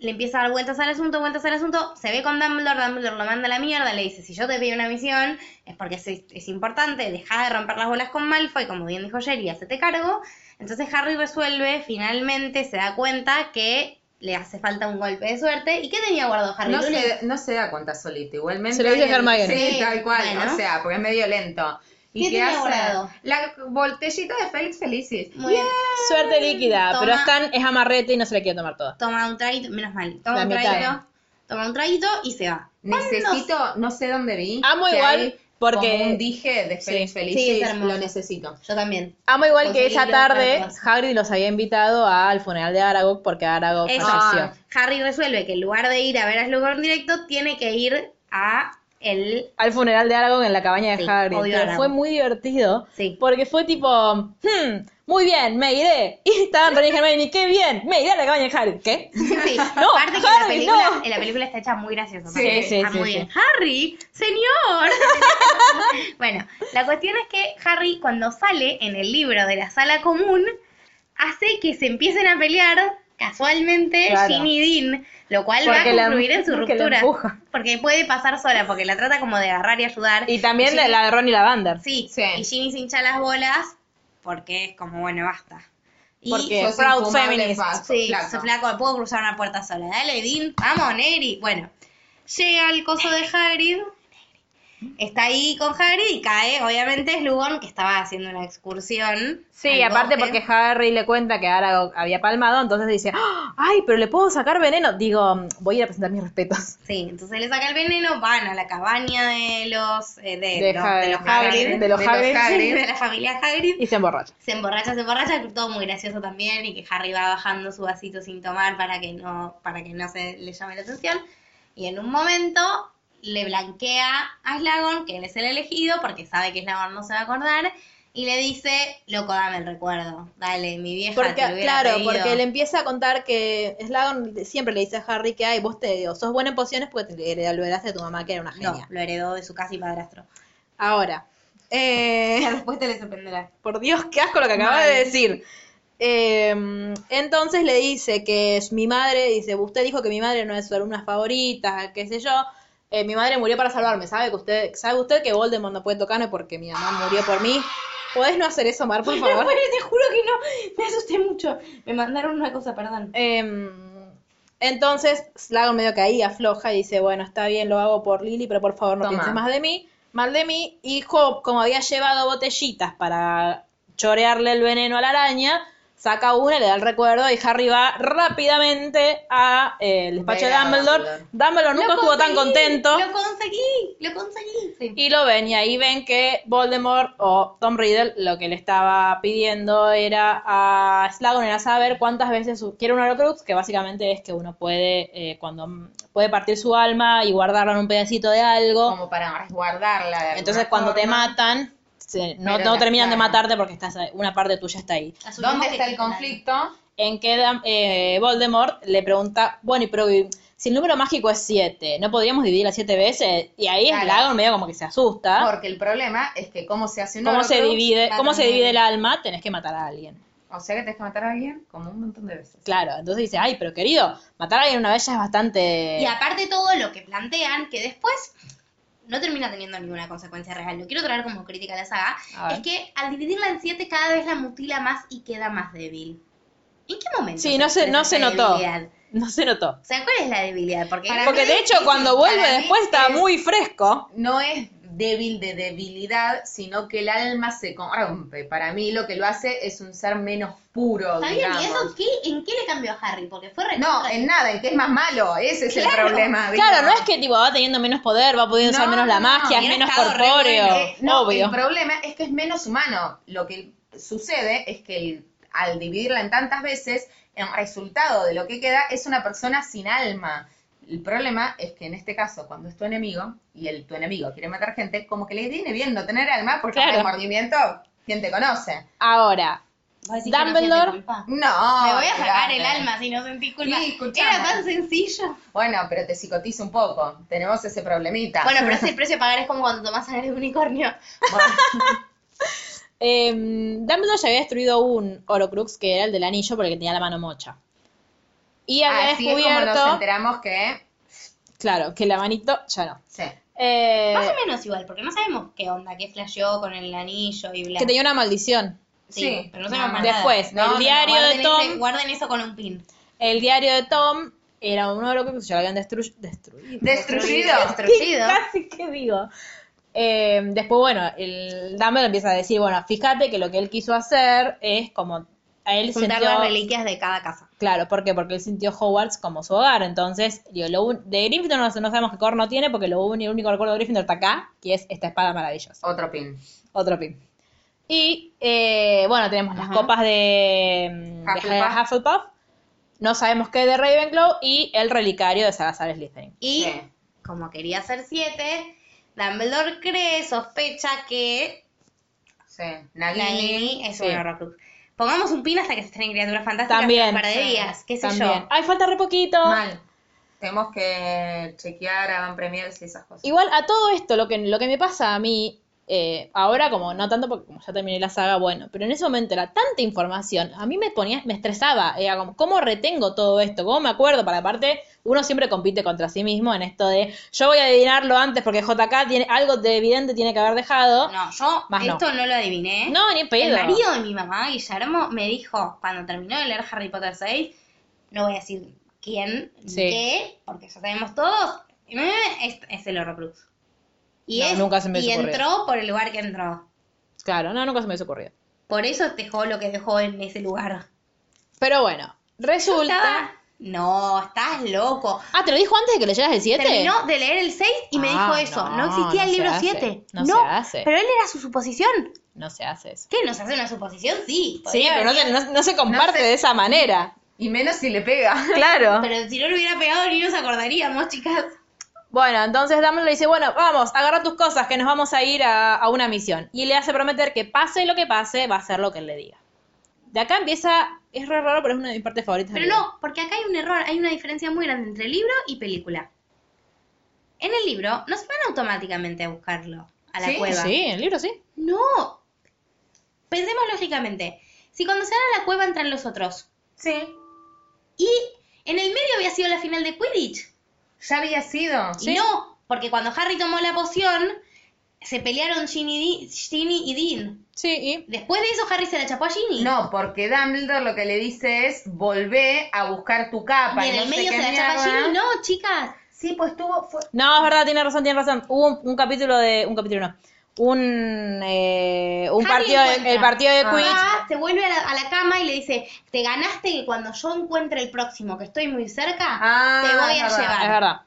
Speaker 2: le empieza a dar vueltas al asunto, vueltas al asunto, se ve con Dumbledore, Dumbledore lo manda a la mierda, le dice, si yo te pido una misión, es porque es, es importante, deja de romper las bolas con Malfoy, como bien dijo Jerry, hacete cargo. Entonces Harry resuelve, finalmente se da cuenta que le hace falta un golpe de suerte. ¿Y qué tenía guardado Harry?
Speaker 3: No
Speaker 2: Lo leí.
Speaker 3: se, no se da cuenta solito, igualmente.
Speaker 1: Se lo dice
Speaker 3: alguien-
Speaker 1: Hermione.
Speaker 3: Sí,
Speaker 2: Sí,
Speaker 3: tal cual,
Speaker 2: bueno.
Speaker 3: o sea, porque es medio lento.
Speaker 2: ¿Qué
Speaker 3: ¿Y qué
Speaker 2: tiene
Speaker 3: hace?
Speaker 2: guardado?
Speaker 3: La botellita de Félix Felicis.
Speaker 2: Muy bien.
Speaker 1: Suerte líquida,
Speaker 2: Toma.
Speaker 1: pero Stan es amarrete y no se le quiere tomar toda.
Speaker 2: toma un traguito, menos mal, toma
Speaker 1: La
Speaker 2: un
Speaker 1: mitad,
Speaker 2: traguito, toma un traguito y se va.
Speaker 3: Necesito, no sé dónde vi.
Speaker 1: Amo
Speaker 3: que
Speaker 1: igual,
Speaker 3: hay
Speaker 1: porque-
Speaker 3: como un dije de
Speaker 1: Sí.
Speaker 3: Félix Felicis,
Speaker 2: Sí, es hermoso.
Speaker 3: lo necesito.
Speaker 2: Yo también.
Speaker 1: Amo igual que
Speaker 2: Conseguirlo
Speaker 1: esa tarde,
Speaker 2: para tu
Speaker 1: Hagrid los había invitado al funeral de Aragog porque Aragog
Speaker 2: Eso.
Speaker 1: falleció.
Speaker 2: Harry resuelve que en lugar de ir a ver a Slughorn directo, tiene que ir a el...
Speaker 1: al funeral de Aragorn en la cabaña de
Speaker 2: Sí,
Speaker 1: Harry.
Speaker 2: odio
Speaker 1: Pero
Speaker 2: a
Speaker 1: fue
Speaker 2: Aragorn.
Speaker 1: muy divertido
Speaker 2: Sí.
Speaker 1: porque fue tipo, "Hmm, muy bien, me iré. Y estaban Ron y Hermione, qué bien, me iré a la cabaña de Harry. ¿Qué?
Speaker 2: Sí,
Speaker 1: No,
Speaker 2: aparte que
Speaker 1: Harry,
Speaker 2: la película,
Speaker 1: no.
Speaker 2: en la película está hecha muy graciosa.
Speaker 3: Sí,
Speaker 2: también.
Speaker 1: sí,
Speaker 2: Ah,
Speaker 1: sí,
Speaker 2: muy
Speaker 1: sí.
Speaker 2: bien. Harry, señor. bueno, la cuestión es que Harry cuando sale en el libro de la sala común hace que se empiecen a pelear casualmente
Speaker 1: Claro.
Speaker 2: Ginny y Dean, lo cual
Speaker 1: Porque
Speaker 2: va
Speaker 1: la
Speaker 2: a concluir en su
Speaker 1: porque la
Speaker 2: ruptura.
Speaker 1: empuja.
Speaker 2: Porque puede pasar sola, porque la trata como de agarrar y ayudar.
Speaker 1: Y también
Speaker 2: Ginny-
Speaker 1: la de Ron y Lavander.
Speaker 2: Sí,
Speaker 3: Sí.
Speaker 2: y Ginny se hincha las bolas porque es como, bueno, basta. Y
Speaker 1: Porque-
Speaker 3: Sos
Speaker 1: Proud
Speaker 3: infumable,
Speaker 1: feminist.
Speaker 3: fa-
Speaker 2: Sí,
Speaker 3: flaca.
Speaker 2: soy flaco, puedo cruzar una puerta sola. Dale, Dean, vamos, Negri. Bueno, llega el coso de Hagrid, está ahí con Hagrid y cae, obviamente, Slughorn, que estaba haciendo una excursión.
Speaker 1: Sí,
Speaker 2: al
Speaker 1: aparte
Speaker 2: bosque.
Speaker 1: porque Harry le cuenta que Aragorn había palmado, entonces dice, "Ah, ay, pero le puedo sacar veneno. Digo, voy a ir a presentar mis respetos.
Speaker 2: Sí, entonces le saca el veneno, van a la cabaña de los... eh, de,
Speaker 1: De
Speaker 2: los,
Speaker 1: Hagrid.
Speaker 2: de los Hagrid.
Speaker 1: De los Hagrid.
Speaker 2: de la familia Hagrid.
Speaker 1: Y se emborracha.
Speaker 2: se emborracha, se emborracha, todo muy gracioso también, y que Harry va bajando su vasito sin tomar para que no, para que no se le llame la atención. Y en un momento le blanquea a Slagorn, que él es el elegido, porque sabe que Slagorn no se va a acordar, y le dice, loco, dame el recuerdo, dale, mi vieja
Speaker 1: Porque,
Speaker 2: Ah, te lo hubiera
Speaker 1: claro,
Speaker 2: pedido".
Speaker 1: porque le empieza a contar que Slagon siempre le dice a Harry que, ay, vos te, o sos buena en pociones porque te le heredaste a tu mamá, que era una
Speaker 2: No,
Speaker 1: genia.
Speaker 2: Ah, lo heredó de su casa y padrastro.
Speaker 1: Ahora, eh,
Speaker 2: La respuesta le sorprenderá.
Speaker 1: por Dios, qué asco lo que acaba de decir. Eh, entonces le dice que es mi madre, dice, usted dijo que mi madre no es su alumna favorita, qué sé yo. Eh, mi madre murió para salvarme, ¿sabe que usted, sabe usted que Voldemort no puede tocarme porque mi mamá murió por mí? ¿Podés no hacer eso, Mar, por favor?
Speaker 2: te juro que no, me asusté mucho. Me mandaron una cosa, perdón.
Speaker 1: Eh, entonces, Slagon medio que ahí afloja y dice, bueno, está bien, lo hago por Lily, pero por favor no
Speaker 3: Toma.
Speaker 1: pienses más de mí, mal de mí. Y Job, como había llevado botellitas para chorearle el veneno a la araña, saca una y le da el recuerdo y Harry va rápidamente a eh, el despacho
Speaker 3: Ver
Speaker 1: de
Speaker 3: a
Speaker 1: Dumbledore.
Speaker 3: Dumbledore.
Speaker 1: Dumbledore nunca
Speaker 2: Lo
Speaker 1: estuvo tan
Speaker 2: conseguí,
Speaker 1: contento.
Speaker 2: Lo conseguí, lo conseguí. Sí.
Speaker 1: Y lo ven, y ahí ven que Voldemort o Tom Riddle lo que le estaba pidiendo era a Slughorn era saber cuántas veces su- quiere un Horcrux, que básicamente es que uno puede, eh, cuando mm, puede partir su alma y guardarla en un pedacito de algo.
Speaker 3: Como para resguardarla. de alguna
Speaker 1: Oh. Entonces, cuando te
Speaker 3: forma.
Speaker 1: matan, se- no,
Speaker 3: Pero
Speaker 1: no
Speaker 3: la-
Speaker 1: terminan de
Speaker 3: claro.
Speaker 1: matarte porque estás, ahí, una parte tuya está ahí.
Speaker 2: Asumimos
Speaker 3: ¿Dónde
Speaker 2: que
Speaker 3: está el
Speaker 2: existe la-
Speaker 3: conflicto?
Speaker 1: En que Dan- eh, Voldemort le pregunta, bueno, y pero si el número mágico es 7, ¿no podríamos dividirla 7 veces? Y ahí
Speaker 3: Claro.
Speaker 1: Slughorn medio como que se asusta.
Speaker 3: Porque el problema es que cómo se hace un
Speaker 1: ¿Ah? ¿Cómo se
Speaker 3: Horcrux,
Speaker 1: divide,
Speaker 3: matan
Speaker 1: cómo se
Speaker 3: a
Speaker 1: divide el
Speaker 3: alguien.
Speaker 1: alma? Tenés que matar a alguien.
Speaker 3: O sea que tenés que matar a alguien como un montón de veces.
Speaker 1: Claro, entonces dice, ay, pero querido, matar a alguien una vez ya es bastante...
Speaker 2: Y aparte todo lo que plantean, que después no termina teniendo ninguna consecuencia real, lo quiero traer como crítica a la saga,
Speaker 1: A ver.
Speaker 2: es que al dividirla en siete cada vez la mutila más y queda más débil. ¿En qué momento?
Speaker 1: Sí, no se,
Speaker 2: expresa
Speaker 1: no se
Speaker 2: esa
Speaker 1: notó.
Speaker 2: debilidad?
Speaker 1: No se notó.
Speaker 2: O sea, ¿cuál es la debilidad? Porque,
Speaker 1: Porque de hecho cuando vuelve
Speaker 3: para mí
Speaker 1: después está
Speaker 3: es-
Speaker 1: muy fresco.
Speaker 3: No es débil de debilidad, sino que el alma se corrompe. Para mí lo que lo hace es un ser menos puro,
Speaker 2: ¿Está bien? ¿Y eso
Speaker 3: digamos.
Speaker 2: qué, en qué le cambió a Harry? Porque fue
Speaker 3: No,
Speaker 2: recontra-
Speaker 3: en nada, en que es más malo. Ese es el problema. ¿viste?
Speaker 1: Claro, no es que tipo va teniendo menos poder, va pudiendo usar
Speaker 3: No,
Speaker 1: menos la
Speaker 3: no,
Speaker 1: magia, es
Speaker 2: hubiera
Speaker 1: menos
Speaker 2: estado re
Speaker 1: corpóreo,
Speaker 2: bueno.
Speaker 3: Eh, no,
Speaker 1: obvio.
Speaker 3: el problema es que es menos humano. Lo que sucede es que el- al dividirla en tantas veces, el resultado de lo que queda es una persona sin alma. El problema es que en este caso, cuando es tu enemigo y el tu enemigo quiere matar gente, como que le viene bien no tener alma porque
Speaker 1: Claro.
Speaker 3: el mordimiento, ¿quién te conoce?
Speaker 1: Ahora,
Speaker 2: Vos decís que no siente
Speaker 1: Dumbledore-
Speaker 2: culpa.
Speaker 3: No.
Speaker 2: Me voy a sacar
Speaker 3: olvidate.
Speaker 2: el alma si no sentí culpa.
Speaker 3: Sí, escuchame.
Speaker 2: Era tan sencillo.
Speaker 3: Bueno, pero te psicotiza un poco. Tenemos ese problemita.
Speaker 2: Bueno, pero ese precio a pagar es como cuando tomás sangre de unicornio.
Speaker 1: eh, Dumbledore ya había destruido un Horocrux que era el del anillo porque tenía la mano mocha. Y había
Speaker 3: Así Ah, es como
Speaker 1: descubierto,
Speaker 3: nos enteramos que...
Speaker 1: claro, que la manito ya no.
Speaker 3: Sí.
Speaker 1: Eh,
Speaker 2: Más o menos igual, porque no sabemos qué onda, qué flasheó con el anillo y bla.
Speaker 1: que tenía una maldición.
Speaker 2: Sí,
Speaker 3: Sí.
Speaker 2: pero no sabemos
Speaker 3: No,
Speaker 2: más
Speaker 1: Después,
Speaker 3: No, no,
Speaker 1: el
Speaker 3: no,
Speaker 1: diario
Speaker 2: nada.
Speaker 1: de
Speaker 2: Guarden,
Speaker 1: Tom,
Speaker 2: ese- guarden eso con un pin.
Speaker 1: el diario de Tom era uno de los que ya lo habían destru- destruido.
Speaker 3: Destruido.
Speaker 2: Destruido.
Speaker 1: Casi que digo. Eh, después, bueno, el Dumbledore empieza a decir, bueno, fíjate que lo que él quiso hacer es como a él
Speaker 2: Juntar
Speaker 1: sintió
Speaker 2: las reliquias de cada casa.
Speaker 1: Claro, ¿por qué? Porque él sintió Hogwarts como su hogar. Entonces, digo, lo un- de Gryffindor no, no sabemos qué corno tiene porque lo uni- único recuerdo de Gryffindor está acá, que es esta espada maravillosa.
Speaker 3: Otro pin.
Speaker 1: Otro pin. Y eh, bueno, tenemos las
Speaker 3: Ajá.
Speaker 1: copas de, de
Speaker 3: Hufflepuff.
Speaker 1: Hufflepuff. No sabemos qué de Ravenclaw y el relicario de Salazar Slytherin.
Speaker 2: Y
Speaker 3: Sí.
Speaker 2: como quería hacer siete, Dumbledore cree, sospecha que
Speaker 3: Sí. Nagini.
Speaker 2: Nagini es
Speaker 1: Sí.
Speaker 2: un Horrocrux. Pongamos un pin hasta que se estrenen criaturas fantásticas
Speaker 1: También.
Speaker 2: en un par de
Speaker 1: Sí.
Speaker 2: días, qué sé
Speaker 1: También.
Speaker 2: yo.
Speaker 1: Ay, falta re poquito.
Speaker 3: Mal. Tenemos que chequear a Van Premiers y esas cosas.
Speaker 1: Igual a todo esto, lo que, lo que me pasa a mí, eh, ahora como no tanto porque como ya terminé la saga, bueno, pero en ese momento era tanta información, a mí me ponía, me estresaba, era como, ¿cómo retengo todo esto? ¿Cómo me acuerdo? Para aparte, uno siempre compite contra sí mismo en esto de, yo voy a adivinarlo antes porque JK tiene algo de evidente tiene que haber dejado.
Speaker 2: No, yo
Speaker 1: Más no.
Speaker 2: esto no. lo adiviné.
Speaker 1: No, ni en pedo.
Speaker 2: El marido de mi mamá, Guillermo, me dijo cuando terminó de leer Harry Potter 6, no voy a decir quién, ni
Speaker 1: Sí.
Speaker 2: qué, porque ya sabemos todos, eh, es, es el Horrocrux. Y,
Speaker 1: No,
Speaker 2: es-
Speaker 1: nunca se me
Speaker 2: y
Speaker 1: hubiese ocurrido.
Speaker 2: entró por el lugar que entró.
Speaker 1: Claro, no, nunca se me hubiese ocurrido.
Speaker 2: Por eso dejó lo que dejó en ese lugar.
Speaker 1: Pero bueno, resulta...
Speaker 2: Estaba- No, estás loco.
Speaker 1: Ah, ¿te lo dijo antes de que leyeras el 7?
Speaker 2: Terminó de leer el 6 y me
Speaker 1: Ah,
Speaker 2: dijo eso. No,
Speaker 1: no, no
Speaker 2: existía el
Speaker 1: se
Speaker 2: libro
Speaker 1: hace.
Speaker 2: 7.
Speaker 1: No se hace.
Speaker 2: Pero él era su suposición.
Speaker 1: No se hace eso.
Speaker 2: ¿Qué? ¿Nos hace una suposición? Sí.
Speaker 1: Sí,
Speaker 2: podría
Speaker 1: pero no,
Speaker 2: haber
Speaker 1: te- no- no se comparte
Speaker 3: No se-
Speaker 1: de esa manera.
Speaker 3: Y menos si le pega.
Speaker 1: Claro.
Speaker 2: Pero si no lo hubiera pegado ni nos acordaríamos, chicas.
Speaker 1: Bueno, entonces Dumbledore le dice, bueno, vamos, agarra tus cosas que nos vamos a ir a, a una misión. Y le hace prometer que pase lo que pase, va a hacer lo que él le diga. De acá empieza, es re raro, pero es una de mis partes favoritas. del
Speaker 2: Pero
Speaker 1: libro.
Speaker 2: no, porque acá hay un error, hay una diferencia muy grande entre libro y película. En el libro no se van automáticamente a buscarlo a la
Speaker 3: Sí,
Speaker 2: cueva.
Speaker 1: Sí, en el libro sí.
Speaker 2: No. Pensemos lógicamente. Si cuando se van a la cueva entran los otros.
Speaker 3: Sí.
Speaker 2: Y en el medio había sido la final de Quidditch.
Speaker 3: Ya había sido.
Speaker 2: Y no, porque cuando Harry tomó la poción, se pelearon Ginny, y Di- Ginny y Dean.
Speaker 1: Sí, y...
Speaker 2: Después de eso, Harry se la chapó a Ginny.
Speaker 3: No, porque Dumbledore lo que le dice es volvé a buscar tu capa.
Speaker 2: Y en
Speaker 3: no
Speaker 2: el
Speaker 3: sé
Speaker 2: medio
Speaker 3: qué
Speaker 2: se la chapa a
Speaker 3: mierda.
Speaker 2: Ginny. No, chicas.
Speaker 3: Sí, pues tuvo. Fue...
Speaker 1: No, es verdad, tiene razón, tiene razón. Hubo un, un capítulo de... Un capítulo no. Un, eh, un
Speaker 2: Harry
Speaker 1: partido, de-
Speaker 2: encuentra.
Speaker 1: el partido de
Speaker 3: Ah.
Speaker 1: Quidditch.
Speaker 2: Va, se vuelve a la, a la cama y le dice, te ganaste que cuando yo encuentre el próximo, que estoy muy cerca,
Speaker 3: Ah,
Speaker 2: te voy
Speaker 3: es
Speaker 2: a
Speaker 3: verdad,
Speaker 2: llevar.
Speaker 1: Es verdad.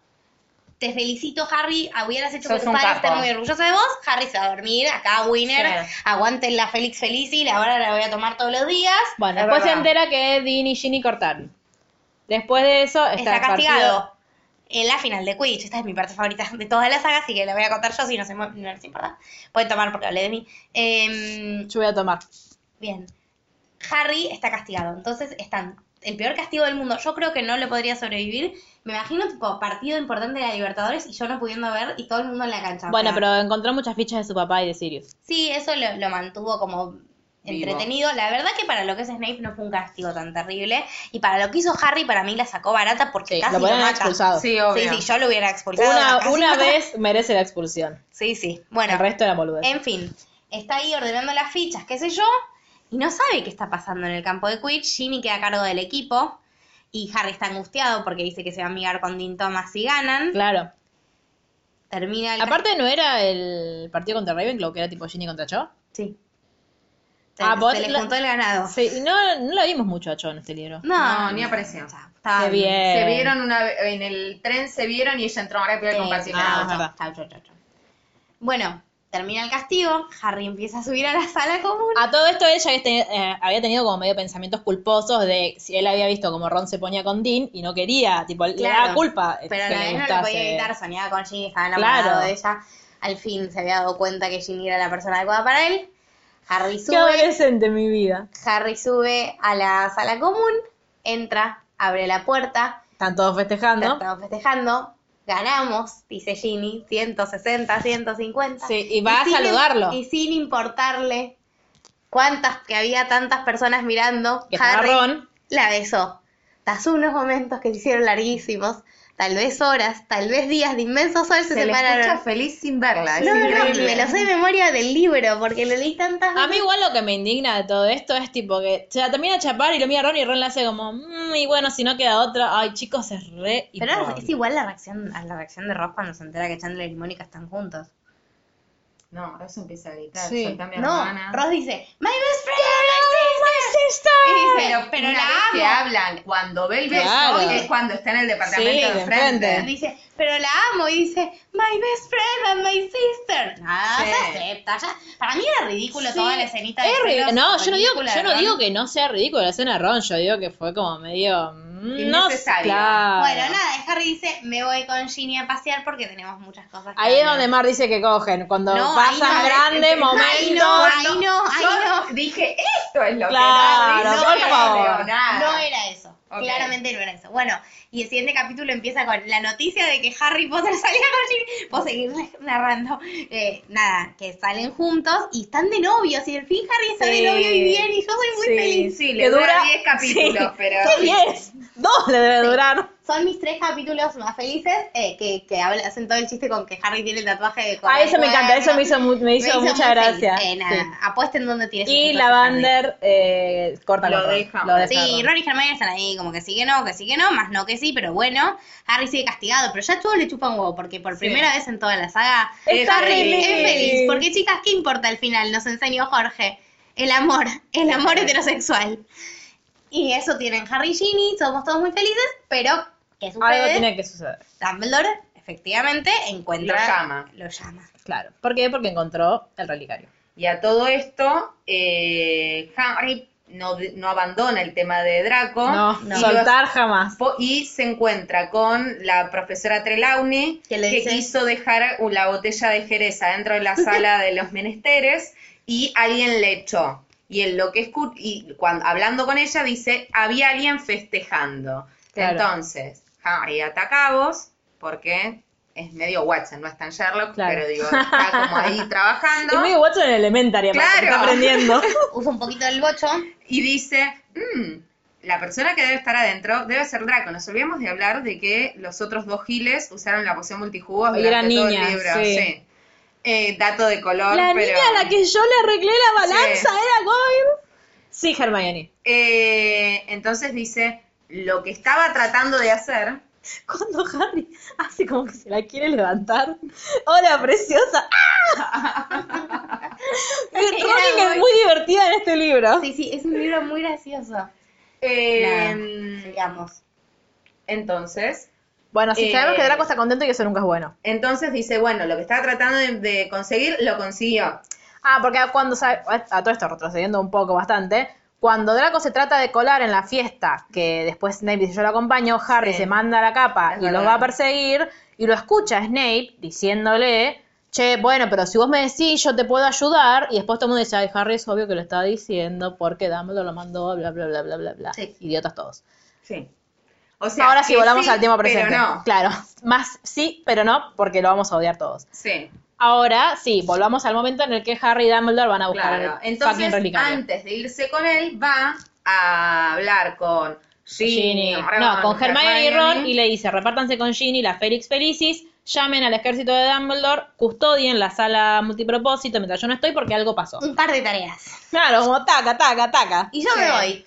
Speaker 2: Te felicito, Harry. Hubieras hecho
Speaker 3: Sos
Speaker 2: que tus
Speaker 3: un
Speaker 2: padres
Speaker 3: capo.
Speaker 2: estén muy orgullosos de vos. Harry se va a dormir. Acá, winner.
Speaker 3: Sí.
Speaker 2: Aguanten la Félix Felici. La hora la voy a tomar todos los días.
Speaker 1: Bueno,
Speaker 3: Es
Speaker 1: después se
Speaker 3: verdad.
Speaker 1: entera que Dean y Ginny cortaron. Después de eso está,
Speaker 2: está,
Speaker 1: este el partido-
Speaker 2: castigado. En la final de Quidditch, esta es mi parte favorita de toda la saga, así que la voy a contar yo si no se mue- no les importa. Pueden tomar porque hablé de mí. Em,
Speaker 1: Yo voy a tomar.
Speaker 2: bien. Harry está castigado, entonces están. El peor castigo del mundo. Yo creo que no lo podría sobrevivir. Me imagino, tipo, partido importante de la Libertadores y yo no pudiendo ver y todo el mundo en la cancha. O
Speaker 1: Bueno,
Speaker 2: sea,
Speaker 1: pero encontró muchas fichas de su papá y de Sirius.
Speaker 2: Sí, eso lo, lo mantuvo como
Speaker 3: Vivo.
Speaker 2: entretenido. La verdad que para lo que es Snape no fue un castigo tan terrible. Y para lo que hizo Harry, para mí la sacó barata porque
Speaker 1: Sí,
Speaker 2: casi
Speaker 1: lo podían haber
Speaker 2: mata.
Speaker 1: expulsado.
Speaker 3: Sí, obvio.
Speaker 2: Sí, sí, yo lo hubiera expulsado.
Speaker 1: Una,
Speaker 2: casi
Speaker 1: una
Speaker 2: mata.
Speaker 1: vez merece la expulsión.
Speaker 2: Sí, sí. Bueno,
Speaker 1: El resto era boludez.
Speaker 2: en fin, está ahí ordenando las fichas, qué sé yo, y no sabe qué está pasando en el campo de Quidditch. Ginny queda a cargo del equipo y Harry está angustiado porque dice que se va a amigar con Dean Thomas si ganan.
Speaker 1: Claro.
Speaker 2: Termina el
Speaker 1: Aparte, ¿no era el partido contra Ravenclaw que era tipo Ginny contra Cho?
Speaker 2: Sí. Se,
Speaker 1: Ah, vos
Speaker 2: se le
Speaker 1: la-
Speaker 2: juntó el ganado.
Speaker 1: Sí, y no, no la vimos mucho a Cho en este libro.
Speaker 2: No,
Speaker 3: No, ni apareció.
Speaker 2: Está- está-
Speaker 1: Qué bien.
Speaker 3: Se vieron una ve- en el tren, se vieron y ella entró ahora voy a compartir
Speaker 1: ah,
Speaker 3: algo.
Speaker 1: es verdad.
Speaker 2: Chau, chau, chau, chau. Bueno, termina el castigo, Harry empieza a subir a la sala común.
Speaker 1: A todo esto ella había tenido, eh, había tenido como medio pensamientos culposos de si él había visto como Ron se ponía con Dean y no quería, tipo, le
Speaker 2: Claro.
Speaker 1: daba culpa eh,
Speaker 2: Pero a
Speaker 1: que
Speaker 2: la
Speaker 1: le
Speaker 2: vez no lo
Speaker 1: gustase.
Speaker 2: podía evitar, soñaba con Ginny, estaba enamorado
Speaker 1: Claro.
Speaker 2: de ella. Al fin se había dado cuenta que Ginny era la persona adecuada para él. Harry
Speaker 1: Qué
Speaker 2: sube,
Speaker 1: adolescente mi vida.
Speaker 2: Harry sube a la sala común, entra, abre la puerta,
Speaker 1: Están todos festejando.
Speaker 2: estamos festejando, ganamos, dice Ginny, 160, 150.
Speaker 1: Sí, y va a
Speaker 2: sin-
Speaker 1: saludarlo.
Speaker 2: Y sin importarle cuántas, que había tantas personas mirando,
Speaker 1: Que estaba
Speaker 2: Harry
Speaker 1: Ron.
Speaker 2: la besó. Tras unos momentos que se hicieron larguísimos, tal vez horas, tal vez días de inmenso sol, se,
Speaker 3: Se le escucha
Speaker 2: separaron.
Speaker 3: feliz sin verla. Es
Speaker 2: No, no, no,
Speaker 3: increíble.
Speaker 2: me lo sé de memoria del libro, porque lo leí tantas
Speaker 1: A mí igual lo que me indigna de todo esto es tipo que se la termina de chapar y lo mira Ron y Ron le hace como, "Mm, y bueno, si no queda otra, ay chicos, es re
Speaker 2: Pero
Speaker 1: improbable".
Speaker 2: es, es igual la reacción a la reacción de Ross cuando se entera que Chandler y Mónica están juntos.
Speaker 3: No, Ross empieza a gritar.
Speaker 1: Sí.
Speaker 3: "Soltá a mi
Speaker 2: No,
Speaker 3: hermana".
Speaker 2: Ross dice, My best friend, my sister. Y dice,
Speaker 3: Pero,
Speaker 2: pero
Speaker 3: una
Speaker 2: la
Speaker 3: vez que
Speaker 2: amo.
Speaker 3: hablan, cuando ve el beso,
Speaker 1: Claro.
Speaker 3: es cuando está en el departamento
Speaker 1: Sí,
Speaker 3: de
Speaker 1: de
Speaker 3: enfrente.
Speaker 1: enfrente.
Speaker 2: Dice, pero la amo. Y dice, my best friend and my sister. Nada,
Speaker 3: Sí.
Speaker 2: se acepta. ya. Para mí era ridículo
Speaker 1: Sí.
Speaker 2: toda la escenita.
Speaker 1: Es
Speaker 2: de
Speaker 1: ri-
Speaker 2: celos
Speaker 1: No, yo no digo,
Speaker 2: ridícula
Speaker 1: yo
Speaker 2: de
Speaker 1: no
Speaker 2: Ron.
Speaker 1: digo que no sea ridículo la escena de Ron, yo digo que fue como medio... mm, No,
Speaker 3: innecesario.
Speaker 1: claro.
Speaker 2: Bueno, nada, y Harry dice, me voy con Ginny a pasear porque tenemos muchas cosas. que
Speaker 1: Ahí es
Speaker 2: hablar".
Speaker 1: donde Mar dice que cogen, cuando
Speaker 2: No, ahí
Speaker 1: pasan
Speaker 2: no,
Speaker 1: grande
Speaker 3: Ahí no,
Speaker 1: momento.
Speaker 2: ahí no, ahí no, ahí
Speaker 3: Yo
Speaker 2: no.
Speaker 3: Dije, esto es lo
Speaker 1: Claro,
Speaker 3: que no,
Speaker 1: por
Speaker 3: no
Speaker 1: favor.
Speaker 3: creo nada.
Speaker 2: No era eso.
Speaker 3: Ok.
Speaker 2: Claramente no era eso. Bueno, y el siguiente capítulo empieza con la noticia de que Harry Potter salía con Ginny. Puedo seguir narrando. Eh, nada, que salen juntos y están de novios. Y el fin Harry está
Speaker 1: Sí.
Speaker 2: de novio y bien. Y yo soy muy
Speaker 1: Sí.
Speaker 2: feliz.
Speaker 3: Sí,
Speaker 1: Que
Speaker 3: le dura
Speaker 1: dura-
Speaker 3: 10 capítulos,
Speaker 1: Sí.
Speaker 3: pero...
Speaker 1: ¿Qué 10? Dos le debe durar.
Speaker 2: Son mis tres capítulos más felices eh, que, que habla- hacen todo el chiste con que Harry tiene el tatuaje de
Speaker 1: Ah, eso me encanta, eso me hizo, mu- me hizo,
Speaker 2: muchas
Speaker 1: mucha gracia.
Speaker 2: Eh, nada, apuesten donde tiene
Speaker 1: Sí.
Speaker 2: su
Speaker 1: Y
Speaker 2: tatuaje Harry.
Speaker 1: Lavander eh, corta
Speaker 3: Lo
Speaker 1: con Ron,
Speaker 3: deja.
Speaker 1: Lo deja.
Speaker 2: Sí, Ron y Hermione están ahí como que sí que no, que sí que no, más no que sí, pero bueno, Harry sigue castigado, pero ya todos le chupan huevo, porque por primera vez en toda la saga,
Speaker 3: Es
Speaker 2: Harry
Speaker 3: feliz.
Speaker 2: es feliz, porque chicas, ¿qué importa al final? Nos enseñó Jorge, el amor, el amor heterosexual. Y eso tienen Harry y Ginny, somos todos muy felices, pero ¿qué sucede?
Speaker 1: Algo tiene que suceder.
Speaker 2: Dumbledore efectivamente encuentra...
Speaker 3: Lo llama.
Speaker 2: Lo llama.
Speaker 1: Claro. ¿Por qué? Porque encontró el relicario.
Speaker 3: Y a todo esto, eh, Harry no, no abandona el tema de Draco.
Speaker 1: No,
Speaker 3: y
Speaker 2: no.
Speaker 3: lo-
Speaker 1: soltar jamás.
Speaker 3: po- y se encuentra con la profesora Trelawney,
Speaker 2: Que le
Speaker 3: que
Speaker 2: dice-
Speaker 3: quiso dejar uh, la botella de Jerez adentro de la sala de los menesteres y alguien le echó. Y en lo que escu- y cuando, hablando con ella dice, había alguien festejando.
Speaker 1: Claro.
Speaker 3: Entonces, Harry ataca a vos porque es medio Watson, no es tan Sherlock,
Speaker 1: Claro.
Speaker 3: pero digo, está como ahí trabajando.
Speaker 1: Es medio Watson en Elementary, aparte,
Speaker 3: Claro.
Speaker 1: está aprendiendo.
Speaker 2: Usa un poquito del bocho.
Speaker 3: y dice, "Mm, la persona que debe estar adentro debe ser Draco. Nos olvidamos de hablar de que los otros dos giles usaron la poción multijugos
Speaker 1: Y
Speaker 3: durante
Speaker 1: eran
Speaker 3: todo
Speaker 1: niñas,
Speaker 3: el libro.
Speaker 1: sí.
Speaker 3: sí. Eh, dato de color,
Speaker 1: La
Speaker 3: pero...
Speaker 1: niña a la que yo le arreglé la balanza
Speaker 3: Sí.
Speaker 1: era Goyle. Sí, Hermione.
Speaker 3: Eh, entonces dice, lo que estaba tratando de hacer...
Speaker 1: Cuando Harry hace como que se la quiere levantar. ¡Hola, preciosa! ¡Ah! Rowling es muy divertida en este libro.
Speaker 2: Sí, sí, es un libro muy gracioso.
Speaker 3: eh,
Speaker 2: Digamos.
Speaker 3: entonces,
Speaker 1: Bueno, sí,
Speaker 3: Eh,
Speaker 1: sabemos que Draco está contento y que eso nunca es bueno.
Speaker 3: entonces dice, bueno, lo que estaba tratando de, de conseguir, lo consiguió.
Speaker 1: Ah, porque cuando sa- a todo esto retrocediendo un poco bastante, cuando Draco se trata de colar en la fiesta, que después Snape dice yo lo acompaño, Harry
Speaker 3: Sí.
Speaker 1: se manda la capa
Speaker 3: Es
Speaker 1: y los
Speaker 3: verdad.
Speaker 1: va a perseguir y lo escucha Snape diciéndole, che, bueno, pero si vos me decís yo te puedo ayudar y después todo el mundo dice, ay, Harry es obvio que lo está diciendo porque Dumbledore lo mandó, bla, bla, bla, bla, bla, bla.
Speaker 2: Sí.
Speaker 1: Idiotas todos.
Speaker 3: Sí. O sea,
Speaker 1: Ahora sí
Speaker 3: que
Speaker 1: volvamos al tema
Speaker 3: pero
Speaker 1: presente.
Speaker 3: no.
Speaker 1: Claro, más sí, pero no, porque lo vamos a odiar todos.
Speaker 3: Sí.
Speaker 1: Ahora sí, volvamos al momento en el que Harry y Dumbledore van a buscar
Speaker 3: Claro,
Speaker 1: el
Speaker 3: entonces
Speaker 1: fucking relicario.
Speaker 3: antes de irse con él va a hablar con Ginny,
Speaker 1: Ginny.
Speaker 3: Ron,
Speaker 1: No, con Hermione y Ron y le dice, repártanse con Ginny la Félix Felicis, llamen al ejército de Dumbledore, custodien la sala multipropósito mientras yo no estoy porque algo pasó.
Speaker 2: Un par de tareas.
Speaker 1: Claro, como taca, taca, taca.
Speaker 2: Y yo me voy.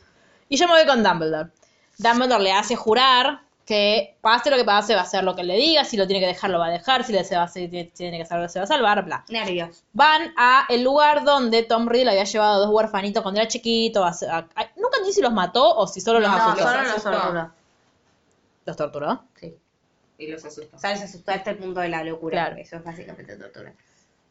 Speaker 1: Y yo me voy con Dumbledore. Dumbledore le hace jurar que pase lo que pase va a hacer lo que le diga, si lo tiene que dejar lo va a dejar, si le se va a, si tiene que salvar se va a salvar, bla.
Speaker 2: Nervios.
Speaker 1: van a el lugar donde Tom Riddle había llevado a dos huerfanitos cuando era chiquito. a- a- a- nunca ni si los mató o si solo los
Speaker 2: No,
Speaker 1: asustó.
Speaker 2: solo los
Speaker 3: asustó.
Speaker 2: torturó.
Speaker 1: ¿Los torturó?
Speaker 3: Y los asustó.
Speaker 2: O sea, los asustó hasta el punto de la locura.
Speaker 1: Claro.
Speaker 2: Eso es básicamente tortura.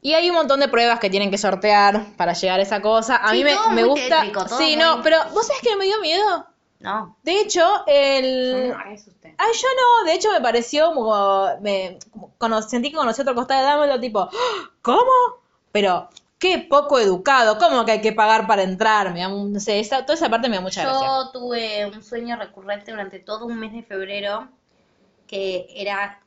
Speaker 1: Y hay un montón de pruebas que tienen que sortear para llegar a esa cosa. A
Speaker 2: Sí,
Speaker 1: mí me,
Speaker 2: todo
Speaker 1: me
Speaker 2: muy
Speaker 1: gusta.
Speaker 2: tétrico, todo
Speaker 1: sí,
Speaker 2: muy-
Speaker 1: no, pero ¿vos sabés que me dio miedo?
Speaker 2: No.
Speaker 1: De hecho, el.
Speaker 3: Ay, asusté.
Speaker 1: Ay, yo no. De hecho, me pareció. como- Me, como- cono- sentí que conocí otro costado de Dumbledore, tipo, ¡Ah! ¿cómo? Pero. Qué poco educado, ¿cómo que hay que pagar para entrar? Me da un- no sé, esa- toda esa parte me da mucha gracia.
Speaker 2: Yo tuve un sueño recurrente durante todo un mes de febrero que era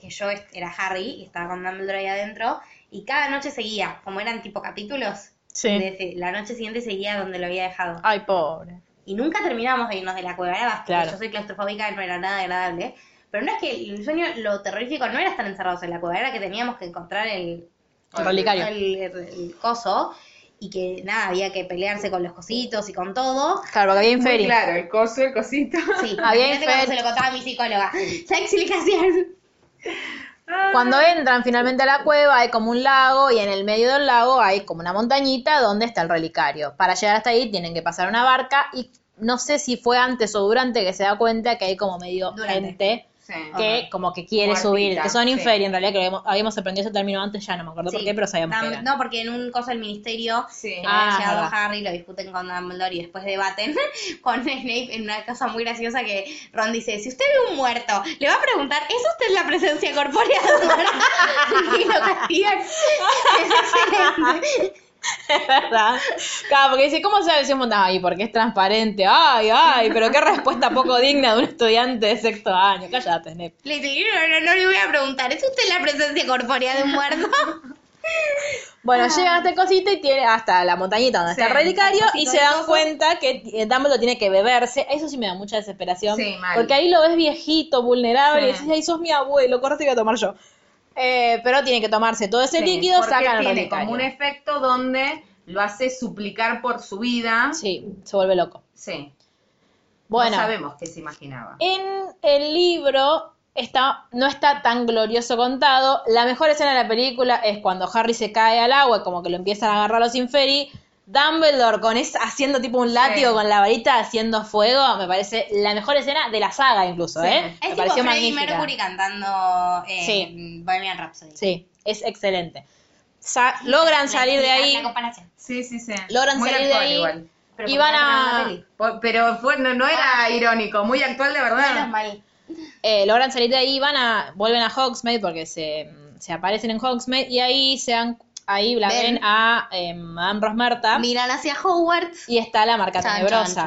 Speaker 2: que yo est- era Harry y estaba con Dumbledore ahí adentro y cada noche seguía, como eran tipo capítulos,
Speaker 1: Sí. Ah.
Speaker 2: desde la noche siguiente seguía donde lo había dejado.
Speaker 1: Ay, pobre.
Speaker 2: Y nunca terminamos de irnos de la cueva, era bastante,
Speaker 1: Claro.
Speaker 2: yo soy claustrofóbica y no era nada agradable. Pero no es que el sueño, lo terrorífico no era estar encerrados en la cueva, era que teníamos que encontrar el,
Speaker 1: El relicario.
Speaker 2: el, el coso y que nada, había que pelearse con los cositos y con todo.
Speaker 1: Claro, porque había
Speaker 3: Muy
Speaker 1: inferi.
Speaker 3: claro, el coso, el cosito.
Speaker 2: Sí,
Speaker 1: Había
Speaker 2: imagínate cuando
Speaker 1: infer-
Speaker 2: se lo contaba a mi psicóloga. La explicación.
Speaker 1: Cuando entran finalmente a la cueva hay como un lago y en el medio del lago hay como una montañita donde está el relicario. Para llegar hasta ahí tienen que pasar una barca y no sé si fue antes o durante que se da cuenta que hay como medio
Speaker 2: Durante.
Speaker 1: gente
Speaker 3: Sí.
Speaker 1: que como que quiere
Speaker 3: Muertita,
Speaker 1: subir, que son
Speaker 3: sí.
Speaker 1: inferior, en realidad que lo habíamos- habíamos aprendido ese término antes, ya no me acuerdo por
Speaker 2: Sí.
Speaker 1: qué, pero sabíamos que
Speaker 2: Dam-
Speaker 1: era.
Speaker 2: No, porque en un coso del ministerio
Speaker 3: Sí.
Speaker 2: que
Speaker 1: Ah,
Speaker 2: ha llegado
Speaker 1: verdad.
Speaker 2: Harry, lo discuten con Dumbledore y después debaten con Snape en una cosa muy graciosa que Ron dice, si usted ve un muerto, le va a preguntar, ¿es usted la presencia corpórea de un muerto?" Y lo castigan. Es excelente.
Speaker 1: Es verdad. Claro, porque dice, ¿cómo sabe si es fantasma? Ay, porque es transparente. Ay, ay, pero qué respuesta poco digna de un estudiante de sexto año. Cállate, Snape.
Speaker 2: Le dice, no, no, no le voy a preguntar, ¿es usted la presencia corpórea de un muerto?
Speaker 1: Bueno, llegan hasta el cosito y tiene hasta la montañita donde
Speaker 3: Ah. Sí,
Speaker 1: está el relicario
Speaker 3: hasta el
Speaker 1: y
Speaker 3: cosito
Speaker 1: se
Speaker 3: del
Speaker 1: dan
Speaker 3: coso.
Speaker 1: cuenta que eh, Dumbledore tiene que beberse. Eso sí me da mucha desesperación.
Speaker 3: Sí, mal.
Speaker 1: Porque ahí lo ves viejito, vulnerable,
Speaker 3: Sí.
Speaker 1: y dices, ay, sos mi abuelo, correte y voy a tomar yo. Eh, pero tiene que tomarse todo ese
Speaker 3: Sí,
Speaker 1: líquido,
Speaker 3: porque
Speaker 1: sacan el
Speaker 3: tiene
Speaker 1: relicario.
Speaker 3: como un efecto donde lo hace suplicar por su vida. Sí.
Speaker 1: Sí, se vuelve loco. Bueno, Eh,
Speaker 3: no sabemos qué se imaginaba.
Speaker 1: en el libro está, no está tan glorioso contado. La mejor escena de la película es cuando Harry se cae al agua, y como que lo empiezan a agarrar los inferi. Dumbledore con es, haciendo tipo un látigo
Speaker 3: Sí.
Speaker 1: con la varita, haciendo fuego, me parece la mejor escena de la saga incluso,
Speaker 3: Sí.
Speaker 1: ¿eh?
Speaker 2: Es
Speaker 1: me
Speaker 2: tipo
Speaker 1: pareció
Speaker 2: Freddie
Speaker 1: magnífica.
Speaker 2: Mercury cantando eh,
Speaker 1: Sí.
Speaker 2: Bohemian Rhapsody.
Speaker 1: Sí, es excelente. Sa- logran salir de
Speaker 2: La- la-
Speaker 1: ahí.
Speaker 2: La comparación.
Speaker 3: Sí, sí, sí.
Speaker 1: Logran
Speaker 3: Muy
Speaker 1: salir de
Speaker 3: actual
Speaker 1: ahí.
Speaker 3: igual.
Speaker 2: Pero
Speaker 1: Y
Speaker 2: porque
Speaker 1: van
Speaker 2: no era una
Speaker 1: a-
Speaker 2: peli.
Speaker 3: Po- Pero fue- no, no
Speaker 1: Ah.
Speaker 3: era irónico, muy actual de
Speaker 2: Menos
Speaker 3: verdad.
Speaker 2: mal.
Speaker 1: eh, logran salir de ahí, van a, vuelven a Hogsmeade porque se, se aparecen en Hogsmeade y ahí se dan, ahí la
Speaker 2: Ven.
Speaker 1: ven a eh, Madame Rosmerta
Speaker 2: Miran hacia Hogwarts.
Speaker 1: y está la marca
Speaker 2: Chan,
Speaker 1: tenebrosa.
Speaker 2: chan,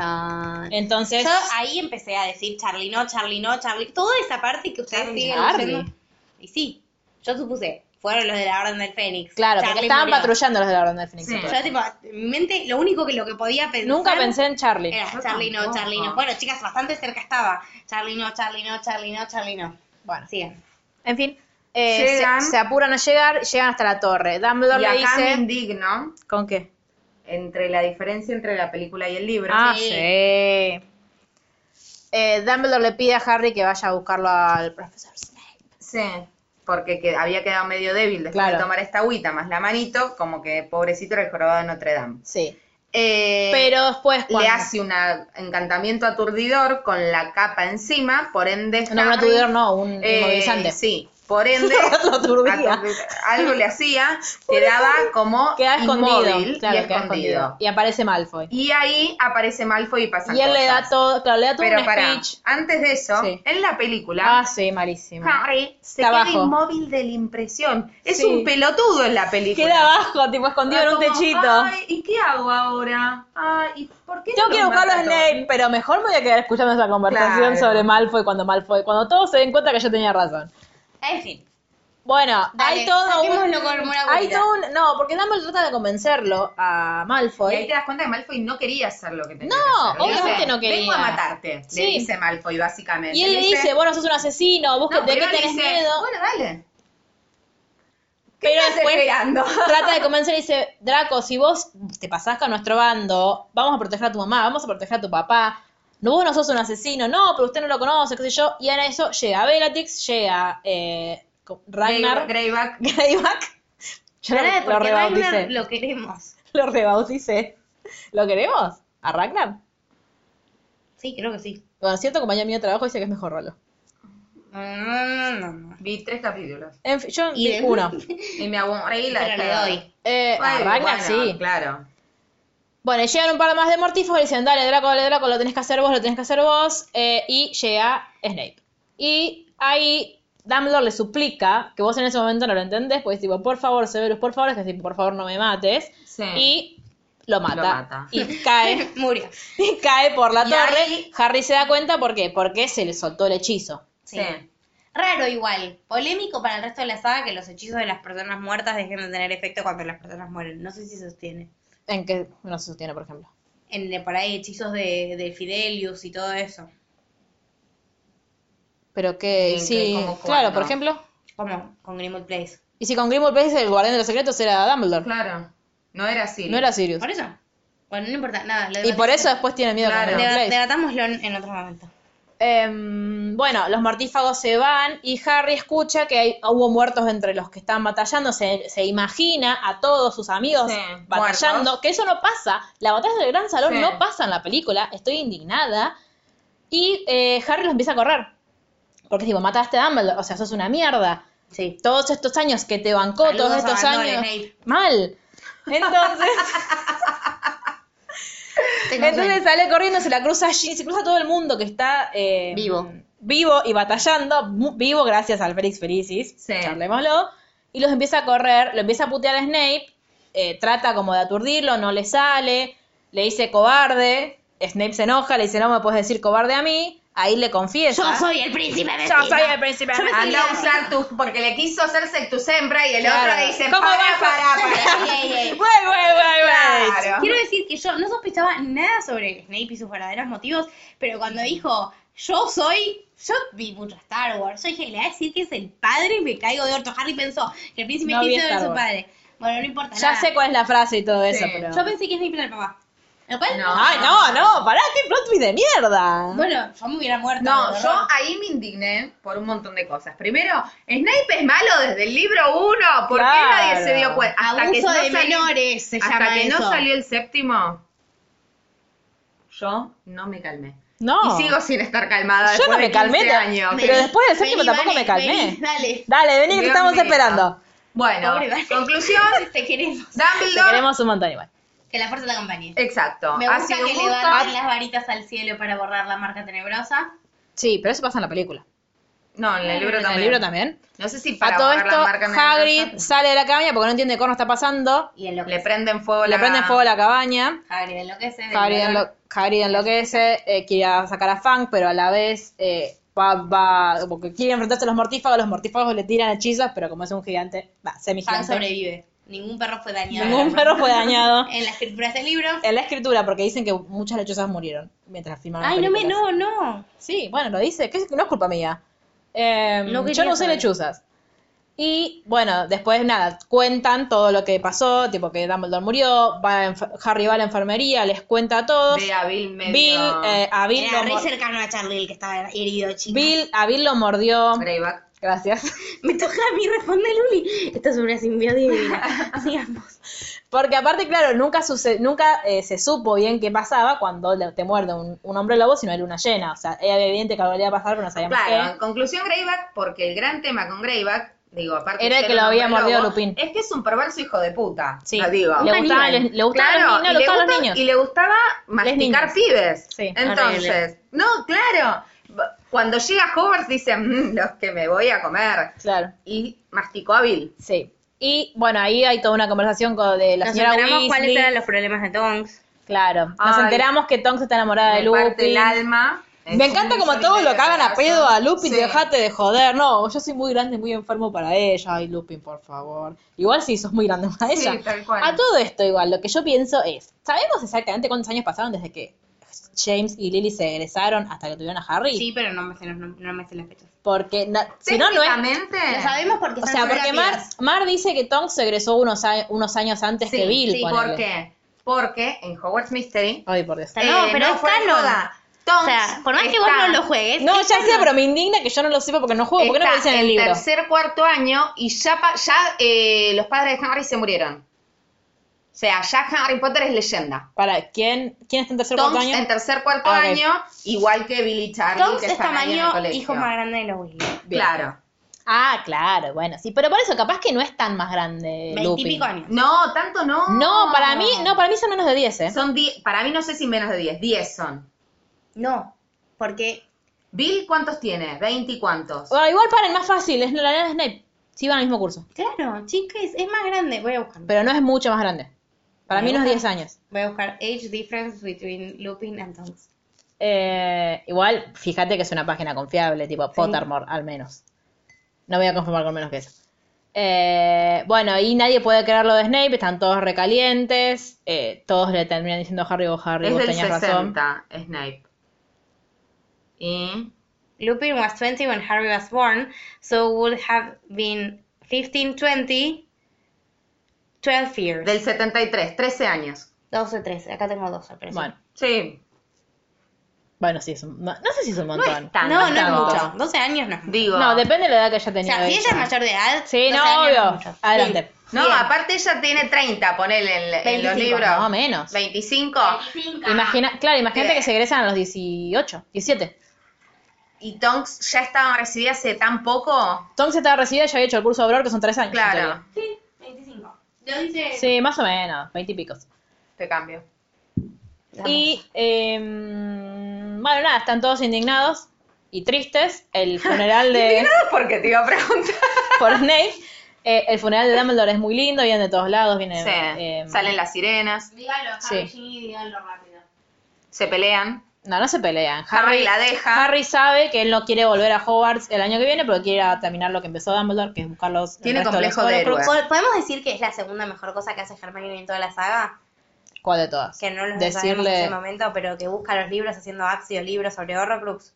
Speaker 2: chan.
Speaker 1: Entonces,
Speaker 2: Yo ahí empecé a decir Charlie no, Charlie no, Charlie. Toda esa parte que ustedes
Speaker 3: Charlie,
Speaker 2: siguen
Speaker 1: Charlie.
Speaker 2: diciendo. Y sí, yo supuse, fueron los de la Orden del Fénix.
Speaker 1: claro,
Speaker 2: Charlie
Speaker 1: porque estaban
Speaker 2: murió.
Speaker 1: patrullando los de la Orden del Fénix.
Speaker 3: Sí.
Speaker 1: claro.
Speaker 2: Yo tipo, en mi mente, lo único que lo que podía pensar.
Speaker 1: Nunca pensé en Charlie.
Speaker 2: Era
Speaker 3: Yo
Speaker 2: Charlie no,
Speaker 3: tampoco.
Speaker 2: Charlie no. Bueno, chicas, bastante cerca estaba. Charlie no, Charlie no, Charlie no, Charlie no.
Speaker 1: Bueno,
Speaker 2: Sigan.
Speaker 1: en fin, eh, se-
Speaker 3: Llegan.
Speaker 1: se, apuran a llegar, llegan hasta la torre. Dumbledore
Speaker 3: Y
Speaker 1: le
Speaker 3: acá me
Speaker 1: dice...
Speaker 3: indigno
Speaker 1: ¿Con qué?
Speaker 3: entre la diferencia entre la película y el libro.
Speaker 1: Ah,
Speaker 2: Sí.
Speaker 1: sí. Eh, Dumbledore le pide a Harry que vaya a buscarlo al profesor Snape.
Speaker 3: Sí, porque que- había quedado medio débil después
Speaker 1: Claro.
Speaker 3: de tomar esta agüita más la manito, como que pobrecito era el jorobado de Notre Dame.
Speaker 1: Sí.
Speaker 3: Eh,
Speaker 1: Pero después cuando...
Speaker 3: le hace un encantamiento aturdidor con la capa encima, por ende
Speaker 1: No, un
Speaker 3: Harry-
Speaker 1: aturdidor no, un
Speaker 3: Eh,
Speaker 1: inmovilizante.
Speaker 3: Sí, por ende
Speaker 1: Lo aturdía.
Speaker 3: aturdi- algo le hacía, quedaba como
Speaker 1: Queda escondido.
Speaker 3: inmóvil
Speaker 1: claro,
Speaker 3: y
Speaker 1: queda escondido.
Speaker 3: escondido.
Speaker 1: Y aparece Malfoy.
Speaker 3: Y ahí aparece Malfoy y pasa
Speaker 1: Y él le da todo, claro, le da todo
Speaker 3: Pero
Speaker 1: un
Speaker 3: para,
Speaker 1: speech.
Speaker 3: antes de eso,
Speaker 1: Sí.
Speaker 3: en la película,
Speaker 1: Ah, sí, malísimo.
Speaker 3: Harry se
Speaker 1: Está
Speaker 3: queda
Speaker 1: abajo.
Speaker 3: inmóvil de la impresión. Es
Speaker 1: Sí.
Speaker 3: un pelotudo en la película. Ah,
Speaker 1: Queda abajo, tipo escondido en un
Speaker 3: Como,
Speaker 1: techito.
Speaker 3: Ay, ¿y qué hago ahora? Ay, ¿y por qué
Speaker 1: Tengo
Speaker 3: no
Speaker 1: que ir a
Speaker 3: lo
Speaker 1: buscarlo a
Speaker 3: mato?
Speaker 1: Snape, pero mejor me voy a quedar escuchando esa conversación
Speaker 3: Claro.
Speaker 1: sobre Malfoy cuando Malfoy, cuando todos se den cuenta que yo tenía razón.
Speaker 2: En fin.
Speaker 1: Bueno,
Speaker 2: Dale,
Speaker 1: hay todo un,
Speaker 2: saquémoslo con una
Speaker 1: hay
Speaker 2: vuelta.
Speaker 1: todo un, no, porque Dumbledore trata de convencerlo a
Speaker 3: Y
Speaker 1: Malfoy.
Speaker 3: ahí te das cuenta que Malfoy no quería hacer lo que tenía
Speaker 1: No,
Speaker 3: que hacer. Le
Speaker 1: obviamente
Speaker 3: dice,
Speaker 1: no quería.
Speaker 3: Vengo a matarte, le
Speaker 1: Sí.
Speaker 3: dice Malfoy, básicamente.
Speaker 1: Y él le dice, bueno, sos un asesino, vos que-
Speaker 3: no,
Speaker 1: de qué
Speaker 3: pero él
Speaker 1: tenés
Speaker 3: dice,
Speaker 1: miedo.
Speaker 3: Bueno, dale. ¿Qué
Speaker 1: Pero
Speaker 3: estás
Speaker 1: después-
Speaker 2: Pues,
Speaker 3: esperando?
Speaker 1: Trata de convencer y dice, Draco, si vos te pasás con nuestro bando, vamos a proteger a tu mamá, vamos a proteger a tu papá. No, vos no sos un asesino, no, pero usted no lo conoce, qué sé yo. Y en eso llega Bellatrix, llega eh, co- Ragnar
Speaker 3: Greyback.
Speaker 1: Greyback. Yo lo,
Speaker 2: Ahora,
Speaker 1: lo
Speaker 2: porque Wagner
Speaker 1: rebauticé. Lo...
Speaker 2: lo queremos.
Speaker 1: rebauticé. ¿Lo queremos? ¿A Ragnar?
Speaker 2: Sí, creo que sí.
Speaker 1: Bueno, cierto compañero mío de trabajo dice que es mejor rolo.
Speaker 2: No, no, no, no.
Speaker 3: Vi tres capítulos.
Speaker 1: En fin, yo
Speaker 2: Y
Speaker 1: vi
Speaker 2: de-
Speaker 1: uno.
Speaker 3: Y me aburrí y la
Speaker 2: Pero le
Speaker 3: dejé.
Speaker 2: doy.
Speaker 1: Eh, a
Speaker 3: Ay,
Speaker 1: Ragnar
Speaker 3: bueno,
Speaker 1: sí.
Speaker 3: Claro.
Speaker 1: Bueno, y llegan un par más de mortífagos y dicen, dale, Draco, dale, Draco, lo tenés que hacer vos, lo tenés que hacer vos. eh, y llega Snape. Y ahí Dumbledore le suplica, que vos en ese momento no lo entendés, porque es tipo, por favor, Severus, por favor, es que es tipo, por favor, no me mates.
Speaker 3: Sí.
Speaker 1: Y lo mata.
Speaker 3: mata.
Speaker 1: Y cae,
Speaker 2: Murió.
Speaker 1: y cae por la
Speaker 3: Y
Speaker 1: torre.
Speaker 3: ahí-
Speaker 1: Harry se da cuenta, ¿por qué? Porque se le soltó el hechizo.
Speaker 2: Sí. Raro igual, polémico para el resto de la saga que los hechizos de las personas muertas dejen de tener efecto cuando las personas mueren. No sé si sostiene.
Speaker 1: En que no se sostiene, por ejemplo.
Speaker 2: En, de por ahí hechizos de, de Fidelius y todo eso.
Speaker 1: Pero que,
Speaker 3: En que
Speaker 1: sí,
Speaker 3: como
Speaker 1: claro,
Speaker 3: cuando.
Speaker 1: por ejemplo.
Speaker 2: Como con Grimwood Place.
Speaker 1: Y si con Grimmauld Place el guardián de los secretos era Dumbledore,
Speaker 3: Claro. No era así.
Speaker 1: no era Sirius.
Speaker 2: Por eso. Bueno, no importa, nada. lo
Speaker 1: Y por
Speaker 2: debatimos-
Speaker 1: eso después tiene miedo
Speaker 3: Claro.
Speaker 1: con
Speaker 2: deba-
Speaker 1: Grimmauld Place.
Speaker 2: debatámoslo en, en otro momento.
Speaker 1: Em, bueno, los mortífagos se van y Harry escucha que hay, hubo muertos entre los que están batallando. Se, se imagina a todos sus amigos
Speaker 3: Sí,
Speaker 1: batallando.
Speaker 3: muertos.
Speaker 1: Que eso no pasa. La batalla del Gran Salón
Speaker 3: Sí.
Speaker 1: no pasa en la película. Estoy indignada. Y eh, Harry los empieza a correr. Porque es tipo, mataste a Dumbledore, o sea, sos una mierda.
Speaker 2: Sí.
Speaker 1: Todos estos años que te bancó,
Speaker 2: Saludos
Speaker 1: todos
Speaker 2: a
Speaker 1: estos
Speaker 2: Van Doren,
Speaker 1: años.
Speaker 2: Nate.
Speaker 1: Mal. Entonces,
Speaker 2: Tengo
Speaker 1: entonces
Speaker 2: sueño.
Speaker 1: sale corriendo, se la cruza allí, se cruza todo el mundo que está eh,
Speaker 2: Vivo.
Speaker 1: vivo y batallando, mu- vivo gracias al Félix Felicis,
Speaker 3: Sí.
Speaker 1: charlémoslo, y los empieza a correr, lo empieza a putear a Snape, eh, trata como de aturdirlo, no le sale, le dice cobarde, Snape se enoja, le dice no me puedes decir cobarde a mí, ahí le confiesa.
Speaker 2: ¿ah? Yo soy el príncipe de
Speaker 1: Yo soy el príncipe.
Speaker 2: Yo me
Speaker 3: Anda a usar tu, porque le quiso hacer sempra y el
Speaker 1: Claro.
Speaker 3: otro le dice,
Speaker 1: ¿Cómo
Speaker 3: para,
Speaker 1: vas a-
Speaker 3: para, para.
Speaker 2: Ey, ey,
Speaker 1: Wait,
Speaker 2: ey.
Speaker 1: wait, wait, wait.
Speaker 3: Claro.
Speaker 2: Quiero decir que yo no sospechaba nada sobre Snape y sus verdaderos motivos, pero cuando dijo, yo soy, yo vi mucho Star Wars, yo dije, le voy a decir que es el padre y me caigo de orto. Harry pensó que el príncipe
Speaker 1: No vi
Speaker 2: Snape era
Speaker 1: Star
Speaker 2: su
Speaker 1: Wars.
Speaker 2: padre. Bueno, no importa
Speaker 1: Ya
Speaker 2: nada.
Speaker 1: sé cuál es la frase y todo eso,
Speaker 3: Sí.
Speaker 1: pero...
Speaker 2: Yo pensé que Snape era el papá. Lo cual,
Speaker 3: No.
Speaker 1: Ay, no, no, pará, qué plot twist de mierda.
Speaker 2: bueno, yo me hubiera muerto.
Speaker 3: No,
Speaker 2: de
Speaker 3: yo
Speaker 2: horror.
Speaker 3: ahí me indigné por un montón de cosas. Primero, Snape es malo desde el libro 1. ¿Por
Speaker 1: Claro.
Speaker 3: qué nadie se dio cuenta? Hasta que
Speaker 2: Abuso
Speaker 3: no
Speaker 2: de
Speaker 3: salió-
Speaker 2: menores se
Speaker 3: Hasta
Speaker 2: llama
Speaker 3: que
Speaker 2: eso.
Speaker 3: no salió el séptimo, yo no me calmé.
Speaker 1: no.
Speaker 3: Y sigo sin estar calmada.
Speaker 1: Yo no
Speaker 3: después
Speaker 1: me
Speaker 3: de
Speaker 1: calmé,
Speaker 3: 15
Speaker 1: te-
Speaker 3: años.
Speaker 1: pero después del séptimo tampoco me calmé.
Speaker 2: vení, dale.
Speaker 1: Dale, vení que te
Speaker 3: Dios
Speaker 1: estamos
Speaker 3: mío.
Speaker 1: esperando.
Speaker 3: Bueno,
Speaker 2: Pobre Vane.
Speaker 3: conclusión,
Speaker 2: Te queremos.
Speaker 1: Te
Speaker 3: Dumbledore.
Speaker 1: queremos un montón igual.
Speaker 2: Que la fuerza te acompañe.
Speaker 3: Exacto.
Speaker 2: Me
Speaker 3: ha
Speaker 2: gusta
Speaker 3: sido
Speaker 2: que
Speaker 3: un
Speaker 2: le
Speaker 3: gusto.
Speaker 2: levanten las varitas al cielo para borrar la marca tenebrosa.
Speaker 1: Sí, pero eso pasa en la película.
Speaker 3: No, en el libro
Speaker 1: En
Speaker 3: también.
Speaker 1: el libro también.
Speaker 3: No sé si
Speaker 1: A
Speaker 3: para
Speaker 1: todo
Speaker 3: borrar la
Speaker 1: esto,
Speaker 3: marca negra,
Speaker 1: Hagrid sale de la cabaña porque no entiende qué corno está pasando.
Speaker 2: Y en lo
Speaker 3: le prenden fuego
Speaker 1: Le
Speaker 3: la...
Speaker 1: prende fuego la cabaña.
Speaker 2: Hagrid enloquece. del
Speaker 1: Hagrid,
Speaker 2: dolor.
Speaker 1: enlo- Hagrid enloquece, eh, quiere a- sacar a Fang, pero a la vez eh, va, va- porque quiere enfrentarse a los mortífagos, los mortífagos le tiran hechizos, pero como es un gigante, va, semi
Speaker 2: Fan
Speaker 1: gigante.
Speaker 2: sobrevive. Ningún perro fue dañado.
Speaker 1: Ningún perro fue dañado.
Speaker 2: En las escrituras del libro.
Speaker 1: En la escritura, porque dicen que muchas lechuzas murieron mientras filmaron.
Speaker 2: Ay, no me,
Speaker 1: películas.
Speaker 2: no, no.
Speaker 1: Sí, bueno, lo dice, que es- no es culpa mía. Eh,
Speaker 2: No quería
Speaker 1: yo no usé
Speaker 2: saber.
Speaker 1: lechuzas. Y bueno, después nada, cuentan todo lo que pasó, tipo que Dumbledore murió, va a enfer- Harry va a la enfermería, les cuenta a todos.
Speaker 3: Ve a Bill medio...
Speaker 1: Bill, eh, a Bill,
Speaker 2: Era
Speaker 1: lo
Speaker 2: re
Speaker 1: mor-
Speaker 2: cercano a Charlie el que estaba herido, chico.
Speaker 1: Bill- a Bill lo mordió.
Speaker 3: Greyback.
Speaker 1: Gracias.
Speaker 2: Me toca a mí responder, Luli. Esto es una simbiosis divina. Sigamos.
Speaker 1: Porque aparte, claro, nunca, suce- nunca eh, se supo bien qué pasaba cuando le- te muerde un, un hombre lobo, sino era luna llena. O sea, era evidente que algo le iba a pasar, pero no sabíamos
Speaker 3: Claro, en
Speaker 1: qué.
Speaker 3: conclusión Greyback, porque el gran tema con Greyback, digo, aparte
Speaker 1: Era
Speaker 3: de
Speaker 1: el
Speaker 3: ser
Speaker 1: que lo
Speaker 3: un
Speaker 1: había
Speaker 3: hombre
Speaker 1: mordido
Speaker 3: lobo,
Speaker 1: Lupin.
Speaker 3: Es que es un perverso hijo de puta.
Speaker 1: Sí.
Speaker 3: lo digo.
Speaker 1: Le gustaban, los- le gustaban
Speaker 3: Claro,
Speaker 1: los niños, le
Speaker 3: y
Speaker 1: gustaban los
Speaker 3: gusta-
Speaker 1: niños.
Speaker 3: Y le gustaba masticar
Speaker 1: niñas.
Speaker 3: pibes.
Speaker 1: Sí,
Speaker 3: Entonces,
Speaker 2: horrible.
Speaker 3: no, claro. Cuando llega Hogwarts dicen, "Mm, los que me voy a comer.
Speaker 1: Claro.
Speaker 3: Y masticó a Bill.
Speaker 1: Sí. Y bueno, ahí hay toda una conversación con, de la
Speaker 2: Nos
Speaker 1: señora
Speaker 2: enteramos
Speaker 1: Weasley.
Speaker 2: cuáles eran los problemas de Tonks.
Speaker 1: Claro. Nos
Speaker 3: Ay.
Speaker 1: enteramos que Tonks está enamorada de
Speaker 3: Me parte el
Speaker 1: Lupin.
Speaker 3: alma.
Speaker 1: Me
Speaker 3: Es
Speaker 1: encanta
Speaker 3: un
Speaker 1: como todos lo
Speaker 3: solitario
Speaker 1: cagan a
Speaker 3: pedazo.
Speaker 1: pedo a Lupin,
Speaker 3: Sí.
Speaker 1: dejate de joder. No, yo soy muy grande, muy enfermo para ella. Ay, Lupin, por favor. Igual si sos muy grande para
Speaker 3: Sí,
Speaker 1: ella.
Speaker 3: tal cual.
Speaker 1: A todo esto igual, lo que yo pienso es, ¿sabemos exactamente cuántos años pasaron desde que James y Lily se egresaron hasta que tuvieron a Harry?
Speaker 2: Sí, pero no me sé, los nom- no, me sé las fechas.
Speaker 1: Porque na- si no, no es...
Speaker 3: Técnicamente,
Speaker 2: Lo sabemos porque
Speaker 1: O
Speaker 2: son
Speaker 1: sea, porque Mar,
Speaker 2: geografías.
Speaker 1: Mar dice que Tonks se egresó unos, a- unos años antes
Speaker 3: Sí,
Speaker 1: que Bill.
Speaker 3: sí,
Speaker 1: ponele.
Speaker 3: ¿por qué? Porque en Hogwarts Mystery eh,
Speaker 1: Ay, por Dios.
Speaker 2: Está- Eh, no, pero es
Speaker 3: fue de
Speaker 2: canon.
Speaker 3: joda.
Speaker 2: O sea, por más que vos
Speaker 3: está-
Speaker 2: no lo juegues.
Speaker 1: No,
Speaker 2: es
Speaker 1: ya
Speaker 2: canon.
Speaker 1: sé, pero me indigna que yo no lo sepa porque no juego. Uh, ¿Por qué no me
Speaker 3: está
Speaker 1: dicen en el libro?
Speaker 3: tercer, cuarto año y ya, pa- ya eh, los padres de Harry se murieron. O sea, ya Harry Potter es leyenda.
Speaker 1: Para, ¿quién, ¿quién está en tercer
Speaker 3: Tonks
Speaker 1: cuarto año?
Speaker 3: en tercer, cuarto
Speaker 1: Ah, ok.
Speaker 3: año, igual que Billy Charlie,
Speaker 2: Tonks
Speaker 3: que
Speaker 2: es
Speaker 3: están ahí en el
Speaker 2: tamaño
Speaker 3: colegio.
Speaker 2: hijo más grande de los Weasley.
Speaker 1: Bien.
Speaker 3: Claro.
Speaker 1: Ah, claro, bueno, sí, pero por eso capaz que no es tan más grande Lupin.
Speaker 2: Veintipico años.
Speaker 3: No, tanto no.
Speaker 1: No, para mí, no, para mí son menos de 10, ¿eh?
Speaker 3: Son die- para mí no sé si menos de 10, 10 son.
Speaker 2: No, porque
Speaker 3: Bill, ¿cuántos tiene? ¿20 y cuántos?
Speaker 1: O igual para el más fácil, es la nena de Snape. Sí van al mismo curso,
Speaker 2: Claro, chicas, es más grande. Voy a buscar.
Speaker 1: pero no es mucho más grande. Para mí no es 10 años.
Speaker 2: Voy a buscar age difference between Lupin and Tonks.
Speaker 1: Eh, igual, fíjate que es una página confiable, tipo Pottermore, al menos. No me voy a conformar con menos que eso. Eh, bueno, y nadie puede creer lo de Snape, están todos recalientes, eh, todos le terminan diciendo Harry o Harry,
Speaker 3: es
Speaker 1: vos
Speaker 3: del
Speaker 1: tenías
Speaker 3: 60,
Speaker 1: razón.
Speaker 3: Snape. Y...
Speaker 2: Lupin was 20 when Harry was born, so would have been 15, 20, 12 years.
Speaker 3: Del 73, 13 años.
Speaker 2: 12, 13. Acá tengo 12, pero sí.
Speaker 1: Bueno,
Speaker 3: Sí.
Speaker 1: bueno, sí, es un- no, no sé si es un montón.
Speaker 3: es tan-
Speaker 2: No, no es
Speaker 3: tanto.
Speaker 2: mucho. 12 años no es mucho.
Speaker 3: Digo.
Speaker 1: No, depende de la edad que ella
Speaker 2: O
Speaker 1: tenía.
Speaker 2: sea, si ella es mayor de edad,
Speaker 1: Sí,
Speaker 2: 12
Speaker 1: no,
Speaker 2: años es
Speaker 1: obvio.
Speaker 2: mucho.
Speaker 1: Adelante.
Speaker 3: No,
Speaker 2: Bien.
Speaker 3: aparte ella tiene 30, ponele en, en los
Speaker 2: 25,
Speaker 3: libros.
Speaker 1: No, menos.
Speaker 3: 25.
Speaker 1: Imagina, claro, imagínate
Speaker 3: Bien.
Speaker 1: que se egresan a los 18, 17.
Speaker 3: y Tonks ya estaban recibidas hace tan poco.
Speaker 1: Tonks estaba recibida, ya había hecho el curso de obrero, que son tres años. en
Speaker 3: Claro,
Speaker 1: teoría.
Speaker 4: Sí, 25. Lo dice.
Speaker 1: Sí, más o menos, veintipicos.
Speaker 3: te cambio.
Speaker 1: Y, eh, bueno, nada, están todos indignados y tristes. El funeral de...
Speaker 3: Porque te iba a preguntar.
Speaker 1: por Snape. Eh, el funeral de Dumbledore es muy lindo, vienen de todos lados, vienen...
Speaker 3: Sí,
Speaker 1: eh,
Speaker 3: Salen las sirenas,
Speaker 4: Dígalo, Harry
Speaker 1: Sí.
Speaker 4: Ginny, dígalo rápido.
Speaker 3: se pelean.
Speaker 1: No, no se pelean.
Speaker 3: Harry la deja.
Speaker 1: Harry sabe que él no quiere volver a Hogwarts el año que viene, pero quiere ir a terminar lo que empezó Dumbledore, que es buscar los... el
Speaker 3: Tiene
Speaker 1: resto los
Speaker 3: complejo de
Speaker 1: Horcrux.
Speaker 3: héroe.
Speaker 2: ¿Po- ¿Podemos decir que es la segunda mejor cosa que hace Hermione en toda la saga?
Speaker 1: ¿Cuál de todas?
Speaker 2: Que no lo sabemos en
Speaker 1: Decirle...
Speaker 2: ese momento, pero que busca los libros haciendo axio libros sobre Horrocrux.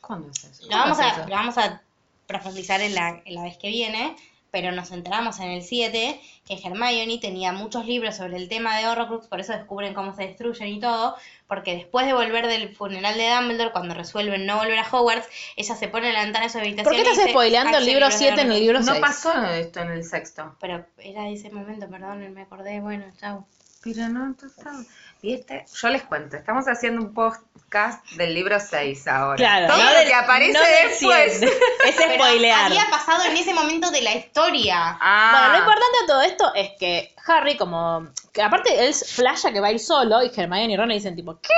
Speaker 1: ¿Cuándo es eso?
Speaker 2: Lo vamos,
Speaker 1: ¿Cuándo es
Speaker 2: a,
Speaker 1: eso?
Speaker 2: lo vamos a profundizar en la, en la vez que viene, pero nos enteramos en el 7 que Hermione tenía muchos libros sobre el tema de Horrocrux, por eso descubren cómo se destruyen y todo, porque después de volver del funeral de Dumbledore, cuando resuelven no volver a Hogwarts, ella se pone en la ventana de su habitación
Speaker 1: ¿Por qué
Speaker 2: y
Speaker 1: estás
Speaker 2: dice,
Speaker 1: spoileando el
Speaker 2: "Axio,
Speaker 1: libro
Speaker 2: libros de
Speaker 1: 7 en el
Speaker 2: Horrocrux".
Speaker 1: libro 6?
Speaker 3: No pasó esto en el sexto.
Speaker 2: Pero era de ese momento, perdón, me acordé, bueno, chau.
Speaker 3: Pero no, tú sabes. Y este, yo les cuento, estamos haciendo un podcast del libro 6 ahora.
Speaker 1: Claro,
Speaker 3: Todo
Speaker 1: no
Speaker 3: lo
Speaker 1: del-
Speaker 3: que aparece
Speaker 1: no del
Speaker 3: después.
Speaker 1: 100. Es
Speaker 2: Pero
Speaker 1: spoilear.
Speaker 2: había pasado en ese momento de la historia.
Speaker 1: Bueno, lo
Speaker 3: Ah,
Speaker 1: importante de todo esto es que Harry, como. que aparte él flasha que va a ir solo, y Hermione y Ron le dicen, tipo, ¿qué?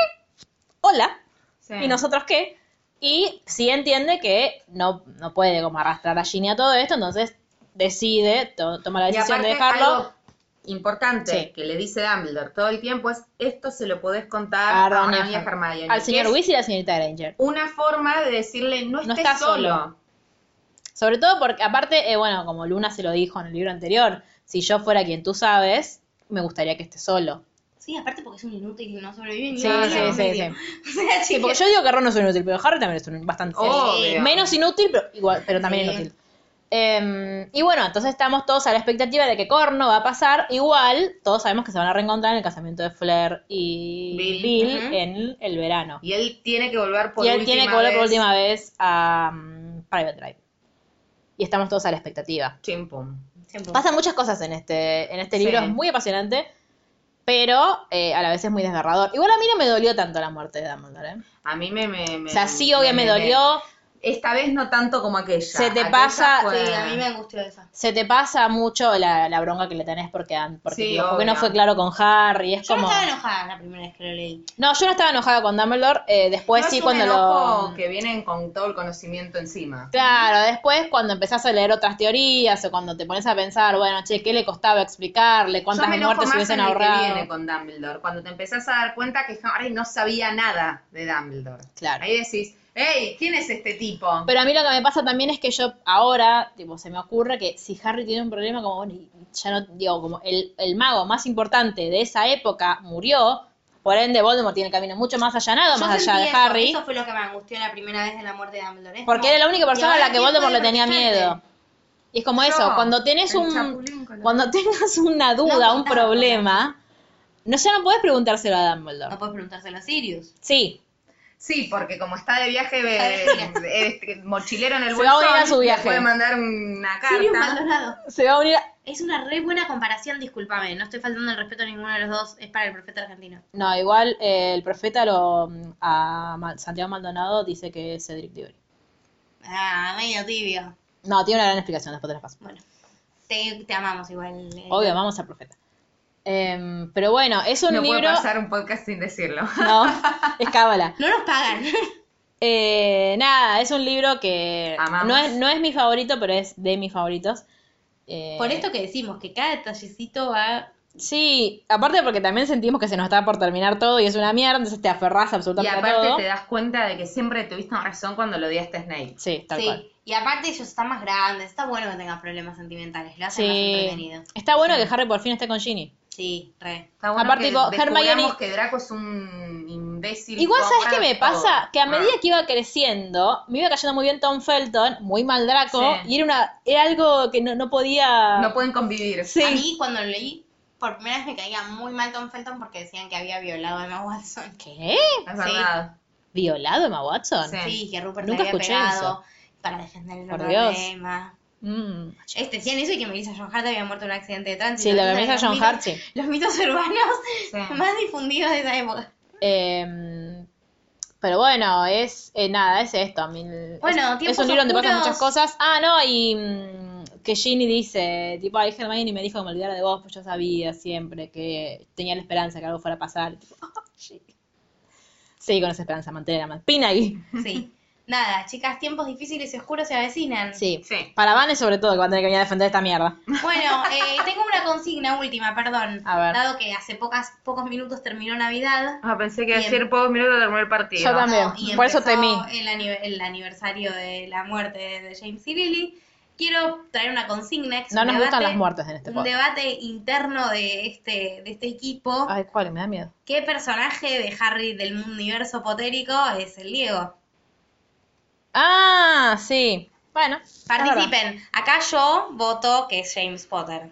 Speaker 1: Hola.
Speaker 3: sí.
Speaker 1: ¿Y nosotros qué? Y sí entiende que no, no puede como arrastrar a Ginny a todo esto, entonces decide, to- toma la
Speaker 3: Y
Speaker 1: decisión de
Speaker 3: aparte,
Speaker 1: dejarlo.
Speaker 3: algo importante
Speaker 1: Sí.
Speaker 3: que le dice Dumbledore todo el tiempo es esto se lo podés contar
Speaker 1: a
Speaker 3: a,
Speaker 1: Ron y a
Speaker 3: Ron y a
Speaker 1: Harry.
Speaker 3: Hermione.
Speaker 1: Al
Speaker 3: que
Speaker 1: señor
Speaker 3: es
Speaker 1: Weasley y a la señorita Granger.
Speaker 3: Una forma de decirle no,
Speaker 1: No
Speaker 3: estés
Speaker 1: estás solo.
Speaker 3: solo.
Speaker 1: Sobre todo porque, aparte, eh, bueno, como Luna se lo dijo en el libro anterior, si yo fuera quien tú sabes, me gustaría que esté solo.
Speaker 2: Sí, aparte porque es un inútil, no sobrevive ni
Speaker 1: Sí,
Speaker 2: una
Speaker 1: sí,
Speaker 2: vida,
Speaker 1: sí,
Speaker 2: medio.
Speaker 1: sí.
Speaker 2: O sea,
Speaker 1: Sí, porque
Speaker 2: chicos,
Speaker 1: yo digo que Ron no es un inútil, pero Harry también es un bastante
Speaker 3: Obvio.
Speaker 1: menos inútil, pero igual, pero también
Speaker 2: Sí.
Speaker 1: inútil. Em, y bueno, entonces estamos todos a la expectativa de que Corno va a pasar. Igual, todos sabemos que se van a reencontrar en el casamiento de Flair y Bill,
Speaker 3: Bill.
Speaker 2: Ujú.
Speaker 1: en el verano.
Speaker 3: Y él tiene que volver por
Speaker 1: y él
Speaker 3: última
Speaker 1: tiene que volver por
Speaker 3: vez.
Speaker 1: última vez a mm, Private Drive. Y estamos todos a la expectativa.
Speaker 3: Chim, pum.
Speaker 2: Siempre.
Speaker 1: Pasan muchas cosas en este, en este libro,
Speaker 3: Sí.
Speaker 1: es muy apasionante, pero eh, a la vez es muy desgarrador. Igual a mí no me dolió tanto la muerte de Dumbledore. ¿eh?
Speaker 3: A mí me, me, me-
Speaker 1: O sea, sí, obviamente me dolió,
Speaker 3: Esta vez no tanto como aquella.
Speaker 1: Se te
Speaker 3: Aquella
Speaker 1: pasa-
Speaker 3: fue-
Speaker 2: Sí, a mí me angustió esa.
Speaker 1: se te pasa mucho la, la bronca que le tenés porque, dan- porque,
Speaker 3: Sí,
Speaker 1: digo, porque no
Speaker 3: obvio.
Speaker 1: fue claro con Harry. Es
Speaker 2: Yo
Speaker 1: como.
Speaker 2: no estaba enojada la primera vez que lo leí.
Speaker 1: No, yo no estaba enojada con Dumbledore. eh, después
Speaker 3: No
Speaker 1: sí,
Speaker 3: es un
Speaker 1: cuando
Speaker 3: enojo
Speaker 1: lo.
Speaker 3: que vienen con todo el conocimiento encima.
Speaker 1: Claro, después cuando empezás a leer otras teorías o cuando te pones a pensar, bueno, che, ¿qué le costaba explicarle?
Speaker 3: Yo
Speaker 1: ¿Cuántas
Speaker 3: me enojo
Speaker 1: muertes se
Speaker 3: más
Speaker 1: hubiesen
Speaker 3: en el que
Speaker 1: ahorrado?
Speaker 3: viene con Dumbledore. Cuando te empezás a dar cuenta que Harry no sabía nada de Dumbledore.
Speaker 1: Claro.
Speaker 3: Ahí decís, hey, ¿quién es este tipo?
Speaker 1: Pero a mí lo que me pasa también es que yo ahora, tipo, se me ocurre que si Harry tiene un problema, como bueno, y ya no, digo, como el, el mago más importante de esa época murió, por ende Voldemort tiene el camino mucho más allanado,
Speaker 2: Yo
Speaker 1: más allá
Speaker 2: sentí
Speaker 1: de
Speaker 2: eso,
Speaker 1: Harry.
Speaker 2: Eso fue lo que me angustió la primera vez de la muerte de Dumbledore. Es
Speaker 1: Porque
Speaker 2: como,
Speaker 1: era la única persona a
Speaker 2: ahora
Speaker 1: la que
Speaker 2: quién
Speaker 1: Voldemort le
Speaker 2: puede
Speaker 1: tenía
Speaker 2: protegerte?
Speaker 1: miedo. Y es como
Speaker 3: Yo,
Speaker 1: eso, cuando tenés
Speaker 3: el
Speaker 1: un
Speaker 3: Chapulín Colorado.
Speaker 1: cuando tengas una duda,
Speaker 2: No,
Speaker 1: un
Speaker 2: contaba,
Speaker 1: problema, no ya no podés preguntárselo a Dumbledore.
Speaker 2: No puedes preguntárselo a Sirius.
Speaker 1: Sí,
Speaker 3: Sí, porque como está de viaje,
Speaker 2: Está de gira.
Speaker 3: eh, este, mochilero en el
Speaker 1: Se va a unir
Speaker 3: bolsón,
Speaker 1: a su
Speaker 3: le
Speaker 1: viaje.
Speaker 3: puede mandar una
Speaker 2: Sirius
Speaker 3: carta.
Speaker 2: Maldonado.
Speaker 1: se va a unir a-
Speaker 2: Es una re buena comparación, discúlpame. No estoy faltando el respeto a ninguno de los dos. Es para el profeta argentino.
Speaker 1: No, igual eh, el profeta lo mm, a Ma- Santiago Maldonado dice que es Cedric Diggory.
Speaker 2: Ah, medio tibio.
Speaker 1: No, tiene una gran explicación, después te la paso.
Speaker 2: Bueno, te, te amamos igual. eh.
Speaker 1: Obvio, vamos al profeta. Em, pero bueno, es un
Speaker 3: No puede
Speaker 1: libro.
Speaker 3: pasar un podcast sin decirlo.
Speaker 1: No, es cábala.
Speaker 2: No nos pagan.
Speaker 1: Eh, nada, es un libro que
Speaker 3: Amamos.
Speaker 1: no es, no es mi favorito, pero es de mis favoritos. Eh,
Speaker 2: Por esto que decimos, que cada detallecito va...
Speaker 1: Sí, aparte porque también sentimos que se nos está por terminar todo y es una mierda, entonces te aferras
Speaker 3: Y
Speaker 1: absolutamente a
Speaker 3: aparte
Speaker 1: todo.
Speaker 3: te das cuenta de que siempre tuviste razón cuando lo odiaste a Snape.
Speaker 1: Sí, tal
Speaker 2: sí.
Speaker 1: cual.
Speaker 2: Y aparte ellos están más grandes. Está bueno que tengas problemas sentimentales. Lo hacen más
Speaker 1: Sí.
Speaker 2: entretenido.
Speaker 1: Está bueno que Harry por fin esté con Ginny.
Speaker 2: Sí, re.
Speaker 3: Está bueno
Speaker 1: Aparte,
Speaker 3: que
Speaker 1: tipo,
Speaker 3: descubramos
Speaker 1: Hermione-
Speaker 3: que Draco es un imbécil.
Speaker 1: Igual, ¿sabes qué
Speaker 3: compra
Speaker 1: me
Speaker 3: todo.
Speaker 1: pasa? Que a
Speaker 3: Ah.
Speaker 1: medida que iba creciendo, me iba cayendo muy bien Tom Felton, muy mal Draco,
Speaker 3: Sí.
Speaker 1: y era, una, era algo que no, no podía...
Speaker 3: No pueden convivir.
Speaker 1: Sí.
Speaker 2: A mí cuando lo leí, por primera vez me caía muy mal Tom Felton porque decían que había violado a Emma Watson.
Speaker 1: ¿Qué?
Speaker 3: Es verdad.
Speaker 1: ¿Violado Emma Watson?
Speaker 3: Sí.
Speaker 2: Sí, que Rupert
Speaker 1: Nunca
Speaker 2: le había
Speaker 1: escuché
Speaker 2: pegado para defender el
Speaker 1: Por
Speaker 2: honor
Speaker 1: Dios.
Speaker 2: de Emma.
Speaker 1: Mm.
Speaker 2: Este, decían eso y que Melissa John Hart había muerto en un accidente de tránsito.
Speaker 1: Sí, la
Speaker 2: Entonces,
Speaker 1: Melissa
Speaker 2: los
Speaker 1: Joan
Speaker 2: mitos-
Speaker 1: Hart, sí.
Speaker 2: Los mitos urbanos
Speaker 3: Sí.
Speaker 2: más difundidos de esa época.
Speaker 1: Eh, Pero bueno, es eh, nada, es esto. a mí el-
Speaker 2: Bueno,
Speaker 1: es- es,
Speaker 2: tiempos
Speaker 1: un libro donde pasan
Speaker 2: oscuros.
Speaker 1: muchas cosas. Ah, no, y mm, que Ginny dice, tipo, ay, Hermione me dijo que me olvidara de vos, pues yo sabía siempre que tenía la esperanza que algo fuera a pasar. Y tipo, ah, sí. Sí, con esa esperanza, mantener la manpina ahí.
Speaker 2: Mm, Sí. Nada, chicas, tiempos difíciles y oscuros se avecinan.
Speaker 1: Sí.
Speaker 3: Sí.
Speaker 1: Para Vane sobre todo, que va a tener que venir a defender esta mierda.
Speaker 2: Bueno, eh, tengo una consigna última, perdón.
Speaker 1: A ver.
Speaker 2: Dado que hace pocas, pocos minutos terminó Navidad.
Speaker 3: Ah, pensé que
Speaker 2: Bien.
Speaker 3: decir pocos minutos terminó el partido.
Speaker 1: Yo también.
Speaker 2: No, y
Speaker 1: Por eso
Speaker 2: empezó
Speaker 1: temí.
Speaker 2: El, ani- el aniversario de la muerte de James y Lily. Quiero traer una consigna. que es
Speaker 1: No
Speaker 2: un
Speaker 1: nos gustan
Speaker 2: debate-
Speaker 1: las muertes en este
Speaker 2: Un
Speaker 1: podcast.
Speaker 2: debate interno de este, de este equipo.
Speaker 1: Ay, ¿cuál? Me da miedo.
Speaker 2: ¿Qué personaje de Harry del universo potérico es el Diego?
Speaker 1: Ah, sí. Bueno. es verdad.
Speaker 2: Participen. Acá yo voto que es James Potter.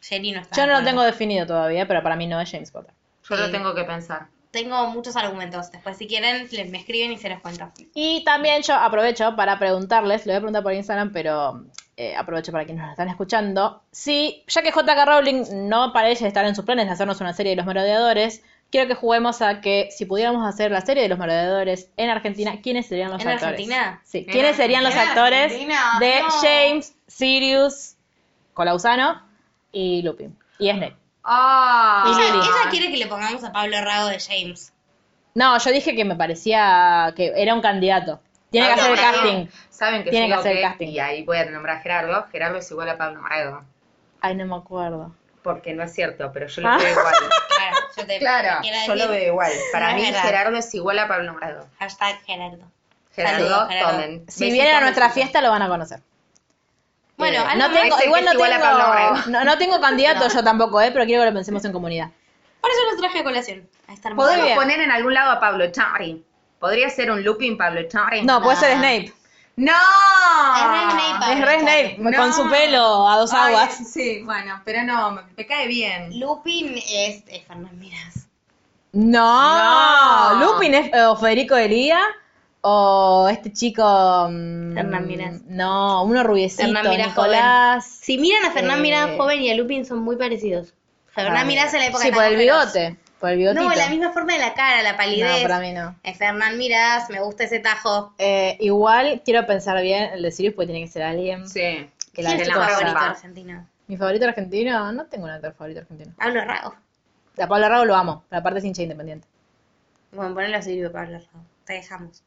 Speaker 2: Jenny no está.
Speaker 1: Yo
Speaker 2: de
Speaker 1: no lo
Speaker 2: acuerdo.
Speaker 1: tengo definido todavía, pero para mí no es James Potter.
Speaker 3: Yo
Speaker 2: Sí.
Speaker 3: lo tengo que pensar.
Speaker 2: Tengo muchos argumentos. Después, si quieren, le- me escriben y se los cuento.
Speaker 1: Y también yo aprovecho para preguntarles, lo voy a preguntar por Instagram, pero eh, aprovecho para quienes nos están escuchando, si ya que J.K. Rowling no parece estar en sus planes de hacernos una serie de los merodeadores, quiero que juguemos a que si pudiéramos hacer la serie de los merodeadores en Argentina, ¿quiénes serían los
Speaker 2: ¿En
Speaker 1: actores?
Speaker 2: Argentina?
Speaker 1: Sí,
Speaker 3: ¿En
Speaker 1: ¿quiénes serían los
Speaker 4: Argentina?
Speaker 1: actores
Speaker 4: Argentina,
Speaker 1: de
Speaker 4: no.
Speaker 1: James, Sirius, Colausano y Lupin? Y Snape.
Speaker 3: Ah,
Speaker 1: Y
Speaker 2: Ella,
Speaker 1: Lili.
Speaker 2: ella quiere que le pongamos a Pablo Rago de James.
Speaker 1: No, yo dije que me parecía que era un candidato. Tiene que
Speaker 3: Pablo
Speaker 1: hacer el
Speaker 3: Marego.
Speaker 1: casting.
Speaker 3: Saben que
Speaker 1: Tiene
Speaker 3: sí,
Speaker 1: que hacer
Speaker 3: ok,
Speaker 1: el casting.
Speaker 3: Y ahí voy a nombrar a Gerardo. Gerardo es igual a Pablo Marego.
Speaker 1: Ay, no me acuerdo.
Speaker 3: Porque no es cierto, pero yo lo
Speaker 1: Ah.
Speaker 3: veo igual.
Speaker 2: Claro, yo te
Speaker 3: Claro,
Speaker 2: te quiero
Speaker 3: yo lo
Speaker 2: decir.
Speaker 3: veo igual. Para
Speaker 2: No es
Speaker 3: mí
Speaker 2: verdad.
Speaker 3: Gerardo es igual a Pablo Marego.
Speaker 2: Hashtag Gerardo.
Speaker 3: Gerardo,
Speaker 2: Saludos, Gerardo.
Speaker 3: tomen.
Speaker 1: Si
Speaker 3: Besitos,
Speaker 1: vienen a nuestra
Speaker 3: besitos.
Speaker 1: fiesta lo van a conocer.
Speaker 2: Bueno,
Speaker 3: Bien.
Speaker 2: algo
Speaker 1: No
Speaker 2: más.
Speaker 1: tengo,
Speaker 3: Ese
Speaker 1: igual
Speaker 3: que
Speaker 1: no
Speaker 3: es igual a Pablo
Speaker 2: eh.
Speaker 1: tengo,
Speaker 3: Abreu.
Speaker 1: no, no tengo candidato yo tampoco, eh, pero quiero que lo pensemos en comunidad.
Speaker 2: Por eso los traje a colación. A estar muy
Speaker 1: Muy
Speaker 3: Podemos
Speaker 1: bien.
Speaker 3: poner en algún lado a Pablo Chari. Podría ser un looping Pablo Chari.
Speaker 1: No, puede
Speaker 2: No.
Speaker 1: ser Snape.
Speaker 3: ¡No!
Speaker 2: Es re Snape.
Speaker 1: Es re Snape,
Speaker 3: No.
Speaker 1: con su pelo a dos
Speaker 3: Ay,
Speaker 1: aguas.
Speaker 3: sí, bueno, pero no, me, me cae bien.
Speaker 2: Lupin es, es Fernández Miras.
Speaker 1: No.
Speaker 3: No.
Speaker 1: Lupin es eh, o Federico Elía o este chico. mm,
Speaker 2: Hernán Miras.
Speaker 1: No, uno rubiecito,
Speaker 2: Hernán Miras
Speaker 1: Nicolás.
Speaker 2: Si miran a Fernán
Speaker 1: Eh. Ah,
Speaker 2: Mirás joven y a Lupin son muy parecidos. Fernán Mirás en la época
Speaker 1: Sí,
Speaker 2: de
Speaker 1: por el
Speaker 2: Thanos Feroz.
Speaker 1: bigote, por el bigotito.
Speaker 2: No, la misma forma de la cara, la palidez.
Speaker 1: No, para mí no.
Speaker 2: Es Fernán Mirás, me gusta ese tajo.
Speaker 1: Eh, igual quiero pensar bien el de Sirius porque tiene que ser alguien
Speaker 3: Sí.
Speaker 1: que la
Speaker 2: ¿Quién es tu
Speaker 1: cosa.
Speaker 2: favorito argentino?
Speaker 1: Mi favorito argentino, no tengo un actor favorito argentino.
Speaker 2: Pablo Rago.
Speaker 1: A Pablo Rago lo amo, pero aparte es hincha independiente.
Speaker 2: Bueno, ponelo a Silvio Pablo Rago. Te dejamos.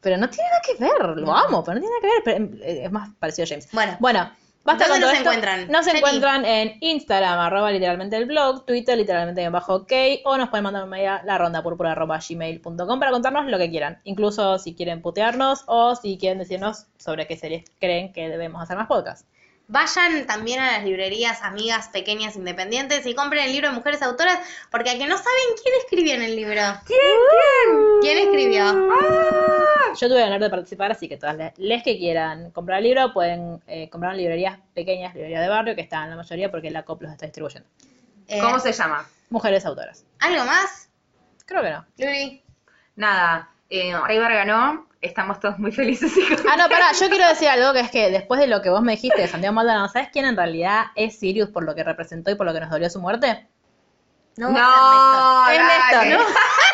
Speaker 1: Pero no tiene nada que ver, lo amo, pero no tiene nada que ver, pero, eh, es más parecido a James.
Speaker 2: Bueno.
Speaker 1: basta con todo
Speaker 2: ¿Dónde nos
Speaker 1: esto.
Speaker 2: encuentran?
Speaker 1: Nos
Speaker 2: Jenny.
Speaker 1: encuentran en Instagram, arroba literalmente el blog, Twitter literalmente guión bajo ok, o nos pueden mandar un mail a la ronda púrpura arroba gmail.com para contarnos lo que quieran, incluso si quieren putearnos o si quieren decirnos sobre qué series creen que debemos hacer más podcasts.
Speaker 2: Vayan también a las librerías amigas pequeñas independientes y compren el libro de mujeres autoras, porque a que no saben quién escribió en el libro. ¿Quién? ¿Quién? escribió?
Speaker 1: Yo tuve el honor de participar, así que todas las- les que quieran comprar el libro pueden eh, comprar en librerías pequeñas, librerías de barrio, que están la mayoría porque la COP los está distribuyendo.
Speaker 2: Eh,
Speaker 3: ¿Cómo se llama?
Speaker 1: Mujeres autoras.
Speaker 2: ¿Algo más?
Speaker 1: Creo que no.
Speaker 2: Luli.
Speaker 3: Nada, eh, River ganó, estamos todos muy felices. y
Speaker 1: Ah, no, pará, yo quiero decir algo que es que después de lo que vos me dijiste de Santiago Maldonado, ¿sabes quién en realidad es Sirius por lo que representó y por lo que nos dolió su muerte?
Speaker 2: No,
Speaker 3: No,
Speaker 2: vas a ser Néstor.
Speaker 1: es Néstor.
Speaker 3: Ah, dale.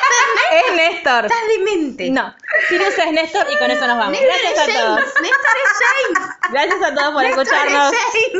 Speaker 1: es Néstor.
Speaker 2: Estás demente.
Speaker 1: No, Sirius es Néstor y con eso nos vamos.
Speaker 2: Néstor es
Speaker 1: Gracias a
Speaker 2: James.
Speaker 1: todos.
Speaker 2: Néstor es James.
Speaker 1: Gracias a todos por
Speaker 2: Néstor
Speaker 1: escucharnos.
Speaker 2: es James.